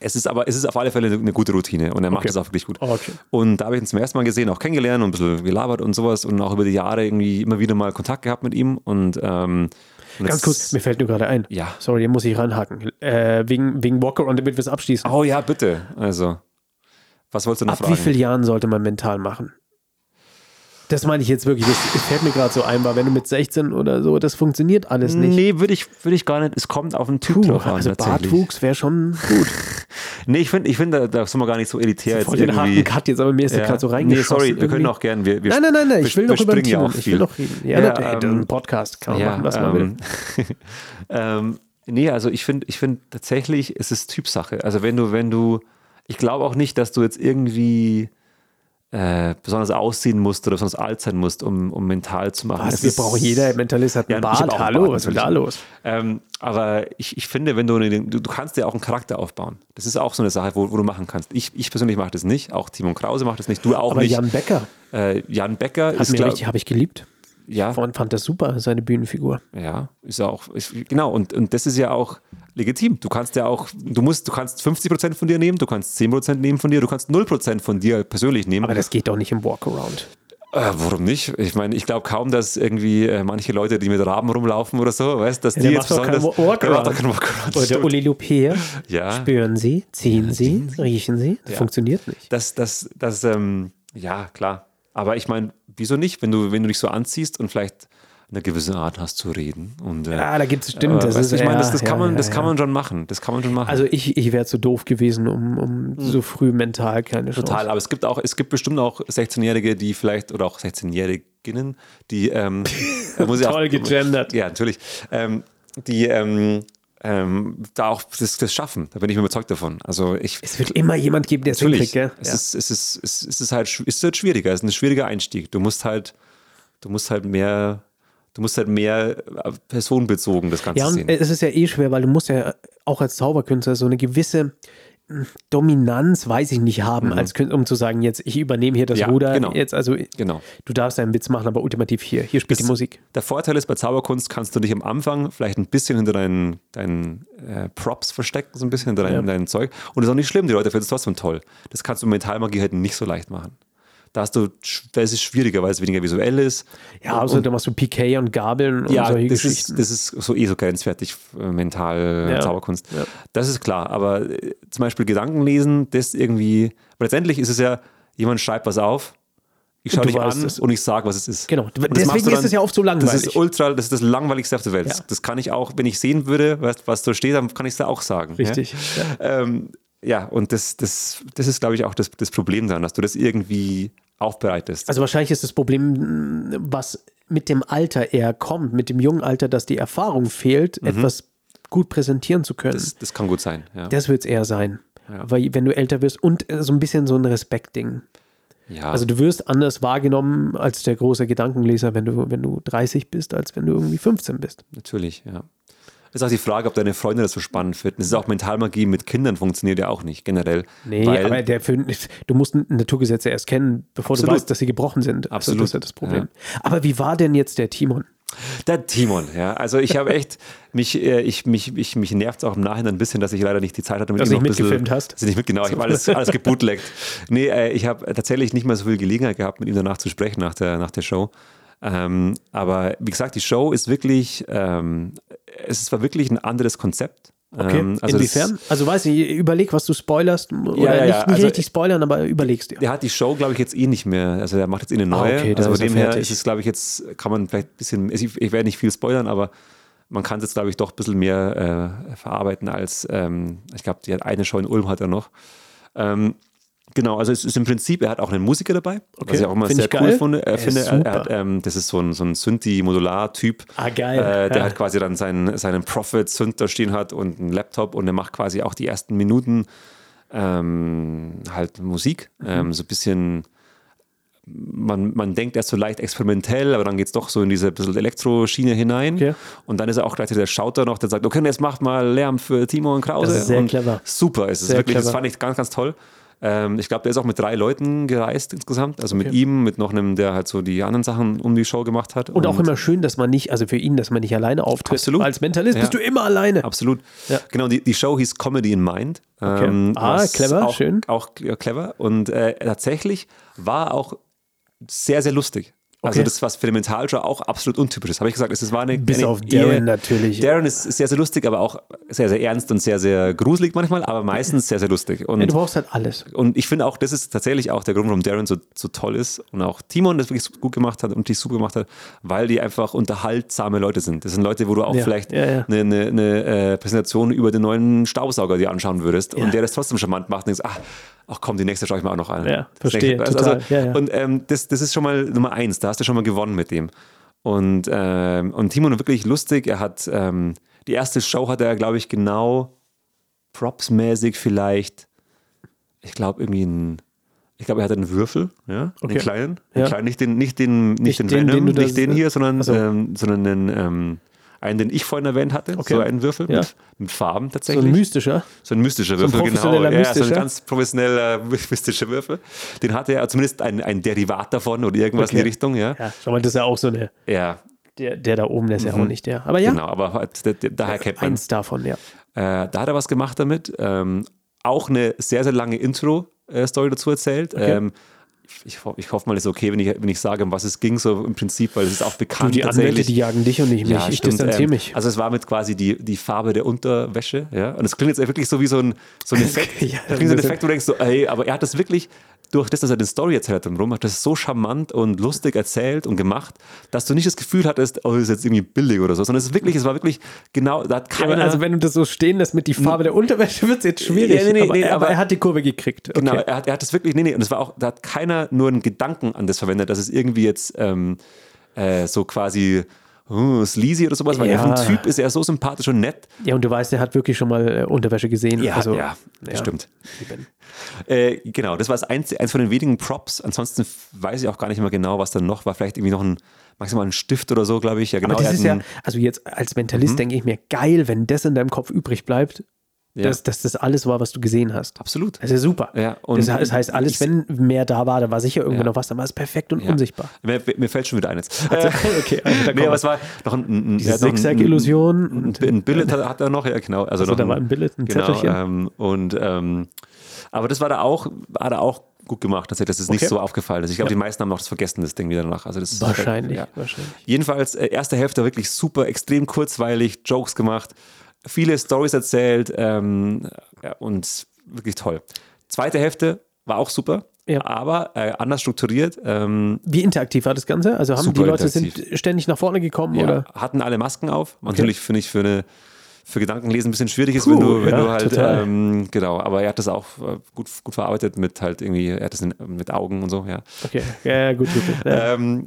es ist aber, es ist auf alle Fälle eine, eine gute Routine und er macht Okay. es auch wirklich gut. Okay. Und da habe ich ihn zum ersten Mal gesehen, auch kennengelernt und ein bisschen gelabert und sowas und auch über die Jahre irgendwie immer wieder mal Kontakt gehabt mit ihm und, ähm, und Ganz jetzt- kurz, mir fällt nur gerade ein. Ja. Sorry, hier muss ich ranhaken. Äh, wegen, wegen Walker und damit wir es abschließen. Oh ja, bitte. Also, was wolltest du noch Ab fragen? wie vielen Jahren sollte man mental machen? Das meine ich jetzt wirklich. Das fällt mir gerade so ein, weil wenn du mit 16 oder so, das funktioniert alles nicht. Nee, würde ich, würde ich gar nicht. Es kommt auf den Typ Puh, drauf an. also tatsächlich. Bartwuchs wäre schon gut. Nee, ich finde, ich find, da, da sind wir gar nicht so elitär jetzt Voll den harten irgendwie. Cut jetzt, aber mir ist der Ja. gerade so nee, reingeschossen. sorry, wir können irgendwie. auch gern. Wir, wir Nein, nein, nein, nein, wir- ich will wir noch über den springen ja Thema. auch Ich viel. will noch reden. Ja, Ja, natürlich, das ist ähm, ein Podcast, kann man ja, machen, was man will. ähm, ähm, nee, also ich finde ich find tatsächlich, es ist Typsache. Also wenn du, wenn du, ich glaube auch nicht, dass du jetzt irgendwie äh, besonders aussehen musst oder besonders alt sein musst, um, um mental zu machen. Was, Es wir ist- brauchen jeder Mentalist hat einen Ja, ich hab Bart. auch einen Hallo, Bart, was ist denn da natürlich. los? Ähm, aber ich, ich finde, wenn du, eine- du, du kannst dir auch einen Charakter aufbauen. Das ist auch so eine Sache, wo, wo du machen kannst. Ich, ich persönlich mache das nicht, auch Timon Krause macht das nicht, du auch Aber nicht. Jan Becker äh, Jan Becker hat ist, mir glaub, Ah. richtig, habe ich geliebt. ja, Vorhin fand das super, seine Bühnenfigur. ja, ist auch, ist, genau, und, und das ist ja auch legitim. Du kannst ja auch, du musst, du kannst 50% von dir nehmen, du kannst 10% nehmen von dir, du kannst 0% von dir persönlich nehmen. Aber das geht doch nicht im Walkaround. Äh, warum nicht? Ich meine, ich glaube kaum, dass irgendwie äh, manche Leute, die mit Raben rumlaufen oder so, weißt, dass die der macht jetzt doch besonders. keinen Walkaround. Der macht doch keinen Walkaround, das Oder stimmt. Uli Lupier. Ja. Spüren Sie, ziehen Sie, riechen Sie. Das Ja. funktioniert nicht. das, das, das, ähm, ja, klar. Aber ich meine, wieso nicht, wenn du, wenn du dich so anziehst und vielleicht eine gewisse Art hast zu reden und äh, Ah, da gibt es stimmt. äh, das weißt ist, du, ich meine, das, ja, das ja, kann man, ja, das ja. kann man schon machen. Das kann man schon machen. Also ich, ich wäre zu doof gewesen, um, um so früh mental keine Chance. Hm. total. Aber es gibt auch, es gibt bestimmt auch 16-Jährige, die vielleicht, oder auch 16-Jähriginnen, die ähm, da muss ich Toll gegendert. Ja, natürlich. Ähm, die ähm, ähm, da auch das, das schaffen. Da bin ich mir überzeugt davon. Also ich, Es wird immer jemand geben, der es hinkriegt, Natürlich. gell? Es, ist, es, ist, es ist- es ist halt, schw- es ist halt schwieriger, es ist ein schwieriger Einstieg. Du musst halt, du musst halt mehr, du musst halt mehr äh, personenbezogen das Ganze Ja, und sehen. es ist ja eh schwer, weil du musst ja auch als Zauberkünstler so eine gewisse mh, Dominanz, weiß ich nicht, haben, als Künstler, um zu sagen, jetzt ich übernehme hier das Mhm. Ja, Ruder. genau. Jetzt also, Genau. du darfst deinen Witz machen, aber ultimativ hier. Hier spielt die Musik. Der Vorteil ist, bei Zauberkunst kannst du dich am Anfang vielleicht ein bisschen hinter deinen, deinen äh, Props verstecken, so ein bisschen hinter deinem deinem Zeug. Und das ist auch nicht schlimm, die Leute finden es trotzdem toll. Das kannst du mit Mentalmagie halt nicht so leicht machen. Da, hast du, sch- da ist es schwieriger, weil es weniger visuell ist. Ja, also da machst du Piquet und Gabeln und Ja, solche das Geschichten. ist, das ist so eh so grenzwertig äh, mental Ja. Zauberkunst. Das ist klar, aber äh, zum Beispiel Gedanken lesen, das irgendwie, aber letztendlich ist es ja, jemand schreibt was auf, ich schaue du dich weißt an es. und ich sage, was es ist. Genau. Und das Deswegen machst du ist es ja oft so Das langweilig. ist ultra, das ist das langweiligste auf der Welt. Ja. Das kann ich auch, wenn ich sehen würde, was, was da steht, dann kann ich es da auch sagen. Richtig. Ja? Ähm, ja, und das, das, das ist, glaube ich, auch das, das Problem dann, dass du das irgendwie aufbereitest. Also wahrscheinlich ist das Problem, mh, was mit dem Alter eher kommt, mit dem jungen Alter, dass die Erfahrung fehlt, etwas gut präsentieren zu können. Mhm. das, das kann gut sein. Ja. Das wird es eher sein. Weil wenn du älter wirst und äh, so ein bisschen so ein Respektding. ja. Also du wirst anders wahrgenommen als der große Gedankenleser, wenn du, wenn du 30 bist, als wenn du irgendwie 15 bist. Natürlich, ja. Ist auch die Frage, ob deine Freunde das so spannend finden. Es ist auch Mentalmagie mit Kindern funktioniert ja auch nicht, generell. Nee, weil, aber der, für- du musst Naturgesetze erst kennen, bevor du Absolut. weißt, dass sie gebrochen sind. Also Absolut. das ist ja das Problem. Aber wie war denn jetzt der Timon? der Timon, ja. Also ich habe echt, mich, äh, ich, mich, ich, mich nervt es auch im Nachhinein ein bisschen, dass ich leider nicht die Zeit hatte, mit Dass ihm du nicht noch ein bisschen- mitgefilmt hast. Dass ich nicht mit, genau, ich habe alles, alles gebootlegt. Nee, äh, ich habe tatsächlich nicht mehr so viel Gelegenheit gehabt, mit ihm danach zu sprechen, nach der, nach der Show. Ähm, aber wie gesagt, die Show ist wirklich, ähm, es war wirklich ein anderes Konzept. Okay. Ähm, also das- Inwiefern? Also weiß ich, überleg, was du spoilerst oder ja, nicht, ja. nicht Also- richtig spoilern, aber überlegst dir. Der hat die Show, glaube ich, jetzt eh nicht mehr. Also der macht jetzt eh eine neue. Ah, okay, dann also ist von er dem her fertig. ist es, glaube ich, jetzt kann man vielleicht ein bisschen. Ich, ich werde nicht viel spoilern, aber man kann es jetzt, glaube ich, doch ein bisschen mehr äh, verarbeiten als, ähm, ich glaube, die hat eine Show in Ulm hat er noch. Ähm, genau, also es ist im Prinzip, er hat auch einen Musiker dabei, was ich auch immer Find sehr ich cool geil. Er finde. Er ist finde er, super. er hat, ähm, das ist so ein, so ein Synthi-Modular-Typ, Ah, geil. äh, der Ja. halt quasi dann seinen, seinen Profit-Synth da stehen hat und einen Laptop und er macht quasi auch die ersten Minuten ähm, halt Musik, Mhm. ähm, so ein bisschen man, man denkt erst so leicht experimentell, aber dann geht es doch so in diese bisschen Elektroschiene hinein. Okay. Und dann ist er auch gleichzeitig der Schauter noch, der sagt, okay, jetzt macht mal Lärm für Timo und Krause. Das ist sehr und clever. Super ist es Sehr wirklich. Das clever. fand ich ganz, ganz toll. Ähm, ich glaube, der ist auch mit drei Leuten gereist insgesamt. Also mit Okay. ihm, mit noch einem, der halt so die anderen Sachen um die Show gemacht hat. Und auch immer schön, dass man nicht, also für ihn, dass man nicht alleine auftritt. Absolut. Als Mentalist Ja. bist du immer alleine. Absolut. Ja. Genau, die, die Show hieß Comedy in Mind. Ah, was clever, auch, schön. Auch ja, clever. Und äh, tatsächlich war auch sehr, sehr lustig. Also Okay. das, was für eine Mentalshow auch absolut untypisch ist. Habe ich gesagt, es ist- war eine... Bis eine auf Darren eher- natürlich. Darren ist sehr, sehr lustig, aber auch sehr, sehr ernst und sehr, sehr gruselig manchmal, aber meistens sehr, sehr lustig. Und Ja, du brauchst halt alles. und ich finde auch, das ist tatsächlich auch der Grund, warum Darren so, so toll ist und auch Timon das wirklich gut gemacht hat und dich super gemacht hat, weil die einfach unterhaltsame Leute sind. Das sind Leute, wo du auch Ja, vielleicht ja, ja. eine, eine, eine äh, Präsentation über den neuen Staubsauger dir anschauen würdest Ja. und der das trotzdem charmant macht und denkst, ach, ach komm, die nächste schaue ich mir auch noch an. Ja, Das verstehe, nächste- also, total, ja, ja. Und ähm, das, das ist schon mal Nummer eins, da hast du schon mal gewonnen mit dem. Und, ähm, und Timon wirklich lustig, er hat ähm, die erste Show hat er, glaube ich, genau propsmäßig vielleicht, ich glaube, irgendwie ein. Ich glaube, er hatte einen Würfel, ja, Okay. einen kleinen, Ja. einen kleinen, nicht den, nicht den, nicht Nicht den, den, Random, den du da- nicht den hier, sondern, Ach so. ähm, sondern einen, ähm, einen, den ich vorhin erwähnt hatte, Okay. so einen Würfel Ja. mit, mit Farben So tatsächlich. ein mystischer. So ein mystischer Würfel, genau. professioneller Ja, so ein mystischer? ganz professioneller mystischer Würfel. Den hatte er, zumindest ein, ein Derivat davon oder irgendwas in Okay. die Richtung, ja. Ja, schau mal, das ist ja auch so eine, Ja, der, der da oben, der ist ja auch nicht der. Aber ja, Mhm. genau, aber halt, da- da- daher kennt man eins davon, ja. Äh, da hat er was gemacht damit. Ähm, auch eine sehr, sehr lange Intro-Story dazu erzählt. Ähm, ich, ich, ho- ich hoffe mal, es ist okay, wenn ich, wenn ich sage, um was es ging, so im Prinzip, weil es ist auch Du, bekannt. die Anwälte, tatsächlich. die jagen dich und nicht mich. Ja, ich stimmt, distanziere ähm, mich. Also es war mit quasi die, die Farbe der Unterwäsche, ja. Und es klingt jetzt wirklich so wie so ein, so ein Effekt. Ja, das klingt so ein das- Effekt, wo du denkst so, ey, aber er hat das wirklich, durch das, dass er den Story erzählt hat drumherum, hat das so charmant und lustig erzählt und gemacht, dass du nicht das Gefühl hattest, oh, das ist jetzt irgendwie billig oder so, sondern es ist wirklich, es war wirklich genau, da hat keiner. also, wenn du das so stehen lässt mit die Farbe der Unterwäsche, wird es jetzt schwierig. Ja, nee, nee, aber, nee, er- aber aber- er hat die Kurve gekriegt. Okay. Genau, er hat, er hat das wirklich, nee, nee, und es war auch, da hat keiner nur einen Gedanken an das verwendet, dass es irgendwie jetzt ähm, äh, so quasi hm, sleazy oder sowas, weil Ja. er vom Typ ist er so sympathisch und nett. Ja, und du weißt, er hat wirklich schon mal äh, Unterwäsche gesehen. also, ja, das ja. stimmt. Eben. Äh, genau, das war das eins, eins von den wenigen Props. Ansonsten f- weiß ich auch gar nicht mehr genau, was dann noch war. Vielleicht irgendwie noch ein, maximal ein Stift oder so, glaube ich. Ja, genau. Aber das er ist hat ja, einen- also jetzt als Mhm. Mentalist denke ich mir, geil, wenn das in deinem Kopf übrig bleibt, Ja. dass, dass das alles war, was du gesehen hast. absolut. Das ist ja super. Ja, und das, he- das heißt, alles, ich- wenn mehr da war, da war sicher irgendwann Ja. noch was, dann war es perfekt und Ja. unsichtbar. Mir, mir fällt schon wieder ein jetzt. okay, also da nee, kommt aber es war noch ein, ein, ein, Diese er hat noch ein- Zigzag-Illusion und- äh, Ein, ein Billet hat, hat er noch, ja genau. Also, noch da war ein Billet, ein genau, Zettelchen. Ähm, und, ähm, aber das war da auch, war da auch gut gemacht, tatsächlich, dass es nicht Okay. so aufgefallen ist. Ich glaube, die meisten haben auch das vergessen, das Ding wieder danach. Also das Wahrscheinlich, Ja. wahrscheinlich. Jedenfalls, äh, erste Hälfte wirklich super, extrem kurzweilig, Jokes gemacht, viele Stories erzählt ähm, ja, und wirklich toll. Zweite Hälfte war auch super, Ja. aber äh, anders strukturiert. Ähm, Wie interaktiv war das Ganze? Also haben Super die Leute interaktiv. sind ständig nach vorne gekommen ja, oder? hatten alle Masken auf. Natürlich finde ich für eine für Gedankenlesen ein bisschen schwierig ist, Puh, wenn du, wenn ja, du halt total. ähm, genau, aber er hat das auch äh, gut, gut verarbeitet mit halt irgendwie, er hat das in, mit Augen und so, ja. Okay, ja, ja, gut, gut. gut. Ja. Ähm,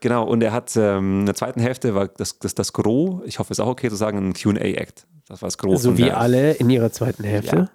genau, und er hat ähm, in der zweiten Hälfte war das, das, das Gros, ich hoffe, es ist auch okay zu sagen, ein QA-Act. Das war das Gros. so von wie der- alle in ihrer zweiten Hälfte.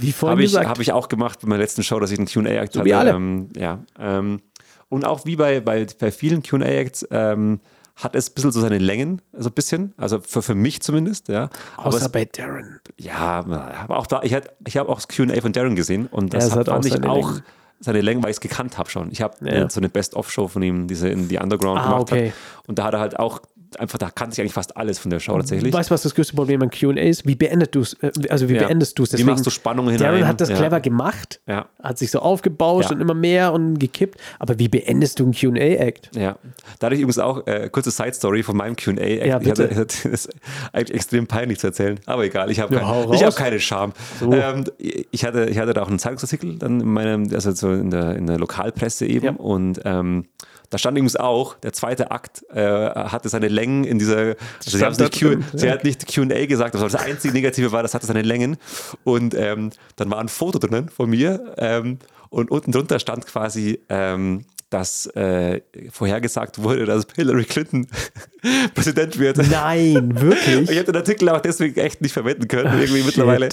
Wie vorhin Habe ich, gesagt. hab ich auch gemacht bei meiner letzten Show, dass ich einen QA-Act So hatte. wie alle. Ähm, ja. Ähm, und auch wie bei, bei, bei vielen QA-Acts ähm, hat es ein bisschen so seine Längen, so ein bisschen. Also für, für mich zumindest, ja. Aber Außer es, bei Darren. ja, aber auch da, ich, hat- ich habe auch das QA von Darren gesehen und das Ja, es hat, hat auch fand ich seine auch Längen. seine Längen, weil ich es gekannt habe schon. Ich habe Ja. äh, so eine Best-of-Show von ihm, diese in die Underground Ah, gemacht okay. hat. Und da hat er halt auch einfach, da kannte ich eigentlich fast alles von der Show tatsächlich. Weißt du, was das größte Problem an QA ist? Wie beendest du es? Also, wie Ja. beendest du es? Wie Deswegen- machst du Spannung hinein? Darren hat das Ja. clever gemacht, Ja. hat sich so aufgebauscht Ja. und immer mehr und gekippt. Aber wie beendest du einen QA-Act? Ja, dadurch übrigens auch äh, kurze Side Story von meinem Q&A. Ja, ich hatte, bitte. ich hatte, das ist eigentlich extrem peinlich zu erzählen, aber egal, ich habe Ja, hau kein, ich raus. hab keine Scham. Ähm, ich hatte, ich hatte da auch einen Zeitungsartikel dann in meinem, also so in der, in der Lokalpresse eben Ja. und ähm, Da stand übrigens auch, der zweite Akt äh, hatte seine Längen in dieser. Also sie, stand haben's nicht da Q, drin, sie ja. hat nicht QA gesagt, aber das einzige Negative war, das hatte seine Längen. Und ähm, dann war ein Foto drinnen von mir ähm, und unten drunter stand quasi. Ähm, dass äh, vorhergesagt wurde, dass Hillary Clinton Präsident wird. Nein, Ich wirklich. habe den Artikel auch deswegen echt nicht verwenden können, irgendwie shit. mittlerweile.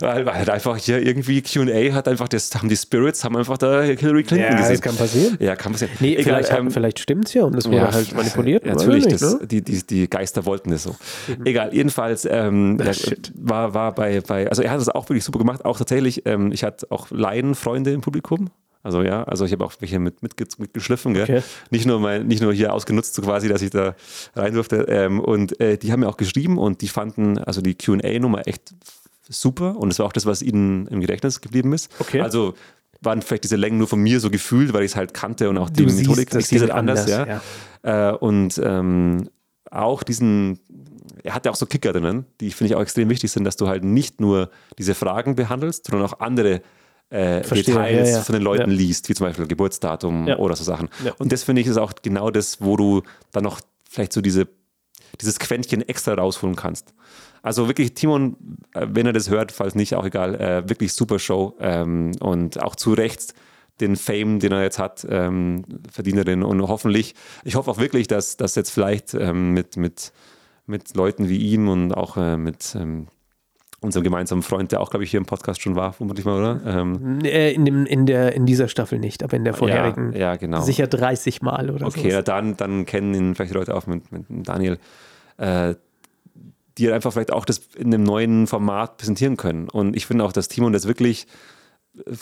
Weil, weil halt einfach hier irgendwie QA hat einfach, das haben die Spirits, haben einfach da Hillary Clinton Ja, das gesetzt. kann passieren. Ja, kann passieren. Nee, Egal, vielleicht, ähm, ähm, vielleicht stimmt es ja und das wurde ja, halt manipuliert. ja, weiß Natürlich, ich das, ne? Mhm. die, die, die Geister wollten das so. Egal, jedenfalls ähm, ja, shit. war, war bei, bei, also er hat das auch wirklich super gemacht, auch tatsächlich, ähm, ich hatte auch Laienfreunde im Publikum. Also ja, also ich habe auch welche mit, mit, mitgeschliffen, gell? Okay. Nicht, nur mein, nicht nur hier ausgenutzt, so quasi, dass ich da rein durfte. Ähm, und äh, die haben mir auch geschrieben und die fanden also die QA-Nummer echt super. Und es war auch das, was ihnen im Gedächtnis geblieben ist. Okay. Also waren vielleicht diese Längen nur von mir so gefühlt, weil ich es halt kannte und auch die Du siehst Methodik. das ich sehe es halt Ding anders, anders, ja. Äh, und ähm, auch diesen, er hat ja auch so Kicker drinnen, die finde ich auch extrem wichtig sind, dass du halt nicht nur diese Fragen behandelst, sondern auch andere äh, Verstehe, Details ja, ja. von den Leuten Ja. liest, wie zum Beispiel Geburtsdatum Ja. oder so Sachen. Ja. Und das finde ich ist auch genau das, wo du dann noch vielleicht so diese, dieses Quäntchen extra rausholen kannst. Also wirklich, Timon, äh, wenn er das hört, falls nicht, auch egal, äh, wirklich super Show ähm, und auch zu Recht den Fame, den er jetzt hat, ähm, verdient er den und hoffentlich, ich hoffe auch wirklich, dass das jetzt vielleicht ähm, mit, mit, mit Leuten wie ihm und auch äh, mit ähm, unserem gemeinsamen Freund, der auch, glaube ich, hier im Podcast schon war, vermutlich mal, oder? Ähm, Äh, In, dem, in, der, in dieser Staffel nicht, aber in der vorherigen Ja, ja, genau. sicher 30 Mal oder Okay, so. na dann, dann kennen ihn vielleicht die Leute auch mit, mit Daniel, äh, die einfach vielleicht auch das in einem neuen Format präsentieren können. Und ich finde auch, dass Timon das wirklich äh,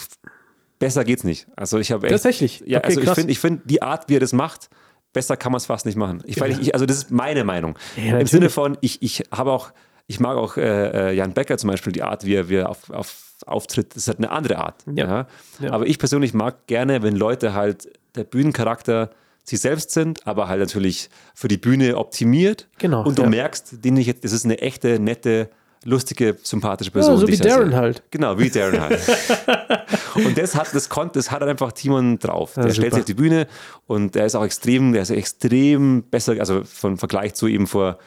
besser geht's nicht. Also ich habe echt- Tatsächlich? Ja, Okay, also ich krass. finde, ich finde die Art, wie er das macht, besser kann man es fast nicht machen. Ich, weil ich, ich, also das ist meine Meinung. Im natürlich. Sinne von, ich, ich habe auch, ich mag auch äh, äh, Jan Becker zum Beispiel, die Art, wie er, wie er auf, auf auftritt, das ist halt eine andere Art. Ja. Ja. Ja. Aber ich persönlich mag gerne, wenn Leute halt der Bühnencharakter sie selbst sind, aber halt natürlich für die Bühne optimiert. Genau, Und du ja. merkst, den ich jetzt, das ist eine echte, nette, lustige, sympathische Person. Ja, so die wie ich da sehe. Darren halt. Genau, wie Darren halt. Und das hat, das konnte, das hat halt einfach Timon drauf. Der stellt super. sich auf die Bühne und der ist auch extrem, der ist extrem besser, also vom Vergleich zu ihm vor,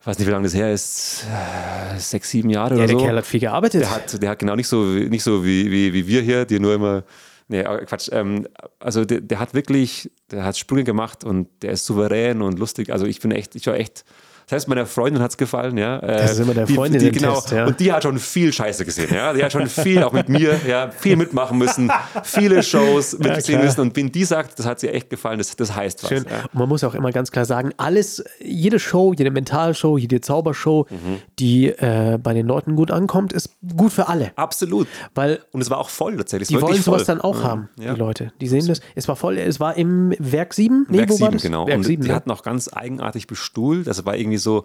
ich weiß nicht, wie lange das her ist, äh, sechs, sieben Jahre Ja, oder der so. Kerl hat viel gearbeitet. also Der hat, der hat genau nicht so, nicht so wie, wie, wie wir hier, die nur immer. Nee, aber Quatsch. Ähm, also der, der hat wirklich, der hat Sprünge gemacht und der ist souverän und lustig. Also ich bin echt, ich war echt. Selbst meiner Freundin hat es gefallen, ja. Äh, Das ist immer der die, Freundin die, im genau, Test, ja. Und die hat schon viel Scheiße gesehen, ja. Die hat schon viel, auch mit mir, ja, viel mitmachen müssen, viele Shows mitziehen klar. müssen. Und wenn die sagt, das hat sie echt gefallen, das, das heißt was. halt Schön. Ja. Und man muss auch immer ganz klar sagen, alles, jede Show, jede Mentalshow, jede Zaubershow, Mhm. die äh, bei den Leuten gut ankommt, ist gut für alle. Absolut. Weil Und es war auch voll tatsächlich. Es die war wollen wirklich sowas voll. dann auch Mhm. haben, Ja. die Leute. Die sehen das. Es war voll, es war im Werk 7. Nee, Werk wo war 7, das? genau. Werk und 7, die ne? hatten auch ganz eigenartig bestuhlt. Das war irgendwie so,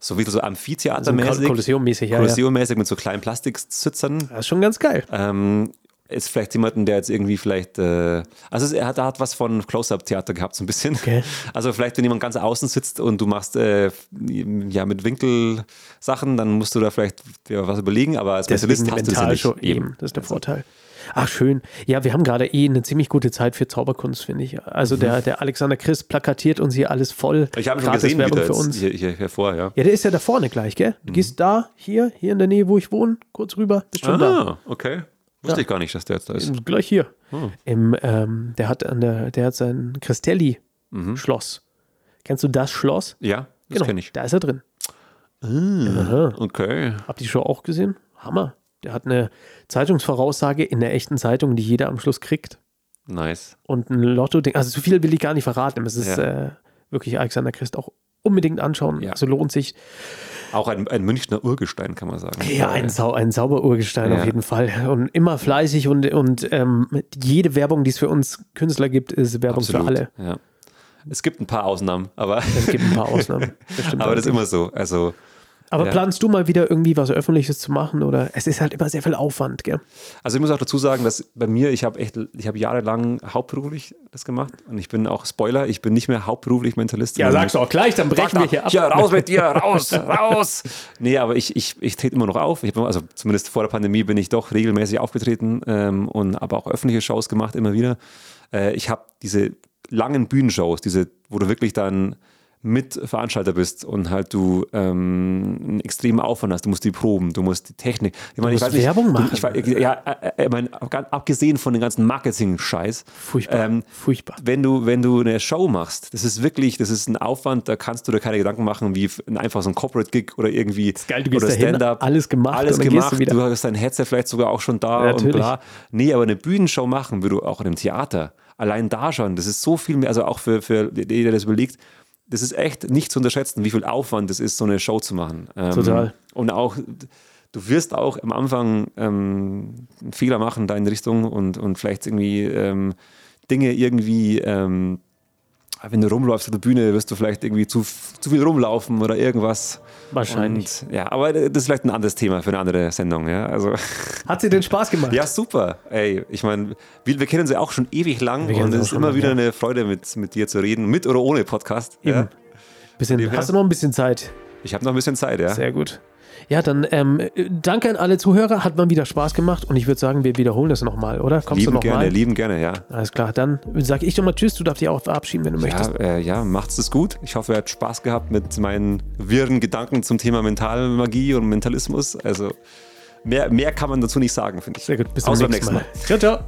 so wie so So Amphitheatermäßig. Kolosseum-mäßig, ja, ja. Kolosseum-mäßig mit so kleinen Plastiksitzern. Das ist schon ganz geil. Ähm, ist vielleicht jemanden, der jetzt irgendwie vielleicht, äh, also es- er hat, er hat was von Close-Up-Theater gehabt, so ein bisschen. Okay. Also vielleicht, wenn jemand ganz außen sitzt und du machst äh, ja mit Winkelsachen, dann musst du da vielleicht ja, was überlegen, aber als Spezialist Deswegen hast du Also das ja nicht. Mentalshow, Eben, das ist der Vorteil. Ach, schön. Ja, wir haben gerade eh eine ziemlich gute Zeit für Zauberkunst, finde ich. Also der, der Alexander Christ plakatiert uns hier alles voll. Mhm. Ich habe ihn schon Gratis gesehen, Werbung wieder Mhm. für jetzt uns. Hier, hier, hier vor, ja. Ja, der ist ja da vorne gleich, gell? Du gehst da, hier, hier in der Nähe, wo ich wohne, kurz rüber, bist schon da. Ah, okay. Wusste ich gar nicht, dass der jetzt da ist. Und Gleich hier. Hm. Im, ähm, der hat an der, der hat Mhm. sein Christelli-Schloss. Kennst du das Schloss? Ja, das Genau. kenne ich. Da ist er drin. Aha. Okay. Habt ihr die Show auch gesehen? Hammer. Der hat eine Zeitungsvoraussage in der echten Zeitung, die jeder am Schluss kriegt. Nice. Und ein Lotto-Ding. Also zu viel will ich gar nicht verraten. aber Es ist äh, wirklich Alexander Christ auch unbedingt anschauen. Ja. Also lohnt sich. Auch ein, ein Münchner Urgestein, kann man sagen. Ja, ein, Sau, ein sauber Urgestein Ja. auf jeden Fall. Und immer fleißig und, und ähm, jede Werbung, die es für uns Künstler gibt, ist Werbung für Absolut. alle. Ja. Es gibt ein paar Ausnahmen, aber, Es gibt ein paar Ausnahmen. Das stimmt aber allerdings. das ist immer so. Also Aber Ja. planst du mal wieder irgendwie was Öffentliches zu machen? Oder es ist halt immer sehr viel Aufwand, gell? Also ich muss auch dazu sagen, dass bei mir, ich habe echt, ich habe jahrelang hauptberuflich das gemacht und ich bin auch Spoiler, ich bin nicht mehr hauptberuflich Mentalist. du auch gleich, dann brechen wir hier ab. Ja, raus mit dir, raus, raus. Nee, aber ich, ich, ich trete immer noch auf. Ich hab, also zumindest vor der Pandemie bin ich doch regelmäßig aufgetreten ähm, und habe auch öffentliche Shows gemacht, immer wieder. Äh, ich habe diese langen Bühnenshows, diese, wo du wirklich dann mit Veranstalter bist und halt du ähm, einen extremen Aufwand hast. Du musst die Proben, du musst die Technik. Ich meine, musst Werbung du- machen. Ich, weiß- ja, äh, ich meine, abgesehen von dem ganzen Marketing-Scheiß. Furchtbar. Ähm, furchtbar. wenn du, wenn du eine Show machst, das ist wirklich, das ist ein Aufwand, da kannst du dir keine Gedanken machen, wie f- einfach so ein Corporate-Gig oder irgendwie geil, du gehst oder dahin, Stand-up. alles gemacht Alles und dann gemacht, gehst du wieder. du hast dein Headset vielleicht sogar auch schon da Ja, und natürlich. bla. Nee, aber eine Bühnenshow machen, wie du auch in einem Theater, allein da schon, das ist so viel mehr, also auch für, für jeder, der das überlegt, das ist echt nicht zu unterschätzen, wie viel Aufwand es ist, so eine Show zu machen. Ähm, Total. Und auch, du wirst auch am Anfang ähm, einen Fehler machen in deine Richtung und, und vielleicht irgendwie ähm, Dinge irgendwie, ähm, wenn du rumläufst auf der Bühne, wirst du vielleicht irgendwie zu, f- zu viel rumlaufen oder irgendwas. Wahrscheinlich. Und, ja, aber das ist vielleicht ein anderes Thema für eine andere Sendung. Ja, also, Hat sie den Spaß gemacht? ja super. Ey, ich meine, wir, wir kennen sie auch schon ewig lang Wir kennen und sie es auch ist schon immer lang, wieder ja. eine Freude, mit, mit dir zu reden, mit oder ohne Podcast. Ja. Eben. Bisschen, Lieber. hast du noch ein bisschen Zeit? Ich habe noch ein bisschen Zeit, ja. Sehr gut. Ja, dann ähm, äh, danke an alle Zuhörer. Hat mal wieder Spaß gemacht und ich würde sagen, wir wiederholen das nochmal, oder? Kommst Lieben du gerne, nochmal? lieben gerne, ja. Alles klar, dann sage ich doch mal Tschüss. Du darfst dich auch verabschieden, wenn du möchtest. Ja, äh, ja, macht's es gut. Ich hoffe, ihr habt Spaß gehabt mit meinen wirren Gedanken zum Thema Mentalmagie und Mentalismus. Also mehr, mehr kann man dazu nicht sagen, finde ich. Sehr gut, bis zum Außer nächsten Mal. Ciao, ciao.